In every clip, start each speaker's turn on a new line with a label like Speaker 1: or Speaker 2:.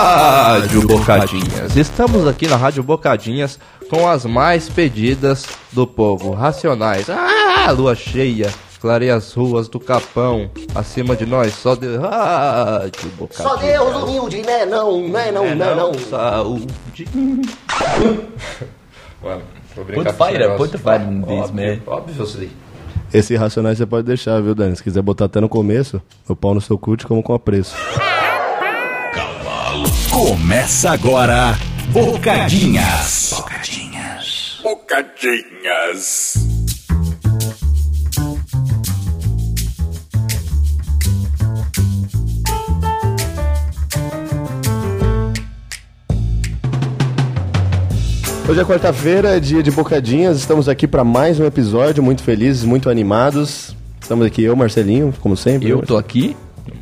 Speaker 1: Rádio Bocadinhas. Estamos aqui na Rádio Bocadinhas com as mais pedidas do povo. Racionais. Ah, lua cheia. Clareia as ruas do Capão. Acima de nós, só Deus. Rádio Bocadinhas.
Speaker 2: Só Deus humilde, né? Não, né? Não, né? Não.
Speaker 1: Saúde. Mano, vou brincar com
Speaker 3: Put
Speaker 1: esse
Speaker 3: fire,
Speaker 1: negócio.
Speaker 3: put fire in this, man.
Speaker 1: Óbvio, obviously.
Speaker 4: Esse Racionais você pode deixar, viu, Dani? Se quiser botar até no começo, eu pau no seu cu te como com apreço.
Speaker 5: Começa agora, Bocadinhas. Bocadinhas.
Speaker 6: Bocadinhas.
Speaker 4: Hoje é quarta-feira, é dia de Bocadinhas. Estamos aqui para mais um episódio, muito felizes, muito animados. Estamos aqui, eu, Marcelinho, como sempre.
Speaker 3: Eu
Speaker 4: né,
Speaker 3: tô aqui,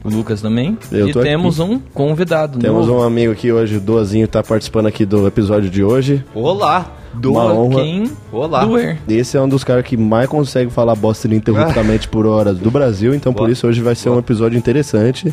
Speaker 3: o Lucas também.
Speaker 4: Eu
Speaker 3: e
Speaker 4: tô aqui.
Speaker 3: temos um convidado
Speaker 4: Temos
Speaker 3: novo.
Speaker 4: um amigo aqui hoje, o Doazinho, tá participando aqui do episódio de hoje.
Speaker 1: Olá.
Speaker 4: Uma honra.
Speaker 3: Quem
Speaker 1: Olá.
Speaker 3: doer.
Speaker 4: Esse é um dos caras que mais consegue falar bosta ininterruptamente por horas do Brasil, então por isso hoje vai ser um episódio interessante.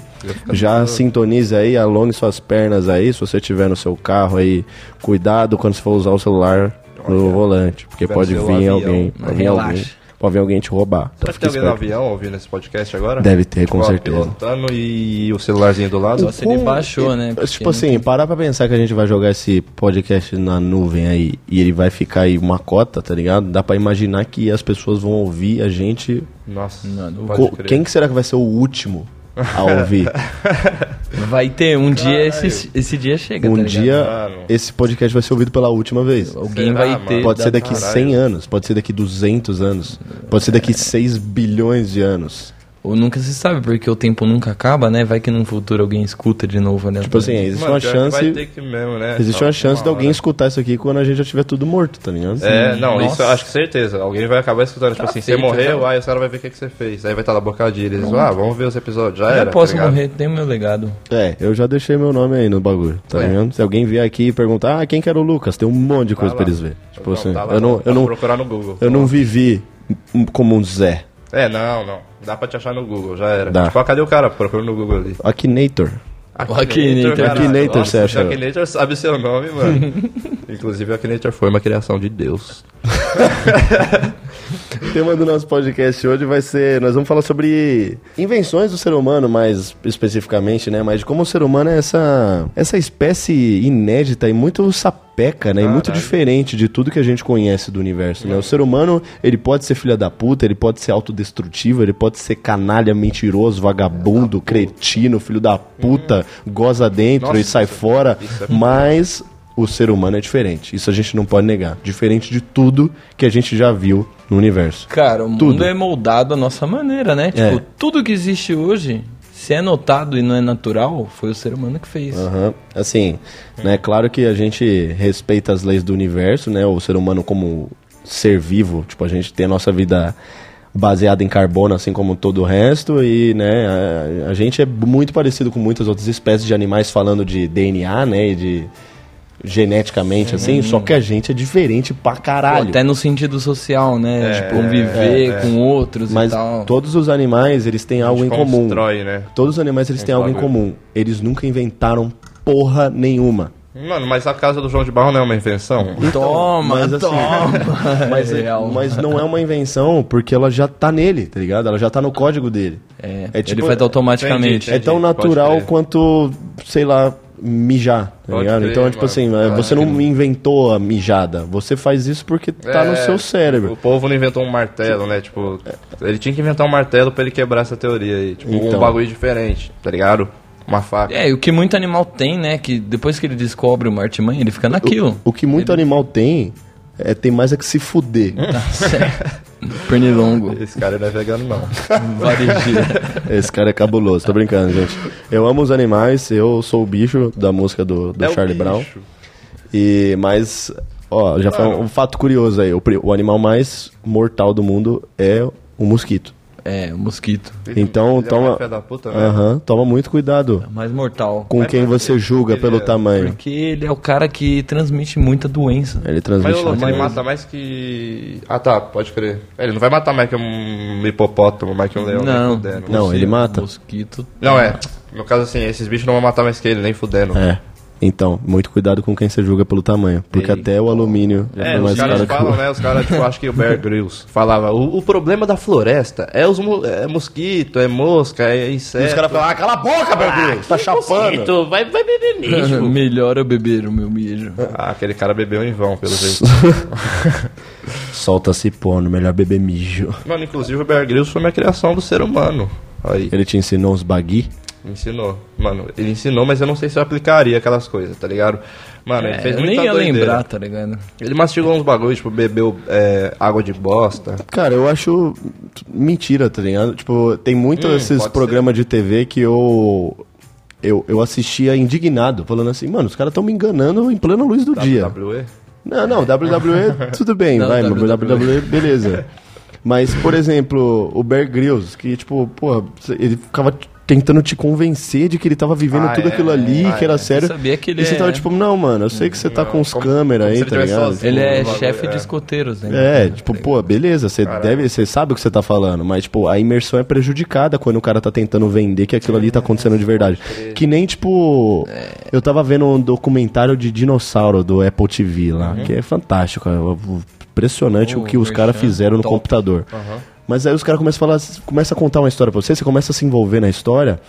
Speaker 4: Já sintonize aí, alongue suas pernas aí, se você tiver no seu carro aí, cuidado quando você for usar o celular no volante, porque
Speaker 1: tiver
Speaker 4: pode
Speaker 1: no seu
Speaker 4: vir
Speaker 1: avião,
Speaker 4: alguém,
Speaker 3: mas
Speaker 4: pode vir
Speaker 3: relaxa.
Speaker 4: alguém, pode vir alguém te roubar. Então
Speaker 1: Deve
Speaker 4: fica
Speaker 1: ter alguém no
Speaker 4: esperto.
Speaker 1: avião ouvindo esse podcast agora?
Speaker 4: Deve ter, com
Speaker 1: Tipo, ó,
Speaker 4: certeza.
Speaker 1: Pilotando e o celularzinho do lado.
Speaker 3: Só se ele baixou, né? Porque
Speaker 4: Tipo assim, parar pra pensar que a gente vai jogar esse podcast na nuvem aí e ele vai ficar aí uma cota, tá ligado? Dá pra imaginar que as pessoas vão ouvir a gente
Speaker 1: Nossa,
Speaker 3: não
Speaker 1: pode
Speaker 4: Co-
Speaker 1: crer.
Speaker 4: Quem que será que vai ser o último a ouvir?
Speaker 3: Vai ter, um dia esse, esse dia chega, tá
Speaker 4: um
Speaker 3: ligado?
Speaker 4: dia
Speaker 1: Mano.
Speaker 4: esse podcast vai ser ouvido pela última vez.
Speaker 3: Alguém
Speaker 1: Será,
Speaker 3: vai
Speaker 1: mano?
Speaker 3: ter.
Speaker 4: Pode
Speaker 3: da-
Speaker 4: ser daqui
Speaker 1: caralho.
Speaker 4: 100 anos, pode ser daqui 200 anos, pode ser daqui 6 bilhões de anos.
Speaker 3: Ou nunca se sabe, porque o tempo nunca acaba, né? Vai que num futuro alguém escuta de novo, né?
Speaker 4: Tipo assim, existe
Speaker 1: Mano,
Speaker 4: uma
Speaker 1: pior que Vai
Speaker 4: chance,
Speaker 1: ter que mesmo, né?
Speaker 4: existe uma chance de alguém
Speaker 1: hora.
Speaker 4: escutar isso aqui quando a gente já tiver tudo morto, tá ligado?
Speaker 1: É, não,
Speaker 3: Nossa.
Speaker 1: isso eu acho que certeza. Alguém vai acabar escutando, tipo
Speaker 3: Tá
Speaker 1: assim,
Speaker 3: feito,
Speaker 1: você morreu,
Speaker 3: já.
Speaker 1: aí os caras vão ver o que, que você fez. Aí vai estar lá bocadinho, eles vão, ah, vamos ver os episódios, já
Speaker 3: eu
Speaker 1: era.
Speaker 3: posso
Speaker 1: tá ligado?
Speaker 3: morrer, tem o meu legado.
Speaker 4: É, eu já deixei meu nome aí no bagulho, tá
Speaker 1: É.
Speaker 4: ligado? Se alguém vier aqui e perguntar, ah, quem que era o Lucas? Tem um monte de coisa
Speaker 1: lá.
Speaker 4: pra eles verem. Tipo
Speaker 1: Não,
Speaker 4: assim,
Speaker 1: tá lá,
Speaker 4: eu não,
Speaker 1: dá
Speaker 4: eu
Speaker 1: pra
Speaker 4: não,
Speaker 1: procurar no Google.
Speaker 4: eu não vivi hum, como um Zé.
Speaker 1: É, não, não. Dá pra te achar no Google, já era.
Speaker 4: Dá.
Speaker 1: Tipo, ah, cadê o cara? Procura no Google ali.
Speaker 4: Akinator.
Speaker 3: Akinator,
Speaker 1: caralho.
Speaker 4: Akinator,
Speaker 1: Nossa,
Speaker 4: você acha?
Speaker 1: O Akinator sabe seu nome, mano. Inclusive, o Akinator foi uma criação de Deus.
Speaker 4: O tema do nosso podcast hoje vai ser. Nós vamos falar sobre invenções do ser humano, mais especificamente, né? Mas de como o ser humano é essa, essa espécie inédita e muito sapeca, né? E muito diferente de tudo que a gente conhece do universo, né? O ser humano, ele pode ser filha da puta, ele pode ser autodestrutivo, ele pode ser canalha, mentiroso, vagabundo, cretino, filho da puta, goza dentro
Speaker 1: Nossa,
Speaker 4: e sai
Speaker 1: isso é-
Speaker 4: fora,
Speaker 1: isso é
Speaker 4: mas o ser humano é diferente. Isso a gente não pode negar. Diferente de tudo que a gente já viu no universo.
Speaker 3: Cara, o mundo
Speaker 4: Tudo.
Speaker 3: é moldado à nossa maneira, né? Tipo,
Speaker 4: É.
Speaker 3: tudo que existe hoje, se é notado e não é natural, foi o ser humano que fez.
Speaker 4: Aham. Assim, né? Claro que a gente respeita as leis do universo, né? O ser humano como ser vivo, tipo, a gente tem a nossa vida baseada em carbono, assim como todo o resto, e, né, a, a gente é muito parecido com muitas outras espécies de animais falando de DNA, né, e de geneticamente, assim, só que a gente é diferente pra
Speaker 3: Pô,
Speaker 4: caralho.
Speaker 3: Até no sentido social, né?
Speaker 1: É,
Speaker 3: tipo, conviver
Speaker 1: é, é.
Speaker 3: com outros
Speaker 4: Mas
Speaker 3: e tal.
Speaker 4: todos os animais, eles têm algo em comum.
Speaker 1: Então, Constrói, né?
Speaker 4: Todos os animais, eles têm algo em
Speaker 1: bagulho.
Speaker 4: comum. Eles nunca inventaram porra nenhuma.
Speaker 1: Mano, mas a casa do João de Barro não é uma invenção?
Speaker 3: Toma,
Speaker 4: mas assim-
Speaker 3: toma.
Speaker 4: Mas,
Speaker 3: é real.
Speaker 4: mas não é uma invenção, porque ela já tá nele, tá ligado? Ela já tá no código dele.
Speaker 3: É,
Speaker 4: É tipo-
Speaker 3: ele faz automaticamente.
Speaker 4: É tão
Speaker 1: Entendi, pode
Speaker 4: natural
Speaker 1: crer.
Speaker 4: quanto, sei lá, mijar, tá
Speaker 1: Pode
Speaker 4: ligado?
Speaker 1: crer,
Speaker 4: então, é tipo
Speaker 1: mano.
Speaker 4: assim,
Speaker 1: Claro
Speaker 4: você
Speaker 1: que
Speaker 4: não
Speaker 1: não.
Speaker 4: inventou a mijada. Você faz isso porque tá no
Speaker 1: É,
Speaker 4: seu cérebro.
Speaker 1: O povo não inventou um martelo, né? Tipo, ele tinha que inventar um martelo pra ele quebrar essa teoria aí. Tipo,
Speaker 4: Então.
Speaker 1: um bagulho diferente, tá ligado? Uma faca.
Speaker 3: É, e o que muito animal tem, né? Que depois que ele descobre uma artimanha, ele fica naquilo.
Speaker 4: O que muito animal tem, é tem mais é que se fuder.
Speaker 1: Hum?
Speaker 3: Tá Certo. Pernilongo,
Speaker 1: Esse cara não é vegano, não.
Speaker 3: varejeira.
Speaker 4: Esse cara é cabuloso, tô brincando, gente. Eu amo os animais, eu sou o bicho da música do, do
Speaker 1: É o
Speaker 4: Charlie
Speaker 1: bicho.
Speaker 4: Brown. E mas, ó, já foi um, um fato curioso aí. O, pri- o animal mais mortal do mundo é o mosquito.
Speaker 3: É, o mosquito.
Speaker 4: Então
Speaker 1: Ele é um
Speaker 4: toma.
Speaker 1: café da puta, né?
Speaker 4: Aham, toma muito cuidado
Speaker 3: É o mais mortal.
Speaker 4: com quem você julga
Speaker 1: Ele
Speaker 4: pelo
Speaker 1: é-
Speaker 4: tamanho.
Speaker 3: Porque ele é o cara que transmite muita doença.
Speaker 4: Ele
Speaker 1: Mas
Speaker 4: transmite.
Speaker 1: o louco, ele
Speaker 4: muito.
Speaker 1: mata mais que. Ah tá, pode crer. Ele não vai matar mais que um hipopótamo, mais que
Speaker 4: É
Speaker 1: um
Speaker 4: né,
Speaker 1: leão, nem
Speaker 3: Não,
Speaker 1: fudendo.
Speaker 4: Não, ele mata.
Speaker 3: Mosquito.
Speaker 1: Não é. No caso assim, esses bichos não vão matar mais que ele, nem fudendo.
Speaker 4: É. Então, muito cuidado com quem você julga pelo tamanho. Porque até o alumínio já
Speaker 1: É,
Speaker 4: foi
Speaker 1: os
Speaker 4: mais
Speaker 1: caras
Speaker 4: caro que
Speaker 1: falam,
Speaker 4: o.
Speaker 1: né? Os caras, tipo, acho que o Bear Grylls falava, o, o problema da floresta é os mo- é mosquito, é mosca, é inseto.
Speaker 4: Os caras falam, ah, cala a boca, Bergulho!
Speaker 1: é
Speaker 4: tá chapando.
Speaker 7: vai, vai beber nicho.
Speaker 3: Melhor eu beber o meu mijo.
Speaker 1: Ah, aquele cara bebeu em vão, pelo jeito. né?
Speaker 4: Solta cipono, melhor beber mijo.
Speaker 1: Mano, inclusive o Bear Grylls foi minha criação do ser humano. Aí,
Speaker 4: Ele te ensinou uns bagui?
Speaker 1: me ensinou. Mano, ele ensinou, mas eu não sei se eu aplicaria aquelas coisas, tá ligado? Mano, ele fez
Speaker 3: É, eu
Speaker 1: muita
Speaker 3: nem ia
Speaker 1: doideira.
Speaker 3: lembrar, tá ligado?
Speaker 1: Ele mastigou uns bagulhos, tipo, bebeu é, água de bosta.
Speaker 4: Cara, eu acho mentira, tá ligado? Tipo, tem muito
Speaker 1: Hum,
Speaker 4: esses
Speaker 1: pode
Speaker 4: programas de TV que eu, eu eu assistia indignado, falando assim, mano, os caras estão me enganando em plena luz do dia.
Speaker 1: WWE.
Speaker 4: Não, não, WWE, tudo bem,
Speaker 3: Não,
Speaker 4: vai,
Speaker 3: WWE.
Speaker 4: WWE, beleza. Mas, por exemplo, o Bear Grylls, que, tipo, porra, ele ficava t- tentando te convencer de que ele tava vivendo
Speaker 1: Ah,
Speaker 4: tudo
Speaker 1: é,
Speaker 4: aquilo ali,
Speaker 1: ah,
Speaker 4: que era
Speaker 1: é.
Speaker 4: sério.
Speaker 3: Eu sabia que ele
Speaker 4: e você
Speaker 3: é-
Speaker 4: tava tipo, não, mano, eu sei que você tá com os
Speaker 1: como-
Speaker 4: câmeras
Speaker 1: como se
Speaker 4: aí,
Speaker 1: ele
Speaker 4: tá
Speaker 1: tivesse
Speaker 4: ligado?
Speaker 1: sozinho.
Speaker 3: Ele é
Speaker 1: O bagulho,
Speaker 3: chefe
Speaker 1: é.
Speaker 3: de escoteiros, né?
Speaker 4: É, tipo, pô, beleza, você deve, você sabe o que você tá falando, mas tipo, a imersão é prejudicada quando o cara tá tentando vender que aquilo ali tá acontecendo de verdade. Que nem tipo,
Speaker 3: É.
Speaker 4: eu tava vendo um documentário de dinossauro do Apple TV lá,
Speaker 3: Uhum.
Speaker 4: que é fantástico, é impressionante
Speaker 3: Oh,
Speaker 4: o que os caras
Speaker 3: merchan,
Speaker 4: fizeram no
Speaker 3: top.
Speaker 4: computador. Mas aí os caras começam a falar, começa a contar uma história pra você, você começa a se envolver na história.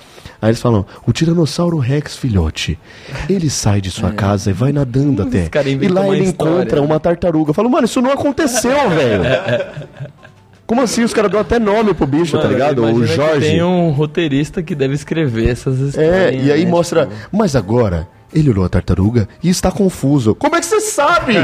Speaker 4: Aí eles falam: "O Tiranossauro Rex filhote, ele sai de
Speaker 3: É.
Speaker 4: sua casa e vai nadando até.
Speaker 3: caras
Speaker 4: E
Speaker 3: inventam
Speaker 4: lá
Speaker 3: uma
Speaker 4: ele
Speaker 3: história,
Speaker 4: encontra
Speaker 3: né?
Speaker 4: uma tartaruga". Eu falo: "Mano, isso não aconteceu, velho". Como assim? Os caras dão até nome pro bicho, tá
Speaker 3: Mano,
Speaker 4: ligado?
Speaker 3: imagina
Speaker 4: O
Speaker 3: que
Speaker 4: Jorge.
Speaker 3: Tem um roteirista que deve escrever essas
Speaker 4: É,
Speaker 3: histórias.
Speaker 4: e aí
Speaker 3: né?
Speaker 4: mostra. Mas agora. Ele olhou a tartaruga e está confuso. Como é que você sabe?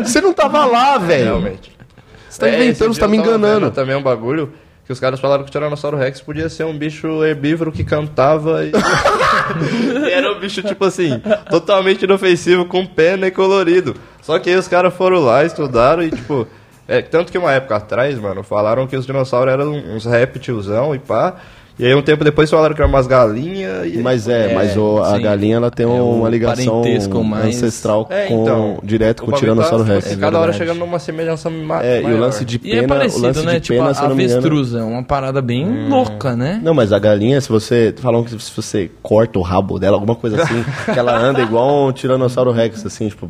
Speaker 4: Você não tava lá, velho.
Speaker 1: Realmente. É,
Speaker 4: Você tá
Speaker 3: É,
Speaker 4: inventando,
Speaker 1: esse
Speaker 4: você tá
Speaker 1: dia
Speaker 4: me
Speaker 1: eu tava vendo
Speaker 4: enganando.
Speaker 1: Também um bagulho que os caras falaram que o Tiranossauro Rex podia ser um bicho herbívoro que cantava e... E era um bicho, tipo assim, totalmente inofensivo, com pena e colorido. Só que aí os caras foram lá, estudaram e, tipo... é, tanto que uma época atrás, mano, falaram que os dinossauros eram uns réptilzão e pá... E aí um tempo depois falaram que eram umas galinhas e...
Speaker 4: Mas é,
Speaker 3: É,
Speaker 4: mas o- a
Speaker 3: sim.
Speaker 4: galinha ela tem
Speaker 3: É
Speaker 4: uma
Speaker 3: um
Speaker 4: ligação
Speaker 3: parentesco mais- então.
Speaker 4: ancestral
Speaker 1: É,
Speaker 4: com, direto
Speaker 1: o
Speaker 4: com o
Speaker 1: bagulho
Speaker 4: Tiranossauro
Speaker 1: tá, tipo
Speaker 4: Rex.
Speaker 1: assim, cada hora
Speaker 3: verdade.
Speaker 1: chegando numa semelhança ma
Speaker 4: É, e o
Speaker 1: maior.
Speaker 4: lance de
Speaker 3: é E
Speaker 4: pena,
Speaker 3: é
Speaker 4: o
Speaker 3: parecido,
Speaker 4: lance
Speaker 3: né?
Speaker 4: de
Speaker 3: Tipo,
Speaker 4: pena,
Speaker 3: a
Speaker 4: se eu não me engano-
Speaker 3: avestruz é uma parada bem
Speaker 1: Hum.
Speaker 3: louca, né?
Speaker 4: Não, mas a galinha, se você. Falam que se você corta o rabo dela, alguma coisa assim, que ela anda igual um Tiranossauro Rex, assim, tipo,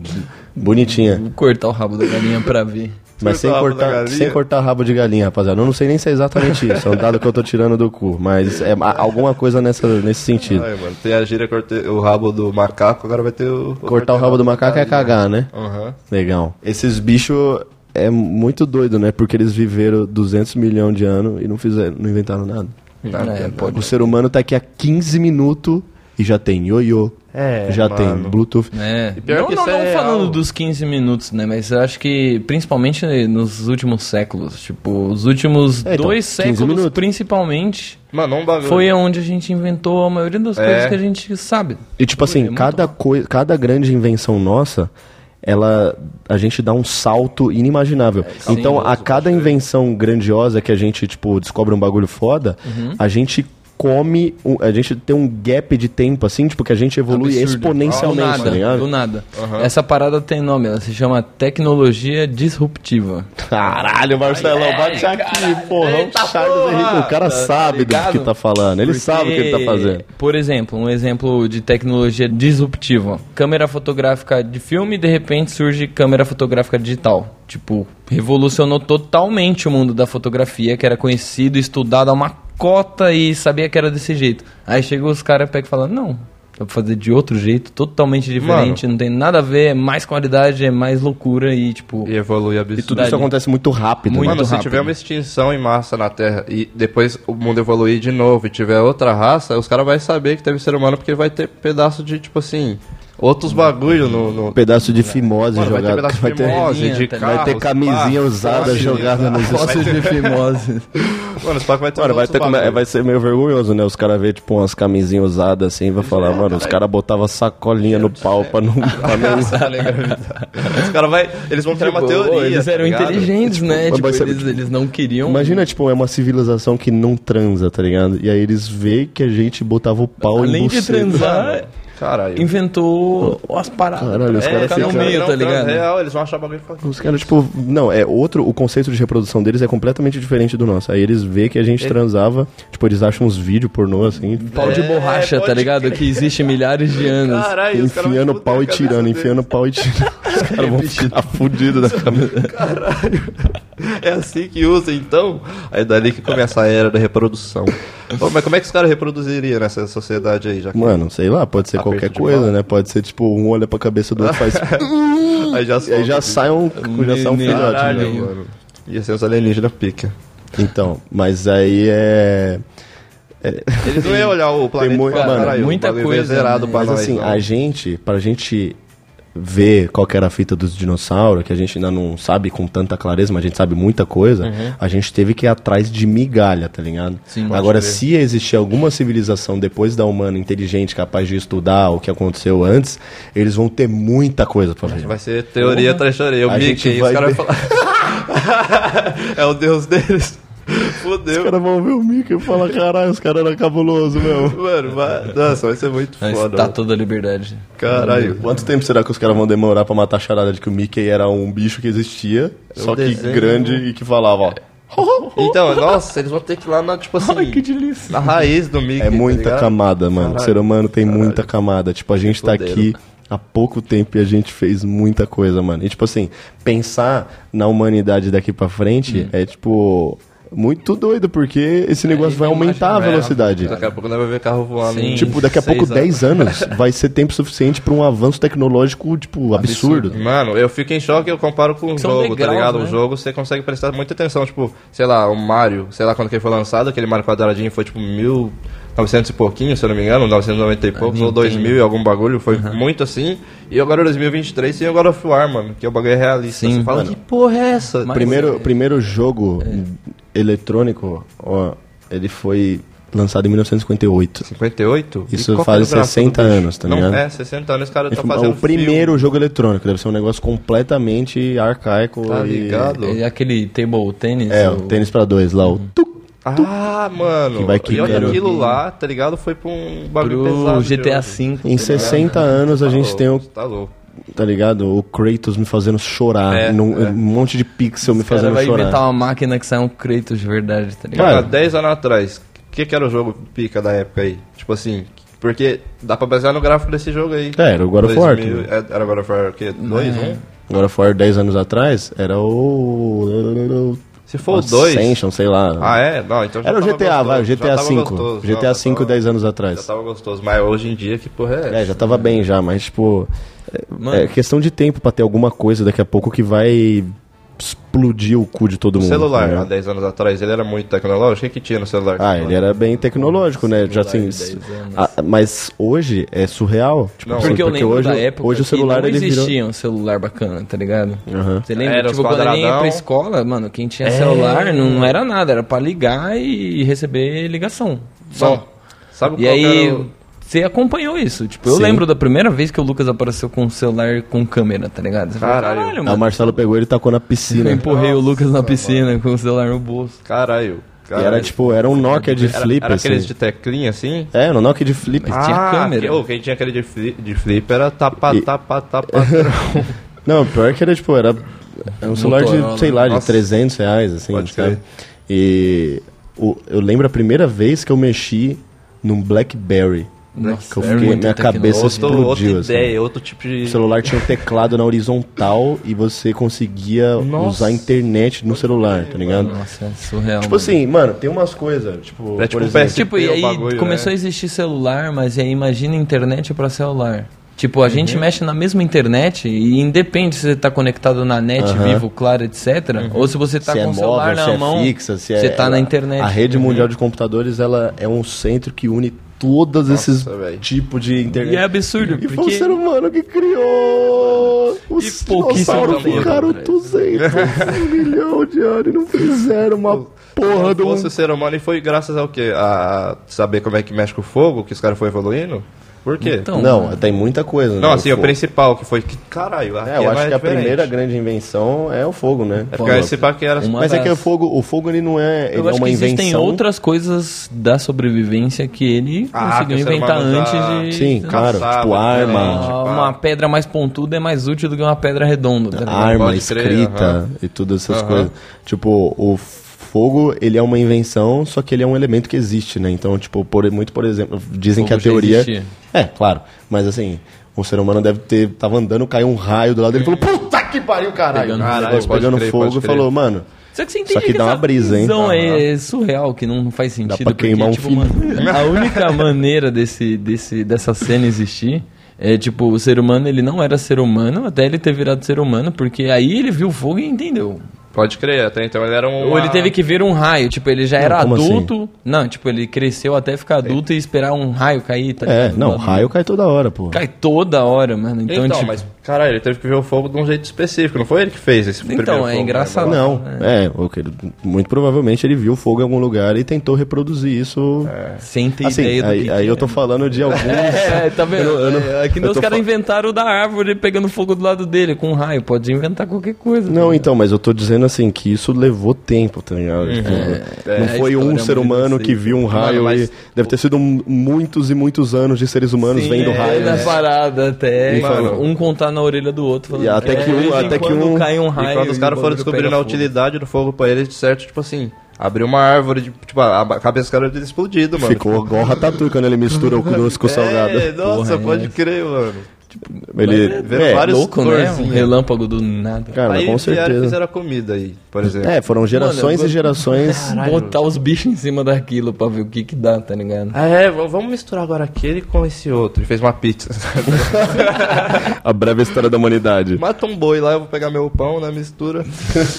Speaker 4: bonitinha.
Speaker 3: Vou cortar o rabo da galinha pra ver.
Speaker 4: Mas sem
Speaker 1: Corta o rabo da
Speaker 4: cortar,
Speaker 1: galinha?
Speaker 4: sem cortar rabo de galinha, rapaziada. Eu não sei nem se é exatamente isso. É um dado que eu tô tirando do cu. Mas é a- alguma coisa nessa, nesse sentido.
Speaker 1: Ai, mano, tem a gíria corte... o rabo do macaco, agora vai ter o...
Speaker 4: Cortar o rabo do macaco é cagar, né?
Speaker 1: Aham.
Speaker 4: Legal. Esses bichos é muito doido, né? Porque eles viveram 200 milhões de anos e não fizeram, não inventaram nada. né?
Speaker 1: Nada,
Speaker 3: É,
Speaker 1: nada.
Speaker 3: pode.
Speaker 4: O ser humano tá aqui há 15 minutos e já tem ioiô,
Speaker 1: É,
Speaker 4: já
Speaker 1: mano.
Speaker 4: tem Bluetooth.
Speaker 3: É.
Speaker 1: E pior
Speaker 3: não,
Speaker 1: que
Speaker 3: não,
Speaker 1: isso
Speaker 3: não
Speaker 1: é real.
Speaker 3: falando dos 15 minutos, né? Mas eu acho que principalmente nos últimos séculos, tipo, os últimos
Speaker 4: É, então,
Speaker 3: dois
Speaker 4: 15
Speaker 3: séculos
Speaker 4: minutos.
Speaker 3: principalmente,
Speaker 1: Mano, um bagulho.
Speaker 3: foi onde a gente inventou a maioria das
Speaker 1: É.
Speaker 3: coisas que a gente sabe.
Speaker 4: E tipo
Speaker 3: é
Speaker 4: assim, cada coisa, cada grande invenção nossa, ela a gente dá um salto inimaginável.
Speaker 3: É, sim,
Speaker 4: então, a
Speaker 1: louco,
Speaker 4: cada invenção grandiosa que a gente tipo descobre um bagulho foda,
Speaker 3: Uhum.
Speaker 4: a gente come, um- a gente tem um gap de tempo assim, tipo que a gente evolui
Speaker 3: Absurdo.
Speaker 4: exponencialmente,
Speaker 3: do nada,
Speaker 4: tá ligado?
Speaker 3: Do nada. Essa parada tem nome, ela se chama tecnologia disruptiva.
Speaker 4: Caralho, Marcelão, bate aqui, porra. o Charles Henrique, o cara sabe do
Speaker 3: ligado?
Speaker 4: que tá falando. Ele
Speaker 3: Porque,
Speaker 4: sabe o que ele tá fazendo.
Speaker 3: Por exemplo, um exemplo de tecnologia disruptiva. Câmera fotográfica de filme, de repente surge câmera fotográfica digital. Tipo, revolucionou totalmente o mundo da fotografia, que era conhecido, estudado a uma cota e sabia que era desse jeito. Aí chegou os caras pegam e falam, não, dá pra fazer de outro jeito, totalmente diferente, não tem nada a ver, é mais qualidade, é mais loucura e tipo...
Speaker 1: E evolui absurdo.
Speaker 4: um E tudo isso
Speaker 3: Verdade.
Speaker 4: acontece muito rápido.
Speaker 3: Muito
Speaker 4: né?
Speaker 1: Mano, se
Speaker 3: rápido.
Speaker 1: tiver uma extinção em massa na Terra e depois o mundo evoluir de novo e tiver outra raça, os caras vão saber que teve ser humano porque vai ter pedaço de, tipo assim, outros bagulho no. no...
Speaker 4: Um Hum. pedaço de fimose
Speaker 1: Mano, É. vai ter
Speaker 4: jogado.
Speaker 1: pedaço de
Speaker 4: vai ter-
Speaker 1: fimose, de
Speaker 3: Vai ter
Speaker 1: carros,
Speaker 4: camisinha
Speaker 1: pá, né?
Speaker 4: usada
Speaker 1: fósseis,
Speaker 4: jogada nos
Speaker 1: vai ter-
Speaker 3: de fimose.
Speaker 1: Mano, esse paco vai ter
Speaker 4: Mano,
Speaker 1: uns
Speaker 4: vai,
Speaker 1: outros
Speaker 4: ter como-
Speaker 1: bagulho.
Speaker 4: é, vai ser meio vergonhoso, né? Os caras verem, tipo, umas camisinhas usadas assim,
Speaker 1: É,
Speaker 4: vai falar, mano, os caras botavam sacolinha no pau pra não. Pra não...
Speaker 1: Os caras vai, eles vão criar Tá uma
Speaker 3: Tipo,
Speaker 1: teoria.
Speaker 3: eles
Speaker 1: tá
Speaker 3: eram
Speaker 1: ligado?
Speaker 3: inteligentes, né?
Speaker 4: mas
Speaker 3: Tipo,
Speaker 4: você-
Speaker 3: eles, eles não queriam.
Speaker 4: Imagina, tipo, é uma civilização que não transa, tá ligado? E aí eles veem que a gente botava o pau em
Speaker 3: Além de
Speaker 4: buceta.
Speaker 3: transar,
Speaker 1: Caralho.
Speaker 3: inventou as paradas.
Speaker 4: Ah, é. Caralho, os
Speaker 1: É,
Speaker 3: pra
Speaker 4: caras
Speaker 3: colocar no
Speaker 1: um
Speaker 4: ficam-
Speaker 3: meio, tá ligado?
Speaker 1: Real, eles vão achar bagulho e assim,
Speaker 4: Os caras, tipo, não, é outro. O conceito de reprodução deles é completamente diferente do nosso. Aí eles veem que a gente transava, tipo, eles acham uns vídeos pornô assim,
Speaker 3: Pau de
Speaker 1: É. É,
Speaker 3: borracha, tá
Speaker 1: pode
Speaker 3: ligado?
Speaker 1: crer.
Speaker 3: Que existe milhares de anos.
Speaker 1: Caralho, os caras vão
Speaker 4: enfiando
Speaker 1: explodir
Speaker 4: pau
Speaker 1: a
Speaker 4: e
Speaker 1: cabeça
Speaker 4: tirando,
Speaker 1: deles.
Speaker 4: enfiando pau e tirando. Os caras vão ficar fudidos da cabeça.
Speaker 1: É assim que usa, então? Aí dali que começa a era da reprodução. Ô, mas como é que os caras reproduziriam nessa sociedade aí, já que-
Speaker 4: Mano, sei lá, pode ser
Speaker 1: Aperto
Speaker 4: qualquer
Speaker 1: de
Speaker 4: coisa,
Speaker 1: mão.
Speaker 4: né? Pode ser, tipo, um olha pra cabeça do outro faz.
Speaker 1: Aí já
Speaker 4: e aí já sai um, já sai
Speaker 3: Menino.
Speaker 4: um filhote, né?
Speaker 1: Caralho, mano. Ia ser os alienígenas pica.
Speaker 4: Então, mas aí é.
Speaker 1: Eles não iam olhar o planeta. e
Speaker 4: muito-
Speaker 1: falar,
Speaker 4: mano,
Speaker 1: "Caralho,
Speaker 3: muita
Speaker 1: o bagulho
Speaker 3: coisa,
Speaker 1: é zerado
Speaker 3: né?
Speaker 1: pra
Speaker 4: Mas
Speaker 1: nós,
Speaker 4: assim,
Speaker 1: não."
Speaker 4: a gente, pra gente ver qual que era a fita dos dinossauros, que a gente ainda não sabe com tanta clareza, mas a gente sabe muita coisa, a gente teve que ir atrás de migalha, tá ligado?
Speaker 3: Sim, pode
Speaker 4: Agora,
Speaker 1: crer.
Speaker 4: se existir alguma civilização depois da humana inteligente, capaz de estudar o que aconteceu antes, eles vão ter muita coisa pra ver.
Speaker 1: Vai ser teoria atrás de teoria. O
Speaker 4: A gente
Speaker 1: Mickey, os
Speaker 4: vai
Speaker 1: caras
Speaker 4: ver.
Speaker 1: vão falar. é o deus deles. Fudeu.
Speaker 4: Os caras vão ver o Mickey e falar, caralho, os caras eram cabulosos, meu.
Speaker 1: Mano, vai... Nossa, vai ser muito
Speaker 3: tá A
Speaker 1: foda. mano.
Speaker 3: Estátua da Liberdade.
Speaker 1: Caralho.
Speaker 4: Quanto tempo será que os caras vão demorar pra matar a charada de que o Mickey era um bicho que existia, só que
Speaker 1: É um desenho. né? É
Speaker 4: grande e que falava, ó... "É
Speaker 1: Então, nossa, eles vão ter que ir lá na, tipo assim,
Speaker 3: delícia.
Speaker 1: na raiz do Mickey.
Speaker 4: É muita
Speaker 1: tá ligado?
Speaker 4: camada, mano. O
Speaker 1: Caralho,
Speaker 4: ser humano tem muita camada. Tipo, a gente tá
Speaker 1: Fuderam.
Speaker 4: aqui há pouco tempo e a gente fez muita coisa, mano. E, tipo assim, pensar na humanidade daqui pra frente
Speaker 1: Uhum.
Speaker 4: é, tipo, muito doido, porque esse negócio vai aumentar a
Speaker 1: É,
Speaker 4: velocidade.
Speaker 1: Daqui a pouco nós vamos ver carro voando.
Speaker 3: Sim.
Speaker 1: hein?
Speaker 4: Tipo, daqui a pouco
Speaker 1: Seis
Speaker 4: 10 anos vai ser tempo suficiente pra um avanço tecnológico, tipo, absurdo.
Speaker 1: Mano, eu fico em choque, eu comparo com o
Speaker 3: São
Speaker 1: jogo, tá
Speaker 3: degraus,
Speaker 1: ligado?
Speaker 3: né?
Speaker 1: O jogo você consegue prestar muita atenção, tipo, sei lá, o Mario, sei lá quando que ele foi lançado, aquele Mario quadradinho foi tipo 1900 e pouquinho, se eu não me engano, 990 e poucos, ou
Speaker 3: Ah, Nintendo.
Speaker 1: 2000 e algum bagulho, foi muito assim. E agora 2023 tem o God of War, mano, que é o bagulho é realista.
Speaker 3: Sim,
Speaker 1: você fala,
Speaker 3: mano.
Speaker 1: que porra é essa?
Speaker 3: Mas-
Speaker 4: Primeiro, primeiro jogo
Speaker 1: É.
Speaker 4: eletrônico, ó, ele foi lançado em 1958.
Speaker 1: 58? E
Speaker 4: Isso
Speaker 1: qual
Speaker 4: faz
Speaker 1: que é o gráfico
Speaker 4: 60
Speaker 1: do bicho?
Speaker 4: anos, tá
Speaker 1: Não,
Speaker 4: ligado?
Speaker 1: É, 60 anos, os caras
Speaker 4: Ele
Speaker 1: estão
Speaker 4: foi
Speaker 1: fazendo
Speaker 4: Então,
Speaker 1: um
Speaker 4: o primeiro jogo eletrônico, deve ser um negócio completamente arcaico.
Speaker 1: Tá
Speaker 4: e-
Speaker 1: ligado? Uhum.
Speaker 3: É aquele table tênis.
Speaker 4: É, o tênis pra dois lá, o tuc.
Speaker 1: Ah, mano.
Speaker 4: Que vai
Speaker 1: e olha
Speaker 4: quicando.
Speaker 1: aquilo lá, tá ligado? Foi pra um bagulho
Speaker 3: pro
Speaker 1: pesado. de
Speaker 3: GTA
Speaker 1: hoje.
Speaker 3: V.
Speaker 4: é Em 60 anos a
Speaker 1: Tá
Speaker 4: gente
Speaker 1: louco,
Speaker 4: tem um o,
Speaker 1: Tá louco.
Speaker 4: tá ligado? O Kratos me fazendo chorar,
Speaker 1: É,
Speaker 4: num-
Speaker 1: é.
Speaker 4: um monte de pixel me
Speaker 3: O cara
Speaker 4: fazendo
Speaker 3: vai
Speaker 4: chorar.
Speaker 3: inventar uma máquina que sai um Kratos de verdade, tá ligado?
Speaker 4: Cara,
Speaker 1: Cara, 10 anos atrás, o que, que era o jogo pica da época aí? Tipo assim, porque dá pra basear no gráfico desse jogo aí.
Speaker 4: É, era o God of War,
Speaker 1: 2000,
Speaker 4: tudo.
Speaker 1: é, Era God of War o quê? um? 2, 1?
Speaker 4: Agora fora 10 anos atrás, era o
Speaker 1: Se for o 2.
Speaker 4: Ascension, sei lá.
Speaker 1: Ah, é? Não, então já
Speaker 4: Era o
Speaker 1: tava
Speaker 4: GTA,
Speaker 1: gostoso,
Speaker 4: vai, o
Speaker 1: já
Speaker 4: GTA
Speaker 1: tava
Speaker 4: V.
Speaker 1: gostoso,
Speaker 4: GTA
Speaker 1: não,
Speaker 4: V
Speaker 1: já tava-
Speaker 4: 10 anos
Speaker 1: Já
Speaker 4: atrás.
Speaker 1: tava gostoso, mas hoje em dia, que porra é essa?
Speaker 4: É, já tava bem já, mas tipo, é-
Speaker 3: Mano.
Speaker 4: é questão de tempo pra ter alguma coisa daqui a pouco que vai explodir o cu de todo
Speaker 1: O
Speaker 4: mundo.
Speaker 1: celular,
Speaker 4: né?
Speaker 1: há 10 anos atrás, ele era muito tecnológico. O que, que tinha no celular?
Speaker 4: Ah, ele era bem tecnológico, né? Já assim, s- ah, mas hoje é surreal. Tipo,
Speaker 1: Não,
Speaker 4: assim,
Speaker 3: Porque eu lembro
Speaker 4: hoje,
Speaker 3: da época
Speaker 4: hoje o celular
Speaker 3: que não
Speaker 4: ele
Speaker 3: existia
Speaker 4: virou.
Speaker 3: um celular bacana, tá ligado? Você lembra?
Speaker 1: Era os
Speaker 3: tipo, quando eu nem ia pra
Speaker 1: quadradão.
Speaker 3: escola, mano, quem tinha celular não, não era nada, era pra ligar e receber ligação. Só.
Speaker 1: Bom, sabe qual
Speaker 3: e
Speaker 1: que
Speaker 3: aí,
Speaker 1: era o...
Speaker 3: você acompanhou isso. Tipo, eu
Speaker 4: Sim.
Speaker 3: lembro da primeira vez que o Lucas apareceu com um celular com câmera, tá ligado? Você falou,
Speaker 1: Caralho.
Speaker 4: Ah, o Marcelo pegou ele e tacou na piscina.
Speaker 3: Eu empurrei o Lucas na piscina com o celular no bolso.
Speaker 1: Caralho.
Speaker 4: E
Speaker 1: caralho.
Speaker 4: era tipo, era um Nokia de
Speaker 1: Era-
Speaker 4: flip,
Speaker 1: era
Speaker 4: assim.
Speaker 1: aqueles de teclinha, assim?
Speaker 4: É, era um Nokia de flip.
Speaker 3: Mas tinha câmera.
Speaker 1: Que, oh, quem tinha aquele de flip, de flip era tapa,
Speaker 4: E-
Speaker 1: tapa, tapa, tapa.
Speaker 4: Não, pior que era tipo, era era um celular
Speaker 3: Motorola.
Speaker 4: de, sei lá, de
Speaker 1: né? Nossa.
Speaker 4: 300 reais, assim,
Speaker 1: Pode
Speaker 4: sabe?
Speaker 1: crer.
Speaker 4: E o- eu lembro a primeira vez que eu mexi num Blackberry.
Speaker 3: Nossa,
Speaker 4: que eu
Speaker 1: é
Speaker 3: era
Speaker 4: fiquei,
Speaker 3: muito
Speaker 4: minha cabeça
Speaker 1: Outro- outra
Speaker 4: explodiu, assim.
Speaker 1: ideia, outro tipo de.
Speaker 4: O celular tinha um teclado na horizontal e você conseguia usar a internet no celular, tá ligado?
Speaker 3: Nossa, é surreal.
Speaker 4: Tipo
Speaker 3: mano.
Speaker 4: assim, mano, tem umas coisas, tipo,
Speaker 1: É tipo
Speaker 4: por
Speaker 1: um
Speaker 4: exemplo,
Speaker 1: PSP.
Speaker 3: Tipo, e
Speaker 1: o
Speaker 3: aí
Speaker 1: bagulho,
Speaker 3: começou
Speaker 1: né?
Speaker 3: a existir celular, mas aí imagina internet pra celular. Tipo, a gente
Speaker 4: Uhum.
Speaker 3: mexe na mesma internet e independe se você tá conectado na net, vivo, claro, etc. Ou se você tá
Speaker 4: Uhum. se
Speaker 3: com
Speaker 4: é
Speaker 3: o celular
Speaker 4: móvel,
Speaker 3: na
Speaker 4: se é
Speaker 3: mão,
Speaker 4: fixa, se é...
Speaker 3: você tá
Speaker 4: ela-
Speaker 3: na internet.
Speaker 4: A rede mundial de computadores, ela é um centro que une todos esses
Speaker 1: velho.
Speaker 4: tipos de internet.
Speaker 3: E é absurdo,
Speaker 4: E foi o
Speaker 3: porque-
Speaker 4: ser humano que criou. Os
Speaker 3: E pouquíssimos
Speaker 4: dinossauros um
Speaker 3: amigos,
Speaker 4: ficaram
Speaker 3: né?
Speaker 4: 200 milhões de anos e não fizeram uma porra do.
Speaker 1: fosse ser humano e foi graças ao quê? A saber como é que mexe com o fogo, que os caras foram evoluindo? Por quê?
Speaker 3: Então,
Speaker 4: Não, tem muita coisa. né,
Speaker 1: não, assim,
Speaker 4: o
Speaker 1: o
Speaker 4: fogo.
Speaker 1: principal que foi que, caralho, aqui
Speaker 4: É, eu acho
Speaker 1: mais
Speaker 4: que a
Speaker 1: diferente.
Speaker 4: primeira grande invenção é o fogo, né?
Speaker 1: É porque esse pá que era
Speaker 3: Uma
Speaker 4: Mas é
Speaker 3: das-
Speaker 4: que o fogo, o fogo ele não é, ele
Speaker 3: Eu
Speaker 4: é
Speaker 3: acho
Speaker 4: uma
Speaker 3: que
Speaker 4: invenção.
Speaker 3: existem outras coisas da sobrevivência que ele
Speaker 1: Ah,
Speaker 3: conseguiu
Speaker 1: que o ser
Speaker 3: inventar
Speaker 1: humano
Speaker 3: antes
Speaker 1: já-
Speaker 3: de.
Speaker 4: Sim, claro,
Speaker 1: Caçava, né,
Speaker 4: tipo arma,
Speaker 1: diferente.
Speaker 3: Ah, uma pedra mais pontuda é mais útil do que uma pedra redonda. tá ligado?
Speaker 4: arma,
Speaker 1: Né? Pode crer,
Speaker 4: escrita
Speaker 1: aham.
Speaker 4: e todas essas
Speaker 1: Aham.
Speaker 4: coisas. Tipo, o fogo, ele é uma invenção, só que ele é um elemento que existe, né? Então, tipo, por, muito por exemplo, dizem
Speaker 3: Fogo
Speaker 4: que a
Speaker 3: já
Speaker 4: teoria...
Speaker 3: existia.
Speaker 4: É, claro, mas assim... Um ser humano deve ter. Tava andando, caiu um raio do lado dele e falou: Puta que pariu, caralho!
Speaker 3: Pegando
Speaker 4: Caralho,
Speaker 1: fogo. Uhum. Pode
Speaker 4: pegando
Speaker 1: crer,
Speaker 4: fogo
Speaker 1: pode
Speaker 4: e
Speaker 1: crer.
Speaker 4: falou: Mano,
Speaker 3: Só que você entende
Speaker 4: Só que dá uma
Speaker 3: essa
Speaker 4: brisa, hein?
Speaker 3: visão
Speaker 1: Aham.
Speaker 3: é surreal, que não faz sentido. tipo,
Speaker 4: pra queimar um filho.
Speaker 3: mano, a única maneira desse, desse, dessa cena existir é, tipo, o ser humano, ele não era ser humano até ele ter virado ser humano, porque aí ele viu o fogo e entendeu.
Speaker 1: Pode crer, até então ele era um.
Speaker 3: Ou ele teve que ver um raio, tipo, ele já era
Speaker 4: como assim?
Speaker 3: adulto. Não, tipo, ele cresceu até ficar adulto e esperar um raio cair, tá
Speaker 4: é,
Speaker 3: ligado?
Speaker 1: Uhum.
Speaker 4: não, raio cai toda hora, pô.
Speaker 3: Cai toda hora, mano. Então,
Speaker 1: Então,
Speaker 3: tipo,
Speaker 1: mas, caralho, ele teve que ver o fogo de um jeito específico, não foi ele que fez esse
Speaker 3: Então,
Speaker 1: primeiro
Speaker 3: é
Speaker 1: fogo, né?
Speaker 3: engraçado.
Speaker 4: Não, é, o que ele- muito provavelmente ele viu fogo em algum lugar e tentou reproduzir isso.
Speaker 1: É.
Speaker 3: sem ter
Speaker 4: Assim,
Speaker 3: ideia do
Speaker 4: aí,
Speaker 3: que
Speaker 4: aí
Speaker 3: que
Speaker 4: eu
Speaker 1: né?
Speaker 4: tô falando de alguns.
Speaker 3: É, tá vendo?
Speaker 4: Eu não- eu não-
Speaker 3: É, que nem
Speaker 4: eu
Speaker 3: os
Speaker 4: tô
Speaker 3: caras
Speaker 4: fa-
Speaker 3: inventaram da árvore pegando fogo do lado dele com um raio. Pode inventar qualquer coisa.
Speaker 4: Não,
Speaker 3: tá
Speaker 4: então, mas eu tô dizendo assim que isso levou tempo, tá ligado? Tipo, não
Speaker 3: é,
Speaker 4: foi
Speaker 3: a
Speaker 4: um
Speaker 3: história
Speaker 4: ser
Speaker 3: é muito
Speaker 4: humano
Speaker 3: desse
Speaker 4: que
Speaker 3: aí.
Speaker 4: viu um raio
Speaker 1: mas-
Speaker 4: e deve ter sido um- muitos e muitos anos de seres humanos vendo
Speaker 3: ligado? é,
Speaker 4: raio. né?
Speaker 3: da parada até
Speaker 1: E, mano,
Speaker 3: um contar na orelha do outro. falando
Speaker 4: e até que
Speaker 3: de
Speaker 4: um-
Speaker 3: vez em
Speaker 4: até que
Speaker 3: quando
Speaker 4: um-
Speaker 3: cai um
Speaker 1: E
Speaker 3: raio.
Speaker 1: quando os caras
Speaker 3: e o
Speaker 1: foram
Speaker 3: bagulho
Speaker 1: descobrindo
Speaker 3: pega
Speaker 1: a
Speaker 3: fogo.
Speaker 1: utilidade do fogo pra eles, de certo, tipo assim, abriu uma árvore, de, tipo, a a cabeça dos caras teria explodido, mano. Tipo,
Speaker 4: Ficou igual o Ratatouille quando ele mistura o doce com o salgado.
Speaker 1: É, nossa,
Speaker 3: Porra,
Speaker 1: pode
Speaker 3: é.
Speaker 1: crer, mano.
Speaker 4: Ele,
Speaker 1: Veio
Speaker 4: é,
Speaker 1: vários
Speaker 3: Louco, né? Um
Speaker 1: corzinhos.
Speaker 3: relâmpago do nada.
Speaker 4: cara,
Speaker 1: Aí
Speaker 4: É,
Speaker 1: vieram
Speaker 4: com
Speaker 1: e
Speaker 4: certeza.
Speaker 1: fizeram a comida aí, por exemplo.
Speaker 4: É, foram gerações
Speaker 3: Mano, eu-
Speaker 4: e gerações.
Speaker 3: Botar os bichos em cima daquilo pra ver o que que dá, tá ligado?
Speaker 1: Ah, é, v- vamos misturar agora aquele com esse outro. Ele fez uma pizza.
Speaker 4: a breve história da humanidade.
Speaker 1: Mata um boi lá, eu vou pegar meu pão, né? Mistura.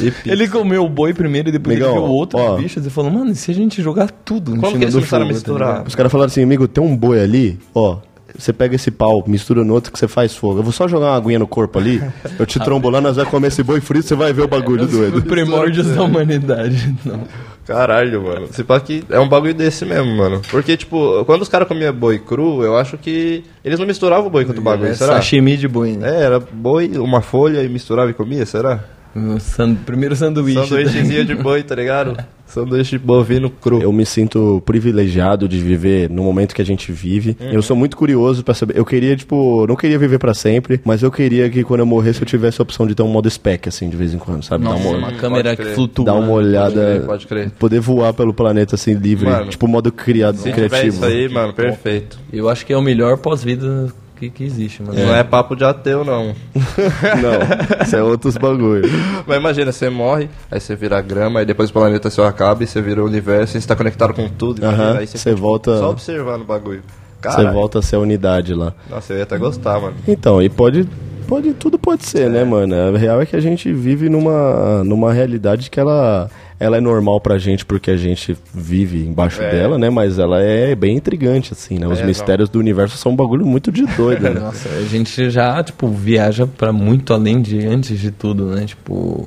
Speaker 1: E pizza.
Speaker 3: Ele comeu o boi primeiro e depois
Speaker 4: Negão,
Speaker 3: ele viu outros
Speaker 4: ó.
Speaker 3: bichos e falou, mano, e se a gente jogar tudo em
Speaker 1: Como
Speaker 3: cima
Speaker 1: que eles
Speaker 3: do
Speaker 1: começaram a
Speaker 3: fogo, tá
Speaker 1: misturar?
Speaker 3: ligado?
Speaker 4: Os caras falaram assim, amigo, tem um boi ali, ó. Você pega esse pau, mistura no outro que você faz fogo. Eu vou só jogar uma aguinha no corpo ali, eu te trombo lá, nós vai comer esse boi frito, você vai ver o bagulho
Speaker 3: Os
Speaker 4: doido.
Speaker 3: primórdios da humanidade. Não.
Speaker 1: Caralho, mano. Se pá que é um bagulho desse mesmo, mano. Porque, tipo, quando os caras comiam boi cru, eu acho que eles não misturavam o boi com outro bagulho,
Speaker 3: É
Speaker 1: será?
Speaker 3: Sashimi de boi, né?
Speaker 1: É, era boi, uma folha e misturava e comia, será?
Speaker 3: O Hum, san- Primeiro sanduíche. né?
Speaker 1: Sanduíchezinho de boi, tá ligado? Sanduíche bovino cru.
Speaker 4: Eu me sinto privilegiado de viver no momento que a gente vive. Eu sou muito curioso pra saber. Eu queria, tipo, não queria viver pra sempre, mas eu queria que quando eu morresse eu tivesse a opção de ter um modo spec, assim, de vez em quando, sabe? Dar
Speaker 3: Nossa,
Speaker 4: uma,
Speaker 3: uma câmera
Speaker 1: pode
Speaker 3: que
Speaker 1: crer.
Speaker 3: flutua.
Speaker 4: dar uma olhada.
Speaker 1: crer, pode crer.
Speaker 4: Poder voar pelo planeta, assim, livre.
Speaker 1: Mano,
Speaker 4: tipo, modo criado,
Speaker 1: Se tiver
Speaker 4: criativo.
Speaker 1: isso aí, mano, perfeito.
Speaker 3: Eu acho que é o melhor pós-vida que, que existe, mano.
Speaker 1: Não é papo de ateu, não.
Speaker 4: Não, isso é outros bagulho.
Speaker 1: Mas imagina, você morre, aí você vira grama, aí depois o planeta seu acaba e você vira o universo, e você tá conectado com tudo.
Speaker 4: Aham,
Speaker 1: imagina, aí
Speaker 4: você
Speaker 1: fica, tipo,
Speaker 4: volta-
Speaker 1: Só observando o bagulho.
Speaker 4: Você
Speaker 1: Cara,
Speaker 4: volta a ser a unidade lá.
Speaker 1: nossa, eu ia até gostar, mano.
Speaker 4: Então, e pode. Pode, tudo pode ser, né, mano? A real é que a gente vive numa, numa realidade que ela, ela é normal pra gente, porque a gente vive embaixo
Speaker 1: É.
Speaker 4: dela, né? Mas ela é bem intrigante, assim, né? Os
Speaker 1: É,
Speaker 4: mistérios do universo são um bagulho muito de doido, né?
Speaker 3: Nossa, É. a gente já, tipo, viaja pra muito além de antes de tudo, né? Tipo,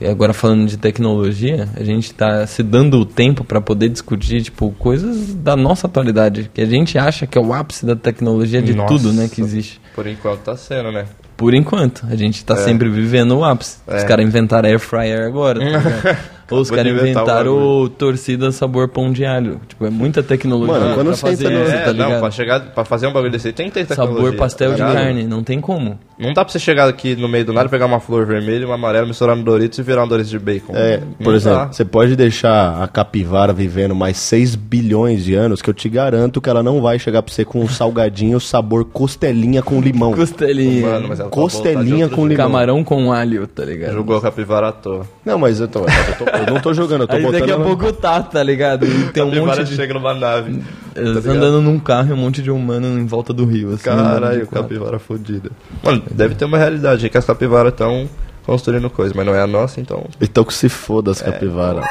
Speaker 3: e agora falando de tecnologia, a gente tá se dando o tempo pra poder discutir, tipo, coisas da nossa atualidade, que a gente acha que é o ápice da tecnologia de
Speaker 1: Nossa.
Speaker 3: tudo, né, que existe.
Speaker 1: Por enquanto tá sendo, né?
Speaker 3: Por enquanto, a gente tá sempre vivendo o ápice. Os
Speaker 1: É.
Speaker 3: caras inventaram air fryer agora, tá ligado? Ou os
Speaker 1: Acabou de
Speaker 3: caras
Speaker 1: inventar o
Speaker 3: inventaram
Speaker 1: bagulho.
Speaker 3: o torcida sabor pão de alho. Tipo, é muita tecnologia
Speaker 4: Mano, quando
Speaker 3: pra
Speaker 4: você entra
Speaker 3: fazer
Speaker 4: no-
Speaker 3: isso,
Speaker 1: é,
Speaker 3: tá
Speaker 1: não, pra
Speaker 3: ligado?
Speaker 1: chegar, pra fazer um bagulho desse aí tem que ter tecnologia.
Speaker 3: Sabor pastel
Speaker 1: tá
Speaker 3: de
Speaker 1: ligado?
Speaker 3: carne, não tem como.
Speaker 1: Não dá pra você chegar aqui no meio do nada, pegar uma flor vermelha, uma amarela, misturar no Doritos e virar um Doritos de bacon.
Speaker 4: É, por
Speaker 1: Não
Speaker 4: exemplo,
Speaker 1: dá.
Speaker 4: você pode deixar a capivara vivendo mais 6 bilhões de anos, que eu te garanto que ela não vai chegar pra você com um salgadinho sabor costelinha com limão.
Speaker 3: Costelinha.
Speaker 1: Mano, mas ela tá
Speaker 4: Costelinha
Speaker 1: voltada de
Speaker 4: com
Speaker 1: outro
Speaker 4: limão.
Speaker 3: Camarão com alho, tá
Speaker 1: jeito.
Speaker 3: ligado?
Speaker 1: Jogou a capivara à toa.
Speaker 4: Não, mas eu, tô, eu, tô- eu não tô jogando, eu tô
Speaker 3: Aí
Speaker 4: botando.
Speaker 3: daqui a
Speaker 4: ela-
Speaker 3: pouco tá, tá ligado? E tem um monte
Speaker 1: capivara
Speaker 3: de...
Speaker 1: chega numa nave.
Speaker 3: Eles andando num carro e um monte de humano em volta do rio, assim. andando
Speaker 1: Caralho,
Speaker 3: de quatro.
Speaker 1: capivara fodida. Mano, deve ter uma realidade aí que as capivaras estão construindo coisa, mas não é a nossa, então.
Speaker 4: Então que se foda as capivara.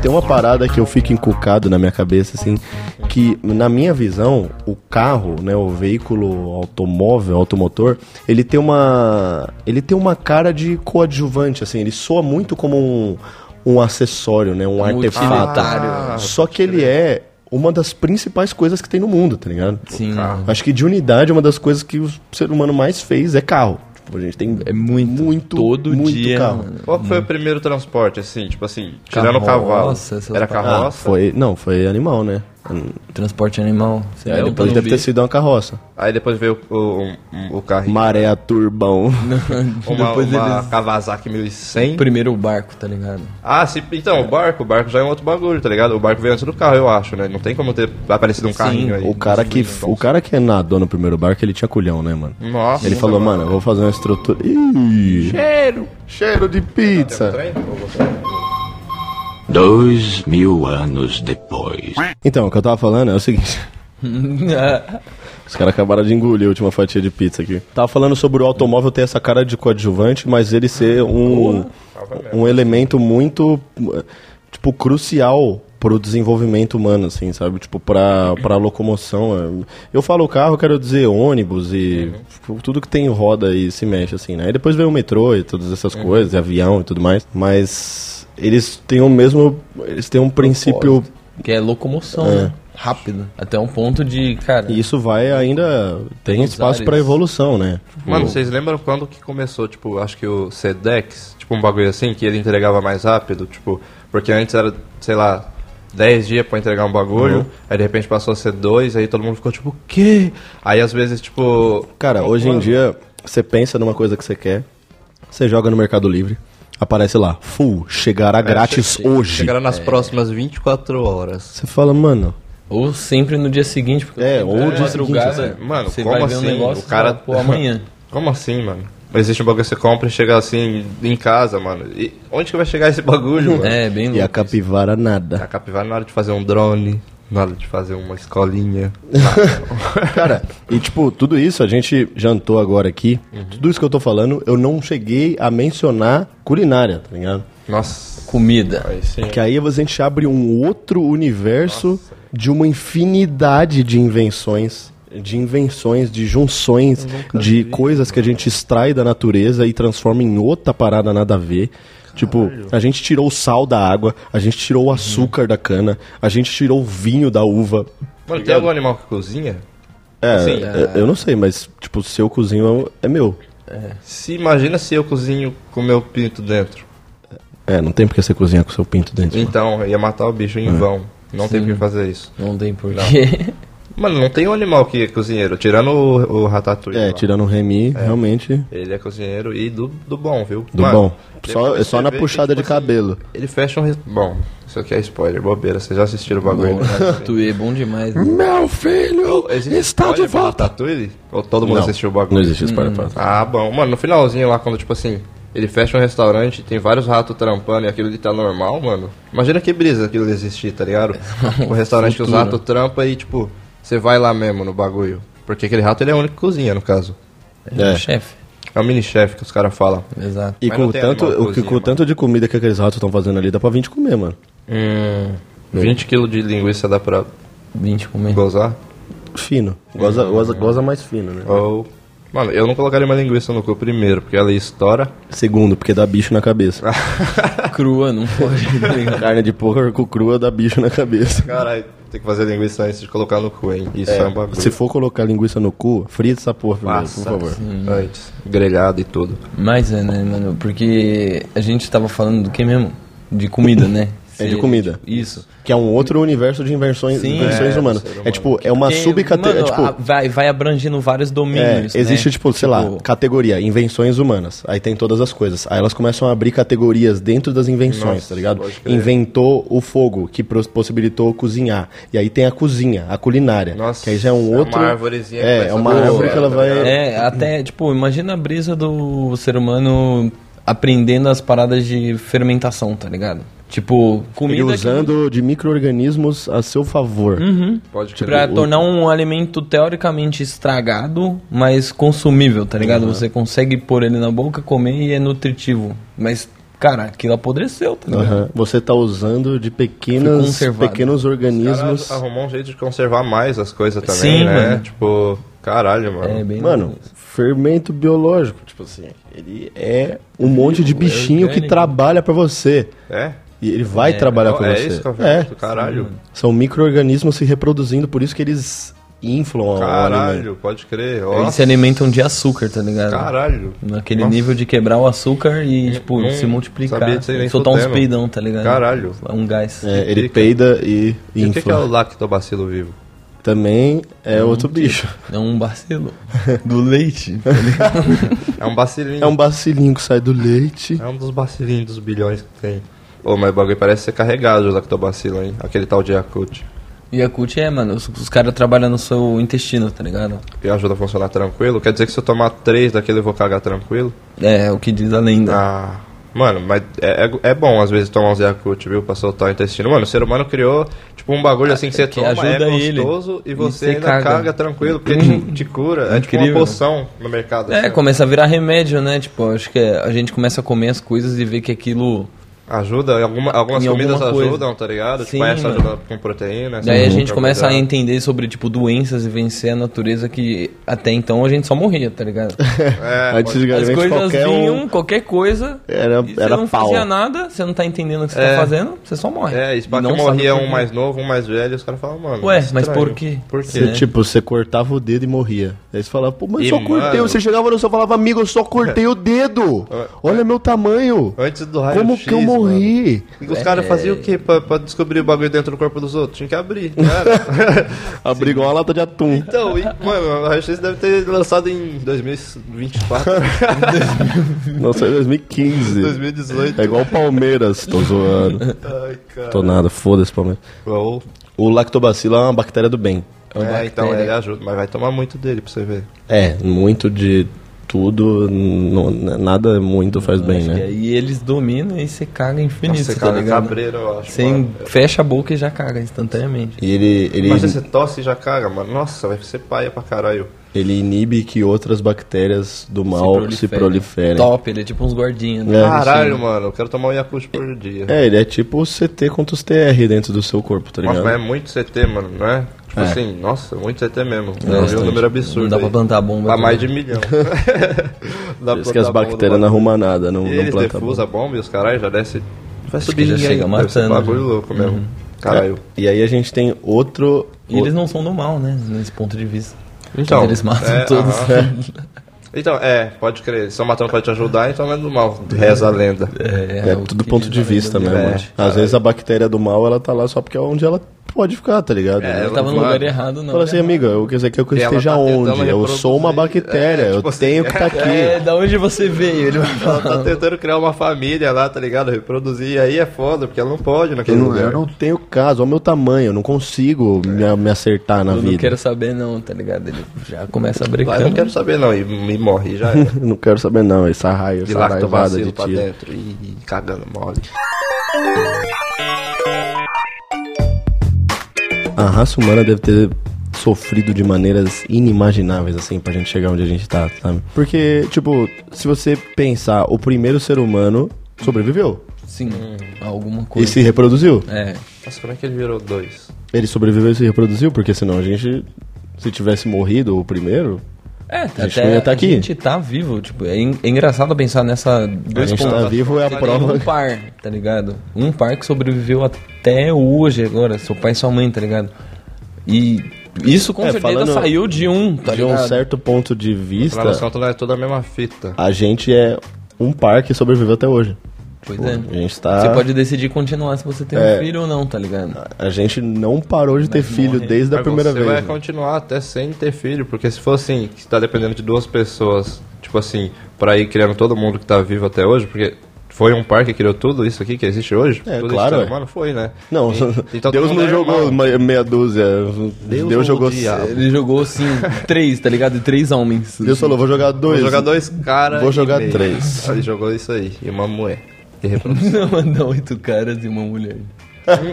Speaker 4: tem uma parada que eu fico encucado na minha cabeça, assim, que na minha visão, o carro, né, o veículo automóvel, automotor, ele tem uma. Ele tem uma cara de coadjuvante, assim, ele soa muito como um, um acessório, né? Um, artefato.
Speaker 3: utilitário.
Speaker 4: Só que ele é uma das principais coisas que tem no mundo, tá ligado?
Speaker 3: Sim.
Speaker 4: Acho que de unidade, uma das coisas que o ser humano mais fez é carro. Tipo, a gente tem
Speaker 3: É muito.
Speaker 4: muito,
Speaker 3: todo
Speaker 4: muito
Speaker 3: dia.
Speaker 4: carro.
Speaker 1: Qual que foi o primeiro transporte, assim? Tipo assim, tirando o cavalo.
Speaker 3: Carroça, essas
Speaker 1: Era
Speaker 3: paradas.
Speaker 4: Ah,
Speaker 1: carroça?
Speaker 4: foi, não, foi animal, né?
Speaker 3: Transporte animal. Sei lá,
Speaker 4: Aí
Speaker 3: É, eu
Speaker 4: depois
Speaker 3: não
Speaker 4: deve
Speaker 3: vi.
Speaker 4: ter sido uma carroça.
Speaker 1: Aí depois veio o, o, um- o carrinho.
Speaker 4: Maré turbão.
Speaker 1: Uma,
Speaker 3: depois
Speaker 1: uma
Speaker 3: eles-
Speaker 1: Kawasaki 1100.
Speaker 3: Primeiro o barco, tá ligado?
Speaker 1: Ah, se, então, o barco, o barco já é um outro bagulho, tá ligado? O barco veio antes do carro, eu acho, né? Não tem como ter aparecido um carrinho aí.
Speaker 4: O cara que o cara que é nadou no primeiro barco, ele tinha culhão, né, mano?
Speaker 1: Nossa.
Speaker 4: Ele falou, mano, eu vou fazer uma estrutura. Ih, cheiro! um Cheiro de pizza!
Speaker 1: Trem?
Speaker 7: Dois mil anos depois.
Speaker 4: Então, o que eu tava falando é o seguinte. Os caras acabaram de engolir a última fatia de pizza aqui. Tava falando sobre o automóvel ter essa cara de coadjuvante, mas ele ser um, um elemento muito, tipo, crucial pro desenvolvimento humano, assim, sabe? Tipo, pra, pra locomoção. é. Eu falo carro, eu quero dizer ônibus e tudo que tem roda e se mexe, assim, né? Aí depois veio o metrô e todas essas coisas, e avião e tudo mais. Mas eles têm o mesmo... Eles têm um princípio...
Speaker 3: Que é locomoção, né? Rápido. Até um ponto de, cara.
Speaker 4: E isso vai ainda... Tem
Speaker 3: Todos os
Speaker 4: espaço
Speaker 3: ares.
Speaker 4: pra evolução, né?
Speaker 1: Mano, vocês lembram quando que começou, tipo, acho que o Sedex, tipo um bagulho assim, que ele entregava mais rápido, tipo, porque antes era, sei lá, 10 dias pra entregar um bagulho,
Speaker 4: Uhum.
Speaker 1: aí de repente passou a ser 2, aí todo mundo ficou tipo, o quê? Aí às vezes, tipo.
Speaker 3: É
Speaker 4: Cara, hoje em dia, você pensa numa coisa que você quer, você joga no Mercado Livre, aparece lá, full, chegará grátis
Speaker 3: assim,
Speaker 4: hoje.
Speaker 1: Chegaram nas próximas 24 horas.
Speaker 4: Você fala, mano,
Speaker 3: Ou sempre no dia seguinte, porque
Speaker 4: É, ou
Speaker 3: na
Speaker 4: no dia
Speaker 3: madrugada,
Speaker 4: seguinte,
Speaker 1: Mano,
Speaker 3: você
Speaker 1: como
Speaker 3: vai
Speaker 1: assim?
Speaker 3: ver um negócio
Speaker 1: o cara.
Speaker 3: e fala, pô, amanhã.
Speaker 1: como assim, mano? Existe um bagulho que você compra e chega assim em casa, mano. E onde que vai chegar esse bagulho, mano?
Speaker 3: É, bem
Speaker 4: e a
Speaker 3: louco.
Speaker 4: capivara
Speaker 1: A
Speaker 4: nada.
Speaker 1: capivara na hora de fazer um drone, na hora de fazer uma escolinha.
Speaker 4: Cara, e tipo, tudo isso, a gente jantou agora aqui,
Speaker 3: Uhum.
Speaker 4: tudo isso que eu tô falando, eu não cheguei a mencionar culinária, tá ligado?
Speaker 1: Nossa.
Speaker 3: Comida.
Speaker 1: Aí sim.
Speaker 4: Que aí a gente abre um outro universo de uma infinidade de invenções, de invenções, de junções, de coisas que a gente extrai da natureza e transforma em outra parada nada a ver. Tipo, a gente tirou o sal da água, a gente tirou o açúcar da cana, a gente tirou o vinho da uva.
Speaker 1: Mano, tem algum animal que cozinha?
Speaker 4: É,
Speaker 1: Sim.
Speaker 4: é, eu não sei, mas, tipo, seu cozinho é, é meu.
Speaker 1: Se imagina se eu cozinho com meu pinto dentro.
Speaker 4: É, não tem porque você cozinhar com seu pinto dentro. mano.
Speaker 1: Então, eu ia matar o bicho em
Speaker 4: É.
Speaker 1: vão. Não tem por que fazer isso.
Speaker 3: Não tem porquê.
Speaker 1: Mano, não tem um animal que é cozinheiro, tirando o, o Ratatouille.
Speaker 4: É,
Speaker 1: lá.
Speaker 4: tirando o Remy, realmente,
Speaker 1: Ele é cozinheiro e do, do bom, viu?
Speaker 4: do
Speaker 1: Mano,
Speaker 4: bom. Só,
Speaker 1: depois
Speaker 4: é só
Speaker 1: você
Speaker 4: na
Speaker 1: vê
Speaker 4: puxada
Speaker 1: que,
Speaker 4: de
Speaker 1: tipo assim,
Speaker 4: cabelo.
Speaker 1: Ele fecha um. res- Bom, isso aqui é spoiler, bobeira. Vocês já assistiram o bagulho? né?
Speaker 3: Tu é bom demais. né?
Speaker 4: Meu filho
Speaker 1: Existe spoiler pra Ratatouille? Tá Ou todo mundo
Speaker 4: Não,
Speaker 1: assistiu o bagulho?
Speaker 4: não existe spoiler pra Ratatouille.
Speaker 1: Ah, bom. Mano, no finalzinho lá, quando, tipo assim, ele fecha um restaurante, tem vários ratos trampando e aquilo ali tá normal, mano. Imagina que brisa aquilo existir, tá ligado? O restaurante que os
Speaker 3: Futuro.
Speaker 1: ratos trampam e, tipo, você vai lá mesmo no bagulho. Porque aquele rato, ele é o único que cozinha, no caso.
Speaker 4: É.
Speaker 3: Chefe.
Speaker 1: É o mini-chefe que os caras falam.
Speaker 3: Exato.
Speaker 4: E
Speaker 1: Mas
Speaker 4: com
Speaker 1: não tem
Speaker 4: tanto,
Speaker 1: animal
Speaker 4: o que-
Speaker 1: cozinha,
Speaker 4: com o
Speaker 1: mano.
Speaker 4: tanto de comida que aqueles ratos estão fazendo ali, dá pra vir de comer, mano.
Speaker 1: Hum... 20 kg de linguiça dá pra
Speaker 3: 20 comer.
Speaker 1: gozar?
Speaker 4: Fino. Goza,
Speaker 1: Hum.
Speaker 4: goza, goza mais fino, né?
Speaker 1: Ou... Mano, eu não colocaria uma linguiça no cu primeiro, porque ela estoura.
Speaker 4: Segundo, porque dá bicho na cabeça.
Speaker 3: Crua, não pode. tá ligado?
Speaker 4: Carne de porco crua dá bicho na cabeça.
Speaker 1: Caralho, tem que fazer linguiça antes de colocar no cu, hein? Isso é, um bagulho.
Speaker 4: Se for colocar linguiça no cu, frita essa porra primeiro, por
Speaker 1: Nossa,
Speaker 4: favor.
Speaker 1: sim. Antes. Grelhado e tudo.
Speaker 3: Mas é, né, mano? Porque a gente tava falando do que mesmo? De comida, né?
Speaker 4: É de
Speaker 3: Se-
Speaker 4: comida.
Speaker 3: Isso.
Speaker 4: Que é um outro universo de invenções,
Speaker 3: Sim.
Speaker 4: invenções
Speaker 1: É,
Speaker 4: humanas.
Speaker 1: do ser
Speaker 4: É tipo, é uma
Speaker 3: Porque,
Speaker 4: subcategoria.
Speaker 3: mano,
Speaker 4: É, tipo,
Speaker 3: a- vai, vai abrangendo vários
Speaker 4: É,
Speaker 3: domínios.
Speaker 4: existe,
Speaker 3: né?
Speaker 4: tipo, sei lá,
Speaker 3: Tipo,
Speaker 4: categoria, invenções humanas. Aí tem todas as coisas. Aí elas começam a abrir categorias dentro das invenções,
Speaker 1: Nossa,
Speaker 4: tá ligado?
Speaker 1: pode crer.
Speaker 4: Inventou o fogo, que pros- possibilitou cozinhar. E aí tem a cozinha, a culinária.
Speaker 1: Nossa,
Speaker 4: que aí já é um
Speaker 1: é
Speaker 4: outro.
Speaker 1: uma arvorezinha que
Speaker 4: É,
Speaker 1: vai
Speaker 4: é uma
Speaker 1: saber
Speaker 4: árvore que ela
Speaker 1: tá
Speaker 4: vai.
Speaker 1: ligado?
Speaker 3: É, até, tipo, imagina a brisa do ser humano aprendendo as paradas de fermentação, tá ligado? Tipo, comida.
Speaker 4: e
Speaker 3: que-
Speaker 4: usando de micro-organismos a seu favor.
Speaker 1: Pode
Speaker 3: Tipo, pra tornar um alimento teoricamente estragado, mas consumível, tá ligado? Você consegue pôr ele na boca, comer e é nutritivo. Mas cara, aquilo apodreceu, tá ligado?
Speaker 1: Uhum.
Speaker 4: Aham. Você tá usando de
Speaker 3: Fui
Speaker 4: pequenas,
Speaker 3: conservado.
Speaker 4: pequenos organismos.
Speaker 1: Cara, arrumou um jeito de conservar mais as coisas também,
Speaker 3: Sim,
Speaker 1: né?
Speaker 3: mano.
Speaker 1: Tipo, caralho, mano.
Speaker 3: É, bem
Speaker 4: Mano, fermento biológico, tipo assim, ele é um monte de bichinho que
Speaker 3: orgânico.
Speaker 4: trabalha pra você.
Speaker 1: É?
Speaker 4: E ele vai trabalhar
Speaker 1: Ó,
Speaker 4: pra
Speaker 1: é
Speaker 4: você.
Speaker 1: isso que eu vi,
Speaker 4: é,
Speaker 1: caralho.
Speaker 4: são micro-organismos se reproduzindo, por isso que eles inflam né? o alimento.
Speaker 1: Caralho, pode crer. ó.
Speaker 3: Eles se alimentam de açúcar, tá ligado?
Speaker 1: Caralho.
Speaker 3: Naquele
Speaker 1: Nossa,
Speaker 3: nível de quebrar o açúcar e, tipo,
Speaker 1: não
Speaker 3: se multiplicar.
Speaker 1: sabia disso aí nem
Speaker 3: soltar uns
Speaker 1: fudendo.
Speaker 3: peidão, tá ligado?
Speaker 1: Caralho.
Speaker 3: Um gás.
Speaker 4: É, ele
Speaker 1: pica.
Speaker 4: peida e
Speaker 1: E o que, que é o Hum,
Speaker 4: infla.
Speaker 1: lactobacilo vivo?
Speaker 4: Também é outro bicho.
Speaker 3: É um bacilo. Do leite.
Speaker 1: É um bacilinho.
Speaker 4: É um bacilinho que sai do leite.
Speaker 1: É um dos bacilinhos dos bilhões que tem. Ô, mas o bagulho parece ser carregado o lactobacilo, hein? Aquele tal de Yakut.
Speaker 3: Yakult é, mano, os, os caras trabalham no seu intestino, tá ligado?
Speaker 1: E ajuda a funcionar tranquilo. Quer dizer que se eu tomar três daquele eu vou cagar tranquilo?
Speaker 3: É, é o que diz a lenda.
Speaker 1: Ah. Mano, mas é, é, é bom às vezes tomar uns Yakut, viu? Pra soltar o intestino. Mano, o ser humano criou, tipo, um bagulho assim que você
Speaker 3: Ah, que
Speaker 1: toma,
Speaker 3: ajuda
Speaker 1: é
Speaker 3: ele.
Speaker 1: gostoso e
Speaker 3: E
Speaker 1: você
Speaker 3: você
Speaker 1: ainda caga.
Speaker 3: caga. Uhum.
Speaker 1: tranquilo, porque te, te cura. É tipo uma
Speaker 3: Incrível.
Speaker 1: poção no mercado.
Speaker 3: É,
Speaker 1: assim, ó.
Speaker 3: começa a virar remédio, né? Tipo, acho que é- a gente começa a comer as coisas e vê que aquilo.
Speaker 1: Ajuda, em alguma, algumas
Speaker 3: Em
Speaker 1: comidas
Speaker 3: alguma coisa.
Speaker 1: ajudam, tá ligado?
Speaker 3: Sim,
Speaker 1: tipo, essa
Speaker 3: mano.
Speaker 1: ajuda com proteína. essa
Speaker 3: Daí a
Speaker 1: ajuda
Speaker 3: gente
Speaker 1: com
Speaker 3: começa a
Speaker 1: carboidrato.
Speaker 3: entender sobre, tipo, doenças e vencer a natureza que até então a gente só morria, tá ligado?
Speaker 1: É,
Speaker 4: Antes
Speaker 1: pode-
Speaker 4: de
Speaker 3: As
Speaker 4: antigamente,
Speaker 3: coisas
Speaker 4: qualquer
Speaker 3: vinham,
Speaker 4: um...
Speaker 3: qualquer coisa.
Speaker 4: Era-
Speaker 3: e você
Speaker 4: era
Speaker 3: não
Speaker 4: pau.
Speaker 3: fazia nada, você não tá entendendo o que você
Speaker 1: É.
Speaker 3: tá fazendo, você só morre.
Speaker 1: É, isso pra
Speaker 3: E
Speaker 1: que
Speaker 3: não sabe
Speaker 1: morria
Speaker 3: o que
Speaker 1: um mais novo, um mais velho, os caras falam, mano. é
Speaker 3: Ué,
Speaker 1: estranho.
Speaker 3: mas por quê?
Speaker 1: Por
Speaker 4: Você,
Speaker 1: quê?
Speaker 3: Sim. né?
Speaker 4: Tipo, você cortava o dedo e morria. Aí você falava, pô, mas
Speaker 1: E,
Speaker 4: eu só cortei.
Speaker 1: mano-
Speaker 4: Você chegava no seu e falava, amigo, eu só cortei o dedo. Olha meu tamanho.
Speaker 1: Antes do raio
Speaker 4: Como
Speaker 1: X,
Speaker 4: que eu morri?
Speaker 1: mano. E os caras faziam o quê pra, pra descobrir o bagulho dentro do corpo dos outros? Tinha que abrir, cara.
Speaker 4: Abriu igual uma lata de atum.
Speaker 1: então, e, mano, o raio X deve ter lançado em 2024,
Speaker 4: Nossa, é 2015.
Speaker 1: 2018.
Speaker 4: É igual o Palmeiras. Tô zoando.
Speaker 1: Ai, cara.
Speaker 4: Tô nada, foda-se, Palmeiras.
Speaker 1: Ou-
Speaker 4: O lactobacilo é uma bactéria do bem.
Speaker 1: É, então ele ajuda, mas vai tomar muito dele pra você ver.
Speaker 4: É, muito de tudo, não- nada muito faz bem,
Speaker 3: E
Speaker 1: é
Speaker 4: né?
Speaker 3: aí eles dominam e você caga infinito,
Speaker 1: Nossa,
Speaker 3: tá
Speaker 1: cara,
Speaker 3: ligado?
Speaker 1: cabreiro, eu acho.
Speaker 3: Você
Speaker 1: mano.
Speaker 3: fecha a boca e já caga instantaneamente.
Speaker 4: E ele,
Speaker 1: Imagina
Speaker 4: ele,
Speaker 1: você tosse e já caga, mano. Nossa, vai ser paia pra caralho.
Speaker 4: ele inibe que outras bactérias do mal se, proliferem.
Speaker 3: Top, ele é tipo uns gordinhos. Né?
Speaker 4: É,
Speaker 1: Caralho, mano, eu quero tomar um Yakult por dia.
Speaker 4: É, ele é tipo o CT contra os TR dentro do seu corpo, tá
Speaker 1: Nossa,
Speaker 4: ligado?
Speaker 1: mas é muito CT, mano, não é? Tipo
Speaker 4: É.
Speaker 1: assim, nossa, muito CT mesmo. Eu vi um
Speaker 3: É bastante.
Speaker 1: número absurdo.
Speaker 3: Não dá pra
Speaker 1: aí.
Speaker 3: plantar bomba né?
Speaker 1: Dá
Speaker 3: também.
Speaker 1: mais de milhão. dá
Speaker 4: Por isso que
Speaker 1: plantar
Speaker 4: as
Speaker 1: bomba
Speaker 4: bactérias
Speaker 1: do
Speaker 4: não arrumam nada, não,
Speaker 1: bagulho. E
Speaker 4: não
Speaker 1: eles
Speaker 4: plantam.
Speaker 1: defusam a bomba e os caras já desce. Vai
Speaker 3: Acho que
Speaker 1: subir
Speaker 3: já
Speaker 1: ninguém.
Speaker 3: chega
Speaker 1: Deve ser um
Speaker 3: matando,
Speaker 1: bagulho
Speaker 3: né?
Speaker 1: louco mesmo.
Speaker 4: É,
Speaker 1: Caralho.
Speaker 4: e aí a gente tem outro.
Speaker 3: E eles não são do mal, né? Nesse ponto de vista.
Speaker 1: Então,
Speaker 3: eles matam
Speaker 1: é,
Speaker 3: todos.
Speaker 4: né?
Speaker 1: aham. Então, é, pode crer. Eles estão matando pra te ajudar, então não é do mal. Reza a lenda.
Speaker 4: É,
Speaker 3: o
Speaker 4: tudo
Speaker 3: que
Speaker 4: ponto
Speaker 3: diz
Speaker 4: de
Speaker 3: a lenda
Speaker 4: vista
Speaker 3: do
Speaker 4: mesmo.
Speaker 1: é,
Speaker 4: né? Às vezes a bactéria do mal ela tá lá só porque é onde ela pode ficar, tá ligado?
Speaker 1: É,
Speaker 4: Ela
Speaker 3: Eu tava no
Speaker 1: Mano.
Speaker 3: lugar errado, não.
Speaker 4: Fala assim,
Speaker 3: né?
Speaker 4: amiga, eu quer dizer que eu
Speaker 1: E ela
Speaker 4: esteja
Speaker 1: tá tentando
Speaker 4: onde? Eu sou uma
Speaker 1: reproduzir.
Speaker 4: bactéria,
Speaker 1: É,
Speaker 4: eu
Speaker 1: tipo assim,
Speaker 4: tenho que estar aqui.
Speaker 3: É, da onde você veio? Ele vai
Speaker 1: Ela
Speaker 3: falar.
Speaker 1: tá tentando criar uma família lá, tá ligado? Reproduzir. E aí é foda, porque ela não pode né?
Speaker 4: Eu
Speaker 1: naquele
Speaker 4: não, é,
Speaker 1: lugar.
Speaker 4: eu não tenho caso, olha o meu tamanho, eu não consigo
Speaker 1: É.
Speaker 4: me, me acertar na
Speaker 3: Eu não
Speaker 4: vida.
Speaker 3: quero saber, não, tá ligado? Ele já começa a
Speaker 1: Lá eu não
Speaker 3: brincar.
Speaker 1: quero saber, não. E me morre já era.
Speaker 4: Não quero saber não, essa raio,
Speaker 1: De
Speaker 4: essa raivada de
Speaker 1: lactobacilo pra
Speaker 4: tiro.
Speaker 1: dentro e cagando mole.
Speaker 4: A raça humana deve ter sofrido de maneiras inimagináveis, assim, pra gente chegar onde a gente tá, sabe? Porque, tipo, se você pensar, o primeiro ser humano sobreviveu
Speaker 3: Sim,
Speaker 4: Hum.
Speaker 3: alguma
Speaker 4: e
Speaker 3: coisa.
Speaker 4: se reproduziu.
Speaker 3: É,
Speaker 1: Nossa, como é que ele virou dois?
Speaker 4: Ele sobreviveu e se reproduziu, porque senão a gente, se tivesse morrido o primeiro,
Speaker 3: É,
Speaker 4: A gente não ia tá aqui.
Speaker 3: A gente tá vivo, tipo, é, en- é engraçado pensar nessa
Speaker 4: a
Speaker 3: dois
Speaker 4: gente
Speaker 3: pontos.
Speaker 4: tá vivo é a
Speaker 3: Tem
Speaker 4: prova
Speaker 3: Um par, tá ligado? Um par que sobreviveu até hoje agora, seu pai e sua mãe, tá ligado? E isso com
Speaker 4: É,
Speaker 3: certeza
Speaker 4: falando
Speaker 3: saiu de um, tá
Speaker 4: de um
Speaker 3: ligado?
Speaker 4: certo ponto de
Speaker 1: Pra noção,
Speaker 4: vista,
Speaker 1: toda é toda a mesma fita.
Speaker 4: a gente é um par que sobreviveu até hoje.
Speaker 3: Pois
Speaker 4: Tipo,
Speaker 3: é.
Speaker 4: A gente tá. É. Ah.
Speaker 3: Você pode decidir continuar se você tem um filho ou não, tá ligado?
Speaker 4: A gente não parou de ter filho desde a
Speaker 1: Mas
Speaker 4: primeira
Speaker 1: você
Speaker 4: vez.
Speaker 1: vai
Speaker 4: né?
Speaker 1: continuar até sem ter filho, porque se for assim, que tá dependendo de duas pessoas, tipo assim, pra ir criando todo mundo que tá vivo até hoje, porque foi um par que criou tudo isso aqui que existe hoje?
Speaker 4: É,
Speaker 1: tudo
Speaker 4: claro, é.
Speaker 1: Mano, foi, né?
Speaker 4: Não,
Speaker 1: E- então
Speaker 4: Deus
Speaker 1: todo mundo
Speaker 4: não
Speaker 1: é
Speaker 4: jogou
Speaker 1: irmão.
Speaker 4: uma- meia dúzia. Deus,
Speaker 1: ou o
Speaker 4: jogou.
Speaker 1: diabo?
Speaker 4: se-
Speaker 3: Ele jogou, assim, três, tá ligado? E três homens.
Speaker 4: Deus falou, vou jogar dois.
Speaker 1: Vou jogar dois caras.
Speaker 4: Vou
Speaker 1: e
Speaker 4: jogar
Speaker 1: meio.
Speaker 4: três.
Speaker 1: Ele jogou isso aí, e uma mulher. E reproduziu.
Speaker 3: Não, mandar oito caras e uma mulher.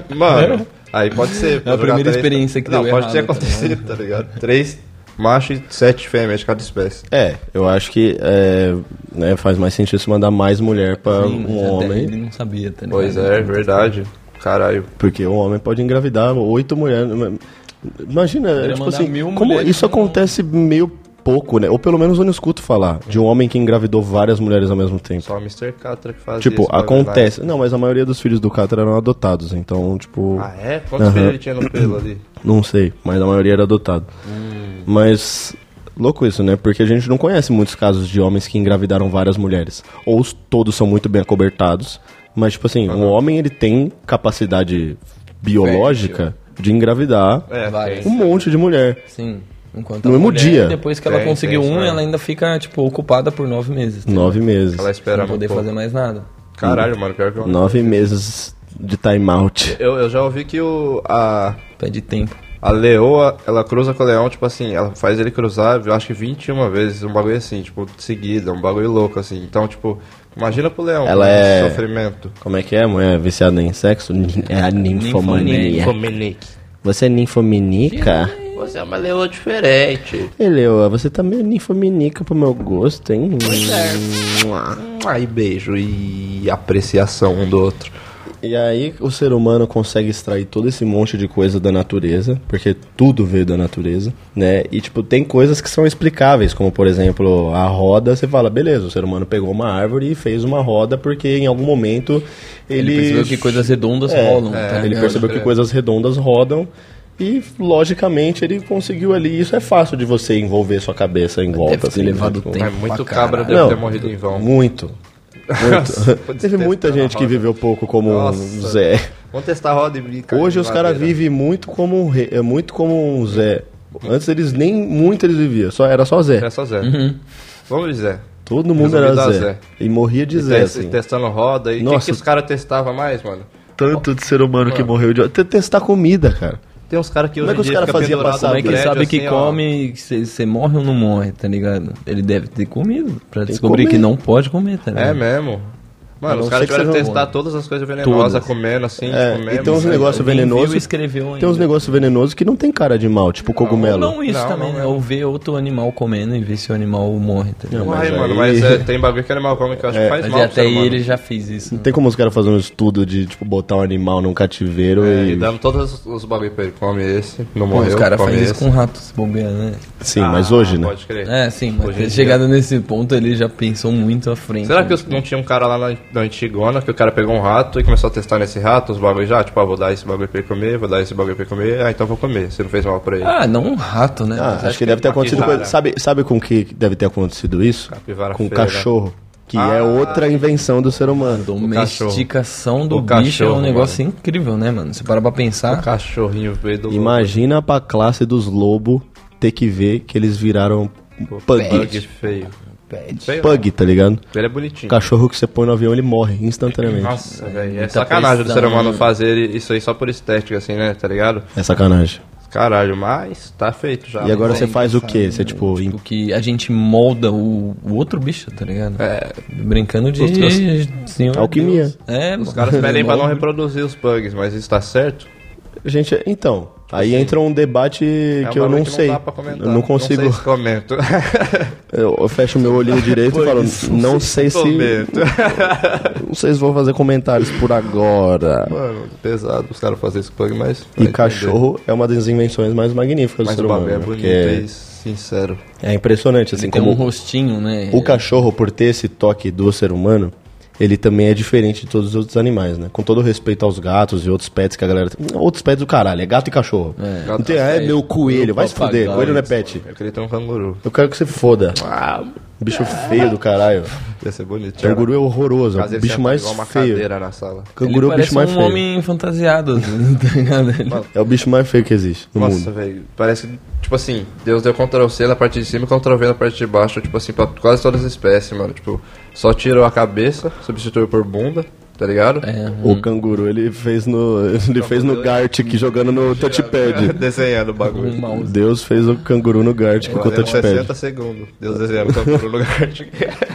Speaker 1: Mano, aí pode ser. pode jogar
Speaker 3: primeira
Speaker 1: três,
Speaker 4: É
Speaker 3: experiência que
Speaker 1: Não,
Speaker 3: deu
Speaker 1: pode ter
Speaker 3: errado, tá
Speaker 1: acontecido, tá ligado? Três macho e sete fêmeas de cada espécie.
Speaker 4: É, eu acho que é, né, faz mais sentido se mandar mais mulher pra
Speaker 3: Sim, mas
Speaker 4: um
Speaker 3: até
Speaker 4: homem.
Speaker 1: é,
Speaker 3: Ele não sabia, tá ligado?
Speaker 1: Pois é, verdade. Caralho.
Speaker 4: Porque um homem pode engravidar oito mulheres. Imagina,
Speaker 3: Ele
Speaker 4: tipo
Speaker 3: mandar
Speaker 4: assim,
Speaker 3: mil
Speaker 4: como
Speaker 3: mulheres
Speaker 4: isso
Speaker 3: pra um-
Speaker 4: acontece meio pouco, né? Ou pelo menos eu não escuto falar de um homem que engravidou várias mulheres ao mesmo tempo.
Speaker 1: Só o Mr. Catra que faz
Speaker 4: tipo,
Speaker 1: isso, na
Speaker 4: acontece. Não, mas a maioria dos filhos do Catra eram adotados, então, tipo,
Speaker 1: verdade. Ah, é? Quantos
Speaker 4: Aham.
Speaker 1: filhos ele tinha no pelo ali?
Speaker 4: não sei, mas a maioria era adotado. Mas louco isso, né? Porque a gente não conhece muitos casos de homens que engravidaram várias mulheres. Ou os- todos são muito bem acobertados, mas tipo assim, um homem ele tem capacidade biológica de engravidar
Speaker 1: É,
Speaker 3: Vai.
Speaker 1: tem.
Speaker 4: um monte de mulher.
Speaker 3: Sim. Enquanto
Speaker 4: No
Speaker 3: a
Speaker 4: mesmo
Speaker 3: mulher,
Speaker 4: dia.
Speaker 3: Depois que ela
Speaker 1: Tem,
Speaker 3: conseguiu
Speaker 1: tem isso
Speaker 3: um,
Speaker 1: mesmo.
Speaker 3: ela ainda fica, tipo, ocupada por nove meses. tá
Speaker 4: Nove meses.
Speaker 1: Ela
Speaker 3: ligado?
Speaker 1: espera
Speaker 3: Sem poder
Speaker 1: muito.
Speaker 3: fazer um mais nada.
Speaker 1: Caralho, mano, pior que eu...
Speaker 4: Nove meses de timeout.
Speaker 1: eu. Eu já ouvi que o. A,
Speaker 3: Pede tempo.
Speaker 1: a leoa, ela cruza com o leão, tipo assim, ela faz ele cruzar, eu acho que 21 vezes, um bagulho assim, tipo, de seguida, um bagulho louco, assim. Então, tipo, imagina pro leão.
Speaker 4: Ela
Speaker 1: mano, esse
Speaker 4: é-
Speaker 1: Sofrimento.
Speaker 4: Como é que é? Mulher viciada em sexo? Nin- É a ninfomania. Você é ninfominica?
Speaker 1: Você é uma leoa diferente.
Speaker 4: Ei, Leoa, você tá meio ninfominica pro meu gosto, hein?
Speaker 1: Aí beijo e apreciação um do outro.
Speaker 4: E aí o ser humano consegue extrair todo esse monte de coisa da natureza, porque tudo veio da natureza, né? E tipo, tem coisas que são explicáveis, como por exemplo, a roda, você fala, beleza, o ser humano pegou uma árvore e fez uma roda porque em algum momento ele,
Speaker 3: Ele percebeu que coisas redondas
Speaker 4: É,
Speaker 3: rolam,
Speaker 4: é,
Speaker 3: tá
Speaker 4: ele
Speaker 3: ligado?
Speaker 4: percebeu que
Speaker 1: Credo.
Speaker 4: coisas redondas rodam e logicamente ele conseguiu ali, isso é fácil de você envolver sua cabeça em volta,
Speaker 3: ter
Speaker 4: né?
Speaker 3: levado
Speaker 4: Tipo,
Speaker 3: tempo.
Speaker 1: Mas É muito
Speaker 3: pra
Speaker 1: cabra
Speaker 3: caralho.
Speaker 1: deve
Speaker 4: Não.
Speaker 1: ter morrido em vão.
Speaker 4: Muito.
Speaker 1: Nossa,
Speaker 4: Teve muita gente que viveu pouco como um
Speaker 1: Nossa.
Speaker 4: Zé.
Speaker 1: Vamos testar a roda e brincar.
Speaker 4: Hoje
Speaker 1: de
Speaker 4: os caras
Speaker 1: madeira.
Speaker 4: vivem muito como um rei, é muito como um Zé. Antes eles nem muito eles viviam, só era só Zé.
Speaker 1: É só Zé.
Speaker 3: Uhum.
Speaker 1: Vamos, Zé.
Speaker 4: Todo mundo era
Speaker 1: Resumido a
Speaker 4: Zé.
Speaker 1: Zé.
Speaker 4: E morria de Zé,
Speaker 1: Test,
Speaker 4: assim.
Speaker 1: Testando roda. E o que,
Speaker 4: Nossa.
Speaker 1: que os caras testavam mais, mano?
Speaker 4: Tanto de ser humano que morreu de até testar comida, cara.
Speaker 1: Tem uns caras que
Speaker 4: Como
Speaker 1: hoje em
Speaker 4: é que os
Speaker 1: dia
Speaker 4: cara
Speaker 1: fica
Speaker 4: fazia pra
Speaker 1: pendurado
Speaker 4: saber?
Speaker 1: no
Speaker 3: Como é que ele
Speaker 1: prédio,
Speaker 3: sabe que
Speaker 1: assim, ó.
Speaker 3: come, se você morre ou não morre, tá ligado? Ele deve ter comido pra
Speaker 4: que
Speaker 3: descobrir que,
Speaker 4: comer.
Speaker 3: não pode comer, tá ligado?
Speaker 1: É mesmo.
Speaker 4: A não
Speaker 1: Mano, os
Speaker 4: ser
Speaker 1: caras
Speaker 4: que
Speaker 1: tiveram que
Speaker 4: seja
Speaker 1: testar
Speaker 4: bom.
Speaker 1: todas as coisas venenosas,
Speaker 3: Todas.
Speaker 1: comendo assim,
Speaker 4: É,
Speaker 1: tipo, mesmo.
Speaker 4: e tem uns
Speaker 1: né?
Speaker 4: negócios
Speaker 3: Alguém viu
Speaker 4: venenosos.
Speaker 3: e escreveu
Speaker 4: Tem uns
Speaker 3: ainda.
Speaker 4: negócios venenosos que não tem cara de mal, tipo cogumelo.
Speaker 3: Não isso
Speaker 1: Não,
Speaker 3: também,
Speaker 1: não
Speaker 3: né?
Speaker 1: é.
Speaker 3: Ou ver outro animal comendo e ver se o animal morre, tá ligado?
Speaker 4: Não,
Speaker 1: Ai,
Speaker 4: Mas
Speaker 1: mano,
Speaker 4: aí-
Speaker 1: mas é, tem bagulho que animal come que
Speaker 4: É.
Speaker 1: eu acho que faz
Speaker 3: Mas
Speaker 1: mal.
Speaker 3: e
Speaker 1: pro
Speaker 3: até
Speaker 1: ser
Speaker 3: aí
Speaker 1: humano.
Speaker 3: ele já fez isso. né?
Speaker 4: Tem como os caras fazerem um estudo de, tipo, botar um animal num cativeiro
Speaker 1: É,
Speaker 4: e...
Speaker 1: e dando todos os- os bagulho pra ele. Come esse, não
Speaker 3: Pô,
Speaker 1: morreu,
Speaker 3: os caras
Speaker 1: come
Speaker 3: fazem isso
Speaker 1: esse.
Speaker 3: com ratos se bobear, né?
Speaker 4: Sim, mas hoje, né?
Speaker 1: Ah, Pode crer.
Speaker 3: É, sim, mas
Speaker 1: Hoje em
Speaker 3: ter chegado nesse ponto ele já pensou muito à frente.
Speaker 1: Será
Speaker 3: né?
Speaker 1: que os- não tinha um cara lá na, na Antigona que o cara pegou um rato e começou a testar nesse rato os bagulho já? Tipo, ah, vou dar esse bagulho pra ele comer, vou dar esse bagulho pra ele comer, ah, então vou comer, você não fez mal pra ele.
Speaker 3: Ah, não um rato, né?
Speaker 4: Ah,
Speaker 3: Mas
Speaker 4: acho, que, deve ter acontecido
Speaker 1: capivara.
Speaker 4: coisa. Sabe, sabe com que deve ter acontecido isso?
Speaker 1: Capivara
Speaker 4: com o
Speaker 1: feia, né?
Speaker 4: cachorro. Que é outra invenção do ser humano.
Speaker 3: Domesticação do
Speaker 1: O
Speaker 3: bicho é
Speaker 1: cachorro,
Speaker 3: um negócio incrível, né, mano? Você para pra pensar.
Speaker 1: Ah, Cachorrinho veio do
Speaker 4: Imagina pra classe dos lobos ter que ver que eles viraram
Speaker 1: Bug
Speaker 4: pug.
Speaker 1: feio. Feio não.
Speaker 4: Pug, tá ligado?
Speaker 1: Ele é bonitinho.
Speaker 4: Cachorro que você põe no avião, ele morre instantaneamente.
Speaker 1: Nossa, velho, é
Speaker 3: muita
Speaker 1: sacanagem do ser
Speaker 3: pressão,
Speaker 1: humano
Speaker 3: né?
Speaker 1: fazer isso aí só por estética, assim, né, tá ligado?
Speaker 4: É sacanagem.
Speaker 1: Caralho, mas tá feito já.
Speaker 4: e agora
Speaker 1: Bom, é,
Speaker 4: você faz o quê? Você, tipo, em-
Speaker 3: O que a gente molda o, o outro bicho, tá ligado?
Speaker 1: É.
Speaker 3: Brincando de.
Speaker 1: Os teus-
Speaker 3: Senhor
Speaker 4: Alquimia.
Speaker 3: Deus. É, Assim
Speaker 1: Os caras pedem pra um não reproduzir os bugs, mas isso tá certo?
Speaker 4: Gente, então, aí entra um debate
Speaker 1: É um
Speaker 4: que eu
Speaker 1: bagulho
Speaker 4: não sei.
Speaker 1: dá pra comentar.
Speaker 4: eu não consigo.
Speaker 1: Não sei se comento.
Speaker 4: Eu, eu fecho meu olhinho direito e falo, não sei se.
Speaker 1: comento.
Speaker 4: Não sei se vou fazer comentários por agora.
Speaker 1: Mano, pesado os caras fazerem esse plug, mas. vai
Speaker 4: E
Speaker 1: entender.
Speaker 4: cachorro é uma das invenções mais magníficas do
Speaker 1: Mas
Speaker 4: ser
Speaker 1: o
Speaker 4: humano.
Speaker 1: bagulho é
Speaker 4: né?
Speaker 1: bonito
Speaker 4: Porque é-
Speaker 1: e sincero.
Speaker 4: é, impressionante, assim,
Speaker 3: Tem um
Speaker 4: como
Speaker 3: rostinho, né?
Speaker 4: o cachorro, por ter esse toque do ser humano, ele também é diferente de todos os outros animais, né? Com todo respeito aos gatos e outros pets que a galera. Outros pets do caralho, é gato e cachorro. Não tem, ah, é meu coelho, vai se
Speaker 3: papagaio,
Speaker 4: fuder, coelho não é pet.
Speaker 1: Eu queria ter um canguru.
Speaker 4: Eu quero que você foda. Bicho feio do caralho.
Speaker 1: Ia ser bonito.
Speaker 4: Canguru é horroroso, é
Speaker 1: Fazer
Speaker 4: o
Speaker 1: ele
Speaker 4: bicho
Speaker 1: sentar
Speaker 4: mais
Speaker 1: igual uma
Speaker 4: feio.
Speaker 1: cadeira na sala.
Speaker 3: Ele
Speaker 4: Canguru é o
Speaker 3: parece
Speaker 4: bicho mais
Speaker 3: um
Speaker 4: feio.
Speaker 3: homem fantasiado, tá ligado? Ele-
Speaker 4: É o bicho mais feio que existe no
Speaker 1: Nossa,
Speaker 4: mundo.
Speaker 1: velho. Parece que, tipo assim, Deus deu Ctrl C na parte de cima e Ctrl V na parte de baixo, tipo assim, pra quase todas as espécies, mano. Tipo, só tirou a cabeça, substituiu por bunda, tá ligado?
Speaker 3: É.
Speaker 4: O canguru ele fez no ele fez no Gartic jogando no touchpad.
Speaker 1: Desenhando o bagulho.
Speaker 4: Deus fez o canguru no Gartic com o
Speaker 1: Fazendo
Speaker 4: touchpad.
Speaker 1: 60 segundos. Deus desenhando o canguru no lugar de...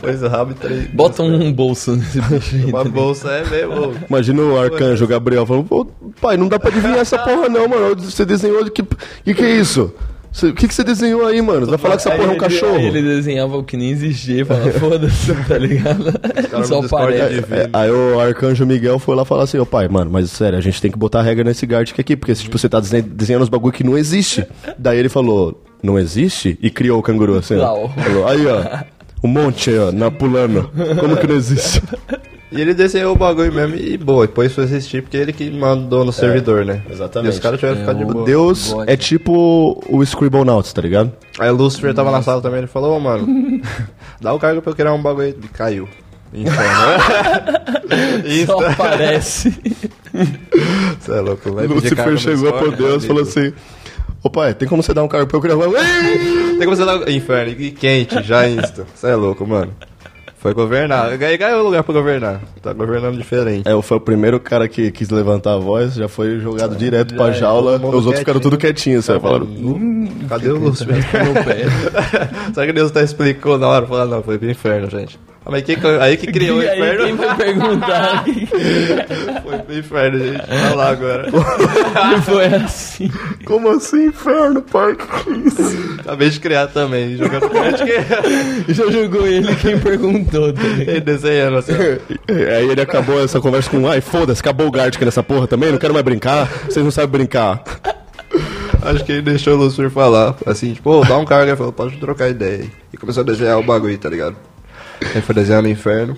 Speaker 1: Pois o rabo e três...
Speaker 3: Bota um bolso nesse bicho aí.
Speaker 1: Uma bolsa,
Speaker 4: né?
Speaker 1: é mesmo.
Speaker 4: Imagina o arcanjo Gabriel falando: "Pô, pai, não dá pra adivinhar essa porra não, mano. Você desenhou que que que é isso? Cê- O que, que você desenhou aí, mano? Você vai falar que essa
Speaker 3: Aí
Speaker 4: porra é um
Speaker 3: ele- aí Ele
Speaker 4: cachorro?
Speaker 3: desenhava o que nem existia e falava, foda-se, tá ligado?
Speaker 1: caras
Speaker 3: Só
Speaker 1: no Discord né?
Speaker 3: parede.
Speaker 1: devem-
Speaker 4: É, aí o arcanjo Miguel foi lá falar assim, ô pai, mano, mas sério, a gente tem que botar regra nesse Gartic aqui, porque tipo, você tá desen- desenhando uns bagulho que não existe. Daí ele falou, não existe? E criou o canguru assim, ó.
Speaker 3: Lau.
Speaker 4: Falou, aí, ó, um monte aí, ó, na pulando. Como que não existe?
Speaker 1: E ele desenhou o bagulho mesmo e boa, e pôs isso existir porque ele que mandou no servidor, né?
Speaker 4: exatamente.
Speaker 1: E os caras tiveram que ficar de boa.
Speaker 4: Deus
Speaker 3: God.
Speaker 4: é tipo o Scribblenauts, tá ligado?
Speaker 1: Aí o Lucifer tava na sala também, ele falou, ô mano, dá o cargo pra eu criar um bagulho. E caiu. Inferno. Isso,
Speaker 3: Só aparece.
Speaker 1: cê é louco. vai pedir cargo
Speaker 4: Lucifer
Speaker 1: no
Speaker 4: chegou
Speaker 1: Discord,
Speaker 4: pra Deus e falou
Speaker 1: amigo.
Speaker 4: assim, ô pai, tem como você dar um carro pra eu criar um...
Speaker 1: Tem que você dar o inferno, e quente, já insta. Você é louco, mano. Foi governar. Aí ganhou o lugar pra governar. Tá governando diferente.
Speaker 4: É, foi o primeiro cara que quis levantar a voz, já foi jogado direto pra
Speaker 1: é,
Speaker 4: jaula,
Speaker 1: todo mundo
Speaker 4: os outros ficaram
Speaker 1: quietinho.
Speaker 4: tudo quietinhos, sabe? Falaram, "Hum,
Speaker 1: Cadê o Lúcifer? Será que Deus tá explicou na hora? Falando, não, foi pro inferno, gente. Ah, mas quem, aí que criou o
Speaker 3: e aí, quem
Speaker 1: um inferno
Speaker 3: vai perguntar que
Speaker 1: foi pro inferno, gente. Olha lá agora.
Speaker 3: que foi assim?
Speaker 4: como assim, inferno, pai? Que é isso?
Speaker 1: Acabei de criar também. Jogando Gartic
Speaker 3: Já jogou ele quem perguntou, tá ligado?
Speaker 1: e desenhando assim. ó.
Speaker 4: É, Aí ele acabou essa conversa com, ai, foda-se, acabou o Gartic nessa porra também, não quero mais brincar, vocês não sabem brincar.
Speaker 1: Acho que ele deixou o Lúcifer falar. Assim, tipo, ô, dá um cargo. Ele falou, pode trocar ideia aí. E começou a desenhar o bagulho, tá ligado? Ele foi desenhando o inferno.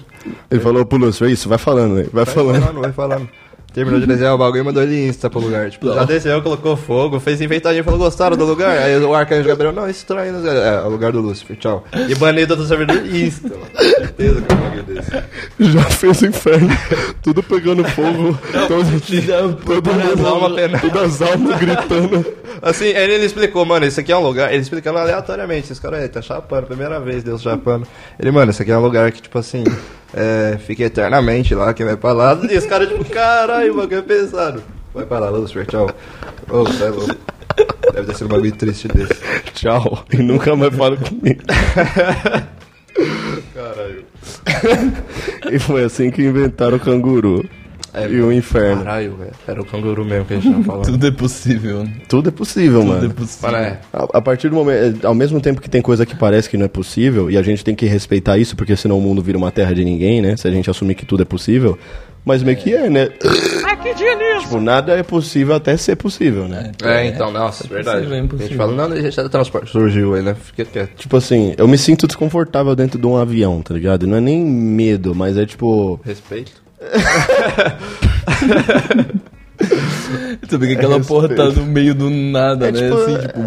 Speaker 4: Ele falou pro Lúcio, é isso, vai falando, né? vai
Speaker 1: Vai
Speaker 4: falando.
Speaker 1: falando, vai falando. Terminou de desenhar o bagulho e mandou ele insta pro lugar. Tipo, já desenhou, colocou fogo, fez inventadinha, falou, gostaram do lugar? Aí o arcanjo Gabriel, não, estranho, né? É, é o lugar do Lúcifer, tchau. E banido do servidor insta, mano. Certeza que é um bagulho desse.
Speaker 4: Já fez o inferno, tudo pegando fogo, todo, todo
Speaker 1: as
Speaker 4: mundo,
Speaker 1: almas penando.
Speaker 4: todas as almas gritando.
Speaker 1: Assim, ele, ele explicou, mano, isso aqui é um lugar. Ele explicando aleatoriamente. Esse cara aí tá chapando, primeira vez, Deus chapando. Ele, mano, isso aqui é um lugar que, tipo assim, é, fica eternamente lá, quem vai pra lá. E esse cara, tipo, caralho, o bagulho é pesado. Vai pra lá, Lúcifer, tchau. Ô, tá louco. Deve ter sido um bagulho triste desse.
Speaker 4: Tchau, e nunca mais fala comigo.
Speaker 1: Caralho.
Speaker 4: E foi assim que inventaram o canguru. e o inferno.
Speaker 1: Caralho, velho. Era o canguru mesmo que a gente tava falando.
Speaker 3: Tudo é possível, né?
Speaker 4: Tudo é possível,
Speaker 3: Tudo
Speaker 4: mano.
Speaker 3: é possível.
Speaker 1: Mano, é.
Speaker 4: A, a partir do momento. Ao mesmo tempo que tem coisa que parece que não é possível, e a gente tem que respeitar isso, porque senão o mundo vira uma terra de ninguém, né? Se a gente assumir que tudo é possível. Mas meio que é, né? Tipo, nada é possível até ser possível, né?
Speaker 1: É, então, nossa, verdade.
Speaker 3: possível, é
Speaker 1: a gente
Speaker 3: impossível.
Speaker 1: fala, não, deixa de transporte. Surgiu aí, né? Fica quieto.
Speaker 4: Tipo assim, eu me sinto desconfortável dentro de um avião, tá ligado? Não é nem medo, mas é tipo.
Speaker 1: Respeito.
Speaker 3: Também que aquela porra tá no meio do nada,
Speaker 4: É
Speaker 3: né?
Speaker 4: tipo,
Speaker 3: assim,
Speaker 4: é-
Speaker 3: tipo,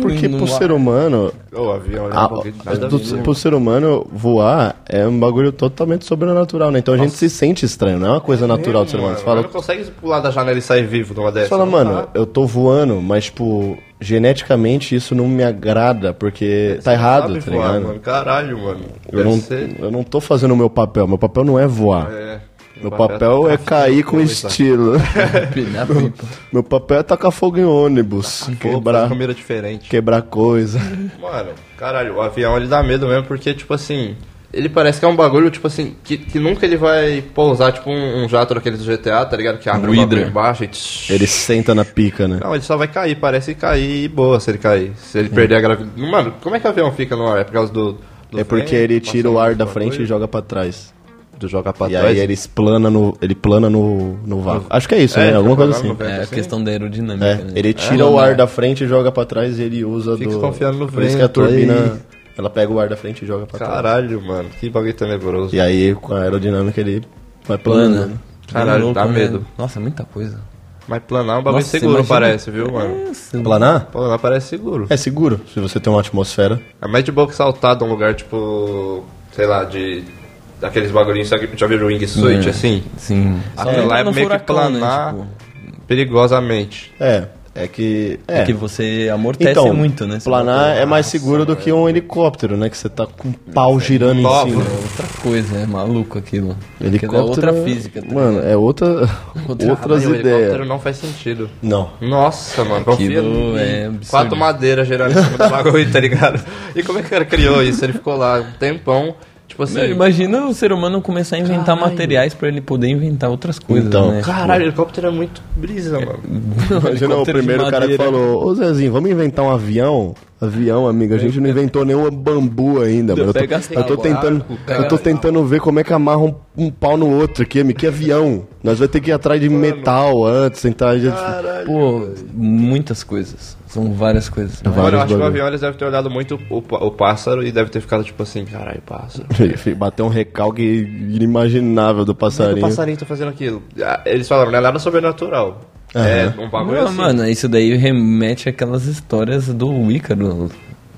Speaker 4: Porque
Speaker 3: no
Speaker 4: pro
Speaker 3: ar.
Speaker 4: ser humano,
Speaker 1: Ô, avião,
Speaker 4: Ah,
Speaker 1: um pouquinho de
Speaker 4: mas
Speaker 1: nada
Speaker 4: do,
Speaker 1: a ver, né?
Speaker 4: pro ser humano voar é um bagulho totalmente sobrenatural, né? Então a gente se sente estranho, não é uma coisa natural do ser humano. Você
Speaker 1: Mano,
Speaker 4: fala,
Speaker 1: não consegue pular da janela e sair vivo numa dessa.
Speaker 4: você fala,
Speaker 1: não tá?
Speaker 4: mano,
Speaker 1: dá.
Speaker 4: eu tô voando, mas tipo, geneticamente isso não me agrada, porque tá errado,
Speaker 1: É, Sabe
Speaker 4: tá
Speaker 1: voar,
Speaker 4: ligado?
Speaker 1: mano. Caralho, mano.
Speaker 4: Eu
Speaker 1: Deve
Speaker 4: não,
Speaker 1: ser-
Speaker 4: eu não tô fazendo o meu papel, meu papel não é voar.
Speaker 1: É. tá
Speaker 4: Meu papel é cair com estilo.
Speaker 3: Pinar pipa.
Speaker 4: Meu papel é tacar fogo em ônibus,
Speaker 1: Quebrar.
Speaker 4: quebrar,
Speaker 1: Comida diferente.
Speaker 4: quebrar coisa.
Speaker 1: Mano, caralho, o avião ele dá medo mesmo porque, tipo assim. Ele parece que é um bagulho, tipo assim, que, que nunca ele vai pousar, tipo um, um jato daquele do GTA, tá ligado? Que abre
Speaker 3: Um
Speaker 1: o bagulho
Speaker 3: Hydra.
Speaker 1: embaixo e. tsh.
Speaker 4: Ele senta na pica, né?
Speaker 1: Não, ele só vai cair, parece que cair e boa se ele cair. Se ele perder a gravidade. Mano, como é que o avião fica no ar? É por causa do. do tá
Speaker 4: É porque
Speaker 1: vento,
Speaker 4: ele tira o
Speaker 1: passa
Speaker 4: ar da
Speaker 1: bagulho,
Speaker 4: frente e joga pra trás.
Speaker 1: Do joga pra
Speaker 4: E
Speaker 1: trás.
Speaker 4: aí ele explana no. Ele plana no, no vácuo. Acho que é isso,
Speaker 1: É,
Speaker 4: né? Alguma
Speaker 1: joga
Speaker 4: coisa
Speaker 1: lá no
Speaker 4: assim.
Speaker 1: vento.
Speaker 3: É a
Speaker 1: assim?
Speaker 3: questão da aerodinâmica.
Speaker 4: É,
Speaker 3: né?
Speaker 4: ele tira o ar da frente e joga pra trás e ele usa
Speaker 1: Fica
Speaker 4: do.
Speaker 1: confiando no
Speaker 4: Por isso que a
Speaker 1: vento aí.
Speaker 4: turbina. Ela pega o ar da frente e joga pra trás.
Speaker 1: Caralho, mano, que bagulho tenebroso.
Speaker 4: E aí, com a aerodinâmica, ele vai planando.
Speaker 3: plana.
Speaker 1: Caralho,
Speaker 3: Louco,
Speaker 1: dá
Speaker 3: né?
Speaker 1: medo.
Speaker 3: Nossa, é muita coisa.
Speaker 1: Mas planar é um bagulho
Speaker 3: Nossa,
Speaker 1: seguro,
Speaker 3: imagina- É.
Speaker 1: parece, viu, mano?
Speaker 4: Planar?
Speaker 1: Planar parece seguro.
Speaker 4: É seguro, se você tem uma atmosfera.
Speaker 1: É mais de boa que saltar de um lugar, tipo, sei lá, de... Daqueles bagulhinhos, sabe? Já viram o wingsuit,
Speaker 3: É.
Speaker 1: assim?
Speaker 3: Sim.
Speaker 1: Aquilo lá é
Speaker 3: no
Speaker 1: meio que
Speaker 3: furacão, né,
Speaker 1: planar
Speaker 3: tipo,
Speaker 1: perigosamente.
Speaker 4: É. É que. É.
Speaker 3: é. que você amortece
Speaker 4: então,
Speaker 3: muito, né? Você
Speaker 4: planar é mais seguro do que um helicóptero, né? Que você tá com um pau girando
Speaker 1: Top.
Speaker 4: em cima.
Speaker 3: outra coisa, é maluco aquilo. Aquilo
Speaker 4: Helicóptero.
Speaker 3: é outra física. tá
Speaker 4: Mano, é outra.
Speaker 1: Ah, mas
Speaker 4: outras
Speaker 1: o helicóptero
Speaker 4: ideias.
Speaker 1: não faz sentido.
Speaker 4: Não.
Speaker 1: Nossa, mano, confia
Speaker 3: Aquilo
Speaker 1: em
Speaker 3: é absurdo.
Speaker 1: quatro madeiras gerando em cima do bagulho, tá ligado? E como é que o cara criou isso? Ele ficou lá um tempão Tipo assim.
Speaker 3: Meu, imagina o ser humano começar a inventar
Speaker 1: Caralho.
Speaker 3: materiais pra ele poder inventar outras coisas,
Speaker 4: Então,
Speaker 3: né?
Speaker 1: Caralho, helicóptero é muito brisa, mano.
Speaker 4: Imagina o
Speaker 3: Helicóptero de
Speaker 4: primeiro cara que
Speaker 3: madeira.
Speaker 4: falou, ô Zezinho, vamos inventar um avião? Avião, amigo, a gente não inventou nenhum bambu ainda, mano. Eu tô,
Speaker 3: Pega as
Speaker 4: eu tô
Speaker 1: tábuas,
Speaker 4: tentando,
Speaker 1: pega
Speaker 4: eu tô tentando ver como é que amarra um, um pau no outro aqui, amigo. Que avião? Nós vamos ter que ir atrás de metal antes, tentar...
Speaker 3: Pô, muitas coisas. São várias coisas.
Speaker 1: Mano, eu
Speaker 4: Vários
Speaker 1: acho que o
Speaker 4: bagulho.
Speaker 1: avião eles devem ter olhado muito o, pá- o pássaro e deve ter ficado tipo assim, caralho, pássaro.
Speaker 4: Bater um recalque inimaginável
Speaker 3: é
Speaker 4: do
Speaker 1: Por que que
Speaker 4: passarinho.
Speaker 1: o passarinho tá fazendo aquilo? Ah, Eles falaram, não é nada sobrenatural. É um bagulho
Speaker 3: Não,
Speaker 1: assim.
Speaker 3: Mano, isso daí remete àquelas histórias do Ícaro,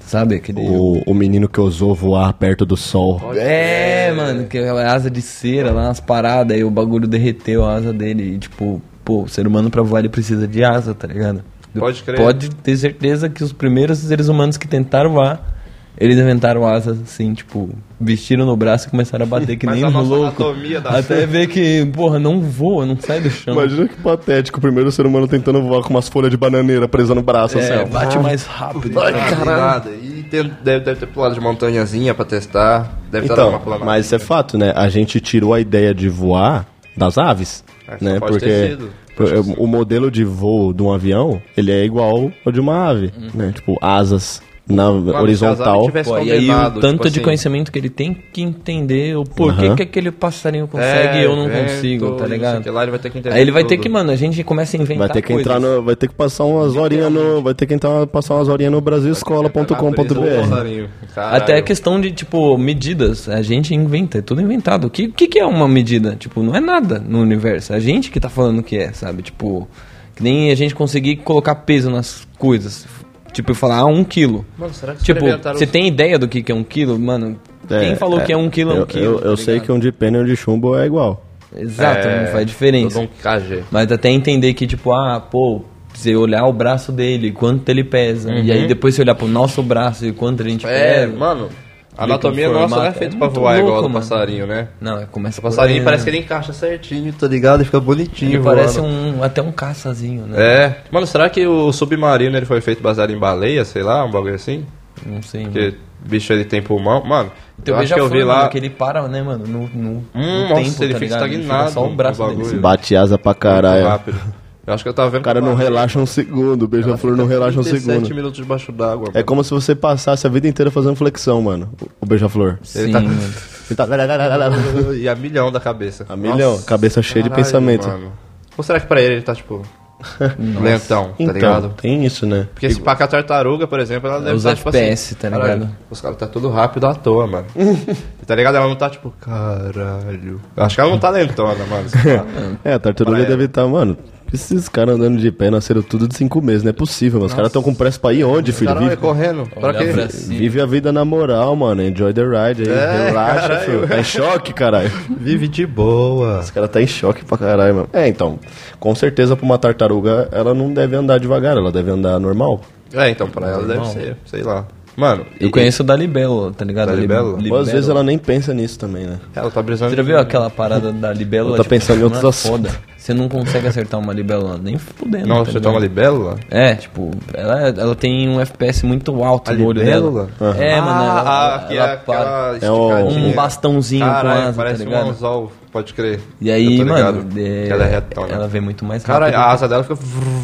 Speaker 3: sabe? Aquele...
Speaker 4: O, o menino que ousou voar perto do sol.
Speaker 3: É, mano, que é asa de cera lá, umas paradas, aí o bagulho derreteu a asa dele. E tipo, pô, o ser humano pra voar ele precisa de asa, tá ligado?
Speaker 1: Pode crer.
Speaker 3: Pode ter certeza que os primeiros seres humanos que tentaram voar, eles inventaram asa assim, tipo, vestiram no braço e começaram a bater que
Speaker 1: Mas
Speaker 3: nem
Speaker 1: a
Speaker 3: um
Speaker 1: nossa
Speaker 3: louco.
Speaker 1: anatomia da
Speaker 3: Até ver que, porra, não voa, não sai do chão.
Speaker 4: Imagina que patético, o primeiro ser humano tentando voar com umas folhas de bananeira presa no braço,
Speaker 3: É,
Speaker 4: assim. ó.
Speaker 3: bate mais rápido.
Speaker 1: Ai, caralho. E tem- deve, deve ter pulado de montanhazinha pra testar. Deve ter dado uma
Speaker 4: Então,
Speaker 1: planada.
Speaker 4: mas isso é fato, né? A gente tirou a ideia de voar das aves,
Speaker 1: É, só
Speaker 4: né?
Speaker 1: pode
Speaker 4: Porque
Speaker 1: ter sido.
Speaker 4: por- o modelo de voo de um avião, ele é igual ao de uma ave,
Speaker 3: Uhum.
Speaker 4: né? Tipo, asas na horizontal.
Speaker 1: tivesse
Speaker 3: Pô, e aí o
Speaker 1: combinado,
Speaker 3: tanto
Speaker 1: tipo
Speaker 3: de
Speaker 1: assim,
Speaker 3: conhecimento que ele tem que entender o porquê
Speaker 4: Aham.
Speaker 3: que aquele passarinho
Speaker 1: É,
Speaker 3: consegue e eu não
Speaker 1: vento,
Speaker 3: consigo, tá
Speaker 1: não sei
Speaker 3: ligado?
Speaker 1: o que lá, ele vai ter que entender
Speaker 3: Aí ele vai ter
Speaker 1: tudo.
Speaker 3: que, mano, a gente começa a inventar
Speaker 4: Vai ter que
Speaker 3: coisas.
Speaker 4: entrar no, vai ter que passar umas horinhas no, vai ter que entrar passar umas horinhas no brasilescola.com.br.
Speaker 1: Passarinho, caralho.
Speaker 3: Até a questão de, tipo, medidas. A gente inventa, é tudo inventado. O que, que, que é uma medida? Tipo, não é nada no universo. É A gente que tá falando que é, sabe? Tipo, que nem a gente conseguir colocar peso nas coisas. Tipo, falar, ah, um quilo.
Speaker 1: Mano, será que
Speaker 3: Tipo,
Speaker 1: experimentaram
Speaker 3: você
Speaker 1: os-
Speaker 3: tem ideia do que, que é um quilo? Mano, quem falou que é um quilo é um
Speaker 4: eu,
Speaker 3: quilo?
Speaker 4: Eu,
Speaker 3: tá
Speaker 4: eu sei
Speaker 3: ligado?
Speaker 4: que um de pena e um de chumbo é igual.
Speaker 3: Exato,
Speaker 1: É,
Speaker 3: não faz diferença.
Speaker 1: todo um KG.
Speaker 3: Mas até entender que, tipo, ah, pô, você olhar o braço dele, quanto ele pesa. E aí depois você olhar pro nosso braço e quanto a gente
Speaker 1: Uhum. É,
Speaker 3: pesa.
Speaker 1: mano, a anatomia
Speaker 3: um Formato.
Speaker 1: nossa não é feita
Speaker 3: É
Speaker 1: pra
Speaker 3: muito
Speaker 1: voar igual a do
Speaker 3: louco, mano.
Speaker 1: passarinho, né?
Speaker 3: Não, é, começa
Speaker 1: O passarinho
Speaker 3: por aí,
Speaker 1: parece que
Speaker 3: né?
Speaker 1: ele encaixa certinho, tá ligado? E fica bonitinho.
Speaker 3: Ele parece
Speaker 1: voando.
Speaker 3: um, até um caçazinho, né?
Speaker 1: É. Mano, será que o submarino ele foi feito baseado em baleia, sei lá, um bagulho assim?
Speaker 3: Não sei. mano.
Speaker 1: Porque o bicho ele tem pulmão. Mano,
Speaker 3: Teu
Speaker 1: eu acho que eu
Speaker 3: beija-flor,
Speaker 1: vi
Speaker 3: mano,
Speaker 1: lá.
Speaker 3: que ele para, né, mano, no, no,
Speaker 1: Hum,
Speaker 3: no
Speaker 1: nossa,
Speaker 3: tempo,
Speaker 1: ele
Speaker 3: tá
Speaker 1: fica
Speaker 3: ligado?
Speaker 1: estagnado
Speaker 3: só o
Speaker 1: no
Speaker 3: braço dele.
Speaker 1: bagulho.
Speaker 3: assim.
Speaker 4: Bate asa pra caralho.
Speaker 1: rápido. Eu acho que eu tava vendo.
Speaker 4: O cara
Speaker 1: que
Speaker 4: não
Speaker 1: baleia-
Speaker 4: relaxa um segundo, o beija-flor não relaxa um
Speaker 1: 37
Speaker 4: segundo.
Speaker 1: minutos debaixo d'água.
Speaker 4: É como se você passasse a vida inteira fazendo flexão, mano. O beija-flor.
Speaker 3: Sim,
Speaker 1: tá-
Speaker 3: mano.
Speaker 4: Ele tá...
Speaker 1: mano. E a milhão da cabeça.
Speaker 4: A milhão, cabeça cheia de pensamento.
Speaker 1: Mano. Ou será que pra ele ele tá, tipo, lentão, tá
Speaker 4: Então,
Speaker 1: ligado?
Speaker 4: tem isso, né?
Speaker 1: Porque se paca a tartaruga, por exemplo, ela deve
Speaker 3: os
Speaker 1: tá, tipo
Speaker 3: FPS, É, tá ligado?
Speaker 1: "Caralho, Os caras tá tudo rápido à toa, mano. tá ligado? Ela não tá tipo, caralho. Eu acho que ela não tá lentona, mano. sei lá.
Speaker 4: É, a tartaruga
Speaker 1: Pra
Speaker 4: deve estar, mano. Esses caras andando de pé nasceram tudo de cinco meses, não é possível, mano. Os caras estão com pressa pra ir onde, filho?
Speaker 1: Caralho,
Speaker 4: Vive,
Speaker 1: correndo. Pra
Speaker 3: Olhar
Speaker 1: quê?
Speaker 3: pra cima.
Speaker 4: vive a vida na moral, mano. Enjoy the ride aí.
Speaker 1: É,
Speaker 4: relaxa,
Speaker 1: caralho.
Speaker 4: filho. É choque, caralho.
Speaker 1: Vive de boa.
Speaker 4: Os caras tá em choque pra caralho, mano. É, então. Com certeza, pra uma tartaruga, ela não deve andar devagar, ela deve andar normal.
Speaker 1: É, então pra ela deve ser, sei lá. Mano,
Speaker 3: Eu conheço o da Libelo, tá ligado?
Speaker 1: Da
Speaker 3: Li-
Speaker 1: Libelo?
Speaker 4: Ou às vezes ela nem pensa nisso também, né?
Speaker 1: ela tá brisando.
Speaker 3: Você já viu aquela parada da libélula?
Speaker 4: Eu tô tá pensando em outros
Speaker 3: mano, é
Speaker 4: assuntos.
Speaker 3: Foda. Você não consegue acertar uma libélula, nem fudendo.
Speaker 1: Não,
Speaker 3: tá
Speaker 1: você toma
Speaker 3: ligado?
Speaker 1: libélula?
Speaker 3: É, tipo, ela, ela tem um FPS muito alto
Speaker 1: A
Speaker 3: no olho
Speaker 1: libélula?
Speaker 3: dela. É, mano, ela,
Speaker 1: ah,
Speaker 3: ela,
Speaker 1: aqui é
Speaker 3: ela para-
Speaker 1: aquela
Speaker 4: É um-
Speaker 1: esticadinha.
Speaker 3: um bastãozinho
Speaker 1: Caralho,
Speaker 3: com asa, tá
Speaker 1: parece
Speaker 3: ligado?
Speaker 1: um anzol, pode crer.
Speaker 3: E
Speaker 1: Eu
Speaker 3: aí,
Speaker 1: tô ligado.
Speaker 3: mano,
Speaker 1: Que
Speaker 3: é,
Speaker 1: ela é retona.
Speaker 3: ela vem muito mais rápido.
Speaker 1: Caralho, ah, a asa dela fica...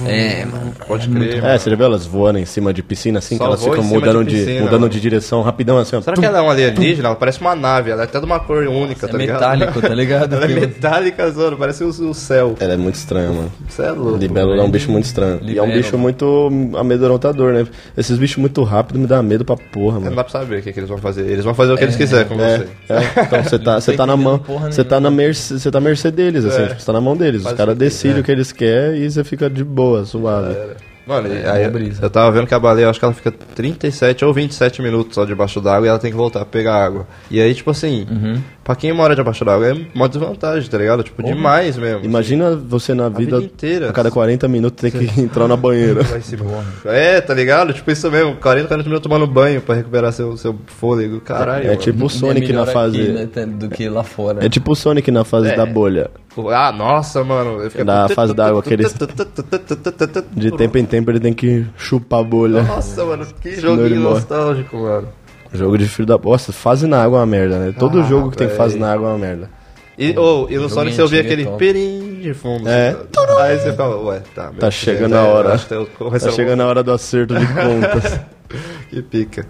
Speaker 3: É, mano.
Speaker 1: Pode crer, mano.
Speaker 4: É, você já viu elas voando em cima de piscina assim,
Speaker 1: Só
Speaker 4: que elas
Speaker 1: voa em
Speaker 4: ficam
Speaker 1: cima de
Speaker 4: mudando, de,
Speaker 1: piscina,
Speaker 4: mudando
Speaker 1: mano.
Speaker 4: de direção rapidão assim, ó.
Speaker 1: Será que ela é um alienígena? Ela parece uma nave, ela é até de uma cor única,
Speaker 3: É
Speaker 1: tá ligado?
Speaker 3: metálico, tá ligado?
Speaker 1: Ela é metálica, Zoro, parece o, o céu.
Speaker 4: Ela é muito estranha, mano.
Speaker 1: Você é louco.
Speaker 4: Libélula é um bicho muito estranho. E é um
Speaker 3: Libélula.
Speaker 4: bicho muito amedrontador, né? Esses bichos muito rápido me dá medo pra porra,
Speaker 1: Não
Speaker 4: mano.
Speaker 1: dá pra saber o que, que eles vão fazer. Eles vão fazer o que eles quiserem com
Speaker 4: É,
Speaker 1: É você.
Speaker 4: é. Então você tá, você tá na mão,
Speaker 3: porra
Speaker 4: você tá na mercê, você tá à mercê deles, assim,
Speaker 1: É.
Speaker 4: tipo, você tá na mão deles. Os
Speaker 1: Faz É.
Speaker 4: caras
Speaker 1: sentido,
Speaker 4: decidem o que eles querem e você fica de boa, suave.
Speaker 1: Mano, e aí
Speaker 3: uma brisa.
Speaker 1: eu tava vendo que a baleia, eu acho que ela fica 37 ou 27 minutos só debaixo d'água e ela tem que voltar a pegar água. E aí, tipo assim, pra quem mora debaixo d'água é uma desvantagem, tá ligado? Tipo, demais mesmo.
Speaker 4: Imagina você na vida,
Speaker 1: vida inteira.
Speaker 4: a cada 40 minutos ter que entrar na banheira.
Speaker 1: Vai se morre. É, tá ligado? Tipo isso mesmo, 40, 40 minutos tomando banho pra recuperar seu, seu fôlego. Caralho.
Speaker 4: É
Speaker 1: mano.
Speaker 4: tipo o Sonic na
Speaker 3: melhor
Speaker 4: fase.
Speaker 3: aqui, né, tá- do que lá fora.
Speaker 4: É tipo o Sonic na fase
Speaker 1: É.
Speaker 4: da bolha.
Speaker 1: Ah, nossa, mano. Eu fiquei...
Speaker 4: Na fase d'água, aqueles- De
Speaker 1: De
Speaker 4: tempo em tempo ele tem que chupar a bolha.
Speaker 1: Nossa, mano, que
Speaker 4: ele
Speaker 1: joguinho
Speaker 4: morre.
Speaker 1: nostálgico, mano.
Speaker 4: Jogo de filho da. Nossa, fase na água é uma merda, né? Todo
Speaker 1: Ah,
Speaker 4: jogo que tem
Speaker 1: velho.
Speaker 4: fase na água é uma merda.
Speaker 1: E, ou, e no
Speaker 3: Jogo
Speaker 1: Sonic você ouvia
Speaker 3: antigo é
Speaker 1: aquele
Speaker 3: top.
Speaker 1: pirim de fundo.
Speaker 4: né, É.
Speaker 1: assim, Aí você ficava, ué, tá. meu
Speaker 4: Tá
Speaker 1: Deus,
Speaker 4: chegando
Speaker 1: é,
Speaker 4: a hora.
Speaker 1: acho que eu-
Speaker 4: Tá chegando a hora do acerto de contas.
Speaker 1: Que pica.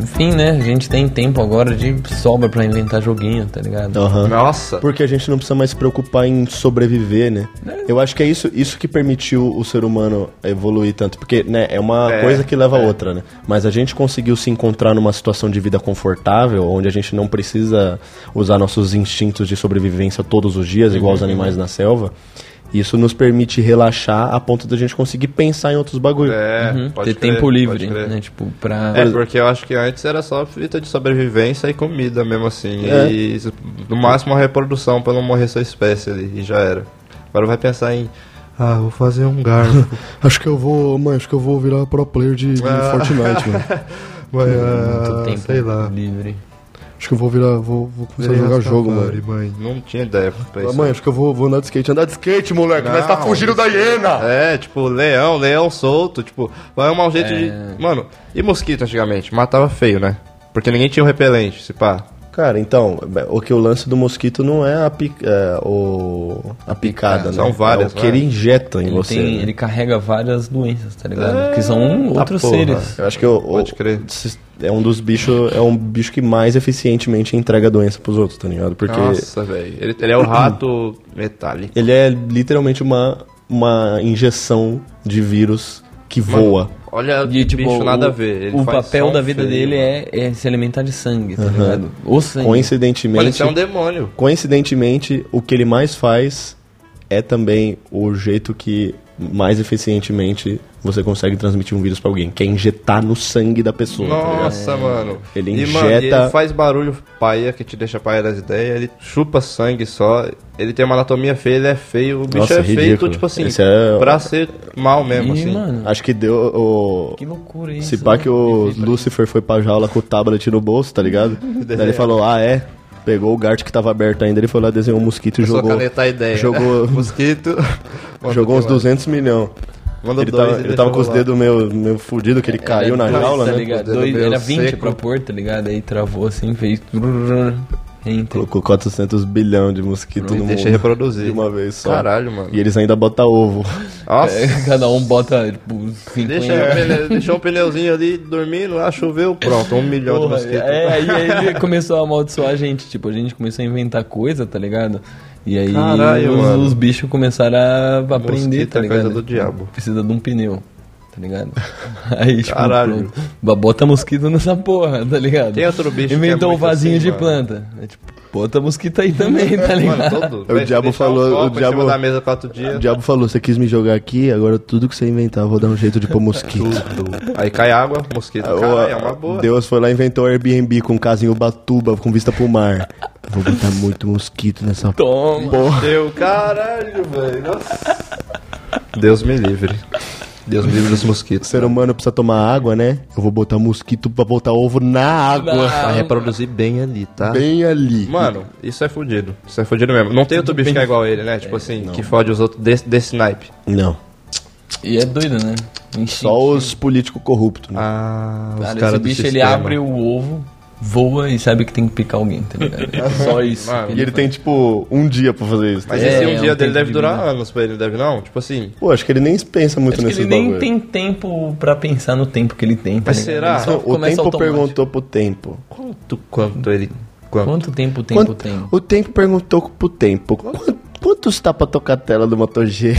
Speaker 3: Enfim, né? A gente tem tempo agora de sobra pra inventar joguinho, tá ligado?
Speaker 4: Aham.
Speaker 1: Nossa.
Speaker 4: Porque a gente não precisa mais se preocupar em sobreviver, né? Eu acho que é isso, isso que permitiu o ser humano evoluir tanto. Porque, né, é uma
Speaker 1: É,
Speaker 4: coisa que leva a outra, né? Mas a gente conseguiu se encontrar numa situação de vida confortável, onde a gente não precisa usar nossos instintos de sobrevivência todos os dias, igual
Speaker 1: Uhum.
Speaker 4: os animais na selva. Isso nos permite relaxar a ponto da gente conseguir pensar em outros bagulhos.
Speaker 1: É,
Speaker 3: Uhum.
Speaker 1: pode
Speaker 3: Ter
Speaker 1: crer,
Speaker 3: tempo
Speaker 1: pode
Speaker 3: livre,
Speaker 1: crer.
Speaker 3: né? Tipo, pra.
Speaker 1: É, porque eu acho que antes era só fita de sobrevivência e comida mesmo assim.
Speaker 4: É.
Speaker 1: E isso- no máximo a reprodução pra não morrer sua espécie ali. E já era. Agora vai pensar em. Ah, vou fazer um garfo.
Speaker 4: Acho que eu vou, mãe, acho que eu vou virar pro player de, de
Speaker 1: Ah.
Speaker 4: Fortnite, Uhum. mano.
Speaker 1: Vai, ah,
Speaker 3: muito tempo
Speaker 1: sei lá.
Speaker 3: livre.
Speaker 4: Acho que eu vou virar, vou, vou começar
Speaker 1: Rastafari, mãe. Não tinha ideia pra isso.
Speaker 4: Mãe, acho que eu vou, vou andar de skate. Andar de skate, moleque. Nós tá
Speaker 1: Não.
Speaker 4: fugindo da hiena.
Speaker 1: É, tipo, leão, leão solto, tipo, vai um mau jeito
Speaker 3: É.
Speaker 1: de. Mano, e mosquito antigamente? Matava feio, né? Porque ninguém tinha o repelente, se pá.
Speaker 4: Cara, então, o que o lance do mosquito não é a, pi- é, o, a picada, né?
Speaker 1: São várias,
Speaker 4: É o que ele
Speaker 1: várias.
Speaker 4: injeta em
Speaker 3: Ele,
Speaker 4: você.
Speaker 3: tem,
Speaker 4: né?
Speaker 3: ele carrega várias doenças, tá ligado?
Speaker 4: É,
Speaker 3: que são outros
Speaker 1: porra.
Speaker 3: seres.
Speaker 4: Eu acho que o, o-
Speaker 1: Pode crer.
Speaker 4: se- é um dos bichos, é um bicho que mais eficientemente entrega a doença pros outros, tá ligado? Porque
Speaker 1: Nossa, velho. Ele, ele é o rato metálico.
Speaker 4: ele é literalmente uma, uma injeção de vírus que voa.
Speaker 1: Olha,
Speaker 3: E,
Speaker 1: que
Speaker 3: tipo,
Speaker 1: Tá bicho, nada
Speaker 3: o,
Speaker 1: a ver. Ele
Speaker 3: o
Speaker 1: faz
Speaker 3: papel
Speaker 1: som
Speaker 3: da vida
Speaker 1: feio,
Speaker 3: dele
Speaker 1: mano.
Speaker 3: é, é se alimentar de sangue, tá ligado? O sangue.
Speaker 1: Mas
Speaker 4: Coincidentemente,
Speaker 1: isso é um demônio.
Speaker 4: Coincidentemente, o que ele mais faz é também o jeito que mais eficientemente você consegue transmitir um vírus pra alguém, que é injetar no sangue da pessoa. tá ligado?
Speaker 1: Nossa, mano.
Speaker 4: Ele
Speaker 1: E, mano, e
Speaker 4: injeta-
Speaker 1: ele faz barulho paia, que te deixa paia das ideias. Ele chupa sangue só. Ele tem uma anatomia feia, ele é feio. O bicho
Speaker 4: Nossa,
Speaker 1: é feito,
Speaker 4: ridículo.
Speaker 1: tipo assim,
Speaker 4: Esse é-
Speaker 1: pra ser mal mesmo,
Speaker 3: Ih,
Speaker 1: assim.
Speaker 3: mano,
Speaker 4: Acho que deu o.
Speaker 3: que loucura isso.
Speaker 4: Se
Speaker 3: né?
Speaker 4: pá que o
Speaker 3: Perfeito.
Speaker 4: Lucifer foi pra jaula com o tablet no bolso, tá ligado? Daí ele falou, ah é. Pegou o Gart que tava aberto ainda, ele foi lá, desenhou um mosquito e
Speaker 1: Só
Speaker 4: jogou.
Speaker 1: canetar é. a ideia.
Speaker 4: Jogou-
Speaker 1: Mosquito. Manda
Speaker 4: Jogou uns
Speaker 1: aqui,
Speaker 4: 200 milhões.
Speaker 1: mano. Manda
Speaker 4: Ele
Speaker 1: dois
Speaker 4: tava,
Speaker 1: e
Speaker 4: ele tava com os
Speaker 1: deixa
Speaker 4: dedos meio, meio fudido, que ele
Speaker 1: É,
Speaker 4: caiu na
Speaker 3: dois,
Speaker 4: jaula,
Speaker 3: tá
Speaker 4: né?
Speaker 3: ligado?
Speaker 1: Puta,
Speaker 3: Dois-
Speaker 1: meu
Speaker 3: era 20
Speaker 1: seco.
Speaker 3: pra pôr, tá ligado? Aí travou assim, fez. Entra.
Speaker 4: Colocou 400 bilhão de mosquito no
Speaker 1: rolar. Deixa
Speaker 4: mundo.
Speaker 1: reproduzir.
Speaker 4: De uma vez só.
Speaker 1: Caralho, mano.
Speaker 4: E ah, eles ainda botam ovo.
Speaker 1: Nossa.
Speaker 3: É, cada um bota, tipo, 50.
Speaker 1: Deixa, o pneu- deixou um pneuzinho ali dormindo, lá choveu, pronto, um milhão
Speaker 3: Porra,
Speaker 1: de mosquitos.
Speaker 3: é, aí aí ele começou a amaldiçoar a gente, tipo, a gente começou a inventar coisa, tá ligado? E aí
Speaker 1: Caralho,
Speaker 3: os,
Speaker 1: mano.
Speaker 3: os bichos começaram a aprender,
Speaker 1: Mosquito
Speaker 3: tá
Speaker 1: é coisa
Speaker 3: ligado?
Speaker 1: do diabo.
Speaker 3: Precisa de um pneu, tá ligado? Aí, tipo,
Speaker 1: Caralho.
Speaker 3: pronto. bota mosquito nessa porra, tá ligado?
Speaker 1: Tem outro bicho que é
Speaker 3: Inventou o
Speaker 1: muito
Speaker 3: vasinho
Speaker 1: assim,
Speaker 3: de
Speaker 1: mano.
Speaker 3: planta. É, tipo, bota mosquito aí também, tá
Speaker 1: Mano,
Speaker 3: ligado?
Speaker 1: todo.
Speaker 4: O diabo falou- o
Speaker 1: um Em
Speaker 4: diabo-
Speaker 1: cima da mesa quatro dias.
Speaker 4: O diabo falou, você quis me jogar aqui, agora tudo que você inventar, eu vou dar um jeito de pôr mosquito.
Speaker 1: Aí cai água, mosquito.
Speaker 4: Ah,
Speaker 1: Caralho, é uma boa.
Speaker 4: Deus foi lá e inventou o Airbnb com casa em Ubatuba, com vista pro mar. Vou botar muito mosquito nessa porra.
Speaker 3: Toma.
Speaker 1: Deu, caralho, velho. Nossa. Deus me livre. Deus me livre dos
Speaker 4: O
Speaker 1: mosquitos.
Speaker 4: ser humano precisa tomar água, né? Eu vou botar mosquito pra botar ovo na água.
Speaker 1: Vai reproduzir bem ali, tá?
Speaker 4: Bem ali.
Speaker 1: Mano, isso é fudido. Isso é fudido mesmo. Não tem outro bicho que é igual a ele, né? Tipo assim, que fode os outros desse, desse naipe.
Speaker 4: Não.
Speaker 3: E é doido, né? Enchi-
Speaker 4: Só os políticos corruptos. Né?
Speaker 1: Ah, os
Speaker 3: Cara,
Speaker 1: caras
Speaker 3: esse
Speaker 1: do
Speaker 3: bicho ele
Speaker 1: sistema.
Speaker 3: abre o ovo, voa e sabe que tem que picar alguém, tá ligado? Só isso.
Speaker 1: Mano,
Speaker 3: que
Speaker 4: e ele tem, tipo, um dia pra fazer isso. tá
Speaker 1: Mas
Speaker 3: É,
Speaker 4: ligado?
Speaker 1: esse um
Speaker 3: é um
Speaker 1: dia dele
Speaker 3: tempo
Speaker 1: deve
Speaker 3: de
Speaker 1: durar
Speaker 3: vida.
Speaker 1: anos pra ele, deve não? Tipo assim.
Speaker 4: é. Pô, acho que ele nem pensa muito
Speaker 3: Acho que
Speaker 4: nesses
Speaker 3: ele nem
Speaker 4: bagulho.
Speaker 3: tem tempo pra pensar no tempo que ele tem. Tá
Speaker 1: Mas
Speaker 3: ligado?
Speaker 1: será?
Speaker 3: Ele só
Speaker 4: Ah, O
Speaker 3: começa
Speaker 4: tempo
Speaker 3: automático.
Speaker 4: perguntou pro tempo.
Speaker 1: Quanto, quanto ele. Quanto?
Speaker 3: Quanto tempo o tempo
Speaker 4: Quant-
Speaker 3: tem?
Speaker 4: O tempo perguntou pro tempo. "Quan- Quantos tá pra tocar a tela do Moto G?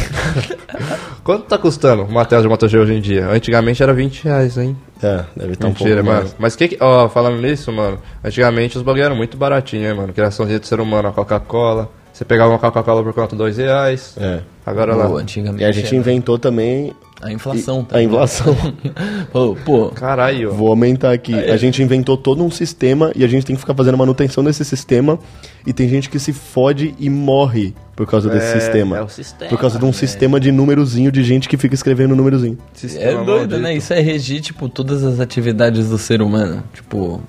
Speaker 1: Quanto tá custando uma tela de MotoG hoje em dia? Antigamente era 20 reais, hein?
Speaker 4: é, deve estar
Speaker 1: Mentira, mano. Mas que que. Ó, falando nisso, mano. Antigamente os bagulho eram muito baratinho, hein, mano? Criaçãozinha do ser humano, a Coca-Cola. Você pegava uma Coca-Cola por quanto? Dois reais.
Speaker 4: É.
Speaker 1: Agora
Speaker 3: Pô,
Speaker 1: lá.
Speaker 4: E
Speaker 3: antigamente.
Speaker 4: a gente
Speaker 3: era.
Speaker 4: inventou também
Speaker 3: A inflação, tá?
Speaker 4: a inflação.
Speaker 3: Pô, pô,
Speaker 1: Caralho.
Speaker 4: Vou aumentar aqui.
Speaker 3: É.
Speaker 4: A gente inventou todo um sistema e a gente tem que ficar fazendo manutenção desse sistema. E tem gente que se fode e morre por causa desse sistema.
Speaker 1: é o sistema,
Speaker 4: Por causa de um sistema de númerozinho de gente que fica escrevendo númerozinho.
Speaker 1: Sistema tá
Speaker 3: é doido,
Speaker 1: maldito.
Speaker 3: né? Isso é regir, tipo, todas as atividades do ser humano. Tipo,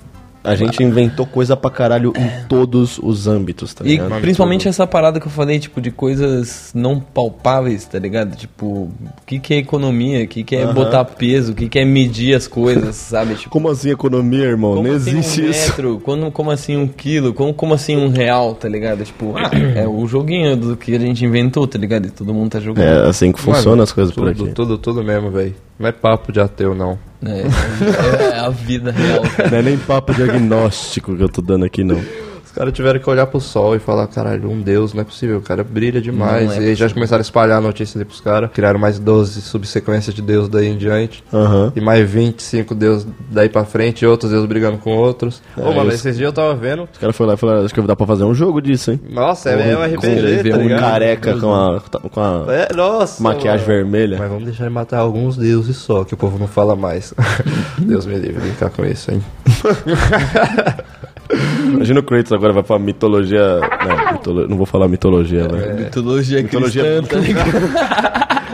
Speaker 4: A gente inventou coisa pra caralho em todos os âmbitos, tá
Speaker 3: E
Speaker 4: ligado?
Speaker 3: principalmente essa parada que eu falei, tipo, de coisas não palpáveis, tá ligado? Tipo, o que, que é economia, o que, que é botar peso, o que, que é medir as coisas, sabe? Tipo,
Speaker 4: Como assim economia, irmão?
Speaker 3: como
Speaker 4: Não
Speaker 3: assim
Speaker 4: existe
Speaker 3: um
Speaker 4: isso.
Speaker 3: metro, quando, como assim um quilo, como, como assim um real, tá ligado? Tipo, ah, é o joguinho do que a gente inventou, tá ligado? E todo mundo tá jogando.
Speaker 4: É assim que funcionam
Speaker 1: Mano,
Speaker 4: as coisas por
Speaker 1: tudo,
Speaker 4: aqui.
Speaker 1: Tudo, tudo mesmo, velho. Não é papo de ateu, não.
Speaker 3: É, é a vida real. cara.
Speaker 4: Não é nem papo diagnóstico que eu tô dando aqui, não.
Speaker 1: Os caras tiveram que olhar pro sol e falar, caralho, um deus, não é possível, o cara brilha demais.
Speaker 3: Não é
Speaker 1: e aí já começaram a espalhar a notícia ali pros caras. Criaram mais 12 subsequências de deus daí em diante.
Speaker 4: Aham.
Speaker 1: E mais 25 deuses daí pra frente, e outros deuses brigando com outros. Ô, mano,
Speaker 4: isso.
Speaker 1: esses dias eu tava vendo.
Speaker 4: Os caras foram lá e falaram, acho que dá pra fazer um jogo disso, hein?
Speaker 1: Nossa, é, é um RPG,
Speaker 3: escreveu
Speaker 1: tá
Speaker 3: um
Speaker 1: ligado?
Speaker 4: Careca com a, com a
Speaker 1: É, nossa.
Speaker 4: maquiagem
Speaker 1: mano.
Speaker 4: vermelha.
Speaker 1: Mas vamos deixar de matar alguns deuses só, que o povo não fala mais. Deus me livre brincar com isso, hein?
Speaker 4: Imagina o Kratos agora vai pra mitologia... Não, mitolo- não vou falar mitologia, né?
Speaker 3: Mitologia,
Speaker 4: Mitologia
Speaker 3: cristã, tá ligado?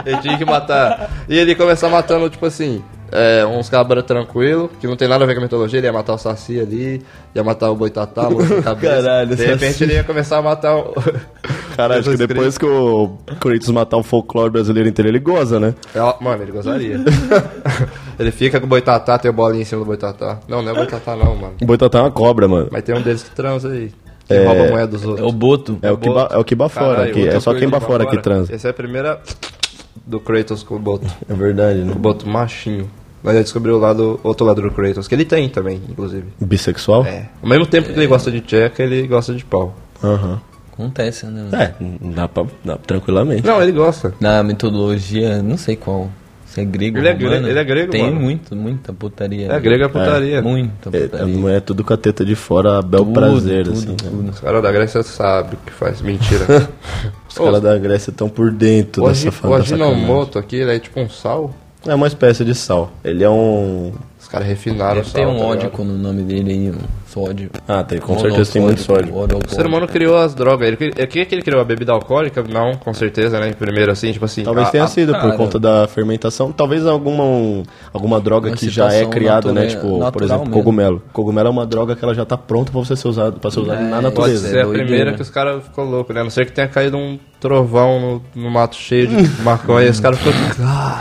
Speaker 1: Ele tinha que matar. E ele começar matando, tipo assim, é, uns cabras tranquilo, que não tem nada a ver com a mitologia. Ele ia matar o Saci ali, ia matar o Boitatá, o Monstro de cabeça.
Speaker 3: Caralho,
Speaker 1: De repente
Speaker 3: Saci.
Speaker 1: ele ia começar a matar o...
Speaker 4: Caralho, acho que
Speaker 1: Jesus
Speaker 4: depois que o Kratos matar o folclore brasileiro inteiro, ele goza, né?
Speaker 1: Ela- É, Mano, ele gostaria. ele fica com o Boitatá, tem a bolinha em cima do Boitatá. Não, não é o Boitatá não, mano.
Speaker 4: O Boitatá é uma cobra, mano.
Speaker 1: Mas tem um deles que transa aí. Que rouba a moeda dos
Speaker 3: É o
Speaker 1: outros.
Speaker 3: Boto.
Speaker 4: É o que, ba- é o que bafora,
Speaker 1: Caralho,
Speaker 4: que é
Speaker 1: outra
Speaker 4: só quem
Speaker 1: coisa de
Speaker 4: bafora que transa.
Speaker 1: Essa é a primeira do Kratos com o Boto.
Speaker 4: É verdade, né?
Speaker 1: O Boto machinho. Mas já descobriu o lado, outro lado do Kratos, que ele tem também, inclusive.
Speaker 4: Bissexual?
Speaker 1: É. Ao mesmo tempo que ele gosta de tcheca, ele gosta de pau.
Speaker 4: Aham.
Speaker 3: Acontece, né? mano?
Speaker 4: É, dá pra, dá tranquilamente.
Speaker 1: Não, ele gosta.
Speaker 3: Na mitologia, não sei qual. Se é grego,
Speaker 1: Ele é
Speaker 3: romano,
Speaker 1: grego- ele é grego,
Speaker 3: Tem
Speaker 1: mano.
Speaker 3: muito, muita putaria. né?
Speaker 1: É grega putaria.
Speaker 3: Muita
Speaker 4: É,
Speaker 3: putaria.
Speaker 4: não é tudo com a teta de fora, a bel
Speaker 3: Tudo,
Speaker 4: prazer,
Speaker 3: tudo,
Speaker 4: assim. né?
Speaker 3: tudo.
Speaker 1: Os caras da Grécia sabem o que faz. Mentira.
Speaker 4: Os caras da Grécia estão por dentro
Speaker 1: o Agi-
Speaker 4: dessa
Speaker 1: o
Speaker 4: fada sacanagem.
Speaker 1: Aginomoto aqui, ele é tipo um sal.
Speaker 4: É uma espécie de sal. Ele é um...
Speaker 1: Os caras refinaram o
Speaker 3: Deve
Speaker 1: sal.
Speaker 3: ter um
Speaker 1: tá
Speaker 3: ódio
Speaker 1: ligado?
Speaker 3: quando o nome dele aí, um sódio.
Speaker 4: Ah, tem, com
Speaker 3: Ou
Speaker 4: certeza tem
Speaker 3: não,
Speaker 4: muito sódio.
Speaker 3: Ou não,
Speaker 1: O ser humano
Speaker 4: né?
Speaker 1: criou as drogas. Ele, cri- é que que ele criou a bebida alcoólica? Não, com certeza, né? Primeiro, assim, tipo assim.
Speaker 4: Talvez
Speaker 1: a-
Speaker 4: tenha
Speaker 1: a-
Speaker 4: sido por
Speaker 3: cara.
Speaker 4: conta da fermentação. Talvez alguma, um- alguma droga
Speaker 3: Uma
Speaker 4: que já é
Speaker 3: situação
Speaker 4: criada, né?
Speaker 3: natura-
Speaker 4: Tipo, por
Speaker 3: natural
Speaker 4: exemplo,
Speaker 3: mesmo.
Speaker 4: cogumelo. Cogumelo é uma droga que ela já tá pronta pra você ser usada, pra ser usada na
Speaker 1: É, Pode
Speaker 4: natureza.
Speaker 1: ser a
Speaker 3: é, doideira.
Speaker 1: primeira que os caras ficou louco, né? A não ser que tenha caído um trovão no, no mato cheio de maconha e os caras ficou.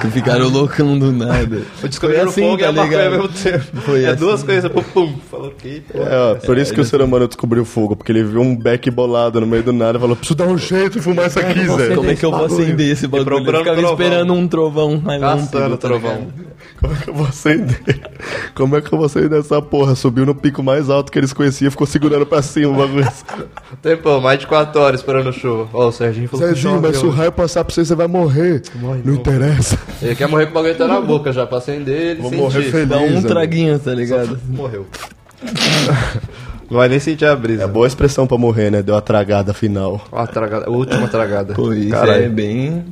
Speaker 3: Que ficaram loucão do nada.
Speaker 1: Descobriram
Speaker 3: Foi assim,
Speaker 1: o fogo e a
Speaker 3: tá
Speaker 1: maconha ao
Speaker 3: ligado?
Speaker 1: mesmo tempo.
Speaker 3: Foi
Speaker 1: é
Speaker 3: assim. Um
Speaker 1: duas coisas, pum, pum. Falou que.
Speaker 4: É, ó, por isso que o ser humano descobriu o fogo, porque ele viu um beck bolado no meio do nada e falou: preciso dar um jeito de fumar isso aqui, Zé.
Speaker 3: Como é que eu vou acender esse bagulho? Eu
Speaker 1: procurando
Speaker 3: ficava
Speaker 1: trovão.
Speaker 3: esperando um trovão. Ai, não,
Speaker 1: Caçando
Speaker 3: pegou,
Speaker 1: o
Speaker 3: tá
Speaker 1: trovão.
Speaker 3: ligado?
Speaker 4: Como é que eu vou acender? Como é que eu vou acender essa porra? Subiu no pico mais alto que eles conheciam, ficou segurando pra cima o bagulho.
Speaker 1: Tempão, mais de 4 horas esperando chuva. Ó, o Serginho falou que chove hoje.
Speaker 4: raio passar pra você, você vai morrer. não interessa.
Speaker 1: Ele quer morrer com o bagulho tá
Speaker 3: Uhum.
Speaker 1: na boca já, pra acender ele.
Speaker 4: Vou
Speaker 1: sentir.
Speaker 4: morrer feliz.
Speaker 3: Dá um
Speaker 4: amigo.
Speaker 3: traguinho, tá ligado?
Speaker 1: Morreu. Não vai nem sentir a brisa.
Speaker 4: É boa expressão pra morrer, né? Deu a tragada final.
Speaker 1: Ó, a tragada, a última tragada.
Speaker 3: Pô, isso
Speaker 1: Caralho.
Speaker 3: é bem...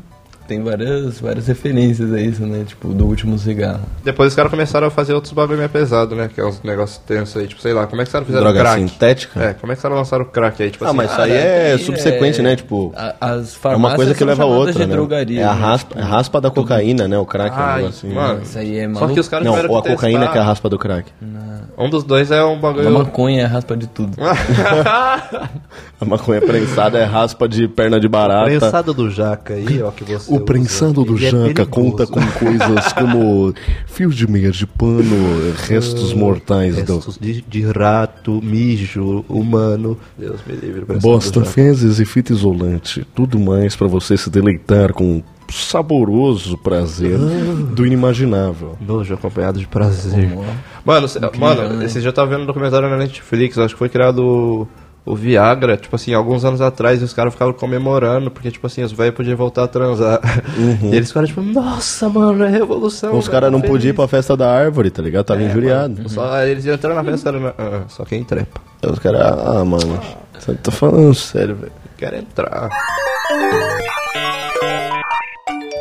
Speaker 3: Tem várias, várias referências a isso, né? Tipo, do último cigarro.
Speaker 1: Depois os caras começaram a fazer outros bagulho meio pesado, né? Que é uns negócios tensos aí, tipo, sei lá, como é que os caras fizeram
Speaker 4: Droga
Speaker 3: assim,
Speaker 1: crack?
Speaker 4: sintética?
Speaker 1: É, como é que os caras lançaram o crack aí? Tipo
Speaker 4: Ah,
Speaker 1: assim,
Speaker 4: mas isso aí
Speaker 3: Cara,
Speaker 4: é
Speaker 3: aí
Speaker 4: subsequente,
Speaker 3: é-
Speaker 4: né? Tipo,
Speaker 3: A- As
Speaker 4: é
Speaker 3: farmácias
Speaker 4: uma coisa que
Speaker 3: são
Speaker 4: leva a
Speaker 3: chamadas
Speaker 4: outra,
Speaker 3: de
Speaker 4: né?
Speaker 3: drogaria.
Speaker 4: É a
Speaker 3: né?
Speaker 4: raspa, a raspa da cocaína, né? O crack, um
Speaker 1: Ai,
Speaker 4: negócio assim.
Speaker 1: mano.
Speaker 3: Isso aí é
Speaker 1: Só
Speaker 3: maluco.
Speaker 1: que os caras
Speaker 4: Não,
Speaker 1: tiveram
Speaker 4: ou a
Speaker 1: que
Speaker 4: cocaína
Speaker 1: testar.
Speaker 4: que é a raspa do crack.
Speaker 1: Um dos dois é um
Speaker 3: A
Speaker 1: bagulho.
Speaker 3: maconha é a raspa de tudo.
Speaker 4: A maconha prensada é raspa de perna de barata.
Speaker 1: do jaca aí, ó, que você. é
Speaker 4: O prensado do Janca conta com coisas como fios de meia de pano,
Speaker 1: Ah,
Speaker 4: restos mortais do
Speaker 1: de, rato, mijo, humano. Deus me livre, prensado
Speaker 4: bosta,
Speaker 1: do jaca.
Speaker 4: fezes e fita isolante. Tudo mais pra você se deleitar com o saboroso prazer
Speaker 1: Ah.
Speaker 4: do inimaginável.
Speaker 1: Nojo acompanhado de prazer. Mano, cê- mano, esse dia eu tava vendo um documentário na Netflix, acho que foi criado o, o Viagra, tipo assim, alguns anos atrás, e os caras ficavam comemorando, porque, tipo assim, os velhos podiam voltar a transar. E eles ficaram tipo, nossa, mano, é revolução.
Speaker 4: Os
Speaker 1: velho,
Speaker 4: caras não
Speaker 1: feliz.
Speaker 4: podiam ir pra festa da árvore, tá ligado?
Speaker 1: É,
Speaker 4: Tava injuriado.
Speaker 1: Só eles iam entrar na festa, era, ah, só quem trepa.
Speaker 4: Os caras, ah, mano, você tá falando sério, velho.
Speaker 1: Quero entrar.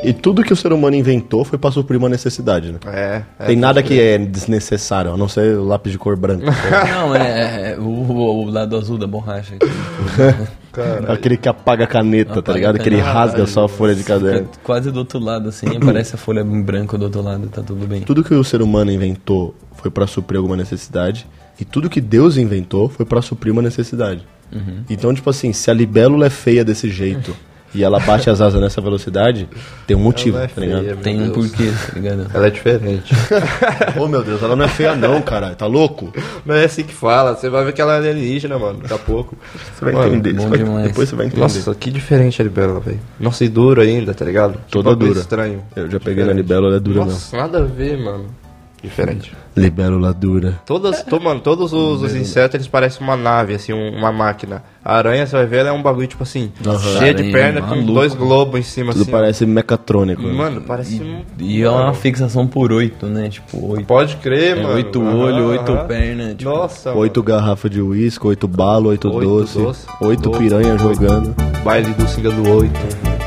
Speaker 4: E tudo que o ser humano inventou foi pra suprir uma necessidade, né?
Speaker 1: É, é.
Speaker 4: Tem nada que é desnecessário, a não ser o lápis de cor branca.
Speaker 3: Não, é, é o, o- o lado azul da borracha.
Speaker 4: É Aquele que apaga a caneta, tá
Speaker 3: Apaga
Speaker 4: ligado?
Speaker 3: a
Speaker 4: Aquele
Speaker 3: caneta.
Speaker 4: rasga só a folha de caderno.
Speaker 3: Fica Quase do outro lado, assim. Aparece a folha em branco do outro lado, tá tudo bem.
Speaker 4: Tudo que o ser humano inventou foi pra suprir alguma necessidade. E tudo que Deus inventou foi pra suprir uma necessidade. Então, tipo assim, se a libélula é feia desse jeito e ela bate as asas nessa velocidade, tem um motivo,
Speaker 1: Ela é
Speaker 4: tá ligado?
Speaker 1: feia, meu
Speaker 3: Tem um
Speaker 1: Deus.
Speaker 3: porquê, tá ligado?
Speaker 1: Ela é diferente.
Speaker 4: Ô meu Deus, ela não é feia não, cara. Tá louco?
Speaker 1: Não é assim que fala. Você vai ver que ela é alienígena, mano. Daqui a pouco.
Speaker 4: Você vai
Speaker 1: Mano,
Speaker 4: entender.
Speaker 3: bom
Speaker 4: você vai-
Speaker 3: demais.
Speaker 4: Depois você vai entender.
Speaker 1: Nossa, que diferente a libélula, velho. Nossa, e dura ainda, tá ligado? Que
Speaker 4: Toda
Speaker 1: bagulho
Speaker 4: dura.
Speaker 1: estranho.
Speaker 4: Eu já peguei na libélula, ela é dura mesmo.
Speaker 1: Nossa, nada a ver, mano. Diferente.
Speaker 4: Libélula dura.
Speaker 1: Todas, to- mano, todos os, os insetos eles parecem uma nave, assim, um- uma máquina. A aranha, você vai ver, ela é um bagulho, tipo assim, cheia de
Speaker 3: Aranha,
Speaker 1: perna com
Speaker 3: maluco.
Speaker 1: dois globos em cima,
Speaker 4: Tudo
Speaker 1: assim.
Speaker 4: parece mecatrônico. né?
Speaker 1: Mano, parece um.
Speaker 3: E é uma fixação por oito, né? Tipo, oito.
Speaker 1: Pode crer,
Speaker 3: É,
Speaker 1: mano.
Speaker 3: oito
Speaker 1: Aham,
Speaker 3: olhos, oito
Speaker 1: aham.
Speaker 3: pernas. Tipo,
Speaker 1: Nossa,
Speaker 4: Oito garrafas de uísque, oito balo, oito,
Speaker 1: tá Oito
Speaker 4: doce,
Speaker 1: doce,
Speaker 4: oito
Speaker 1: doce,
Speaker 4: piranha
Speaker 1: oito.
Speaker 4: jogando.
Speaker 1: mano. Baile do Singa do Oito.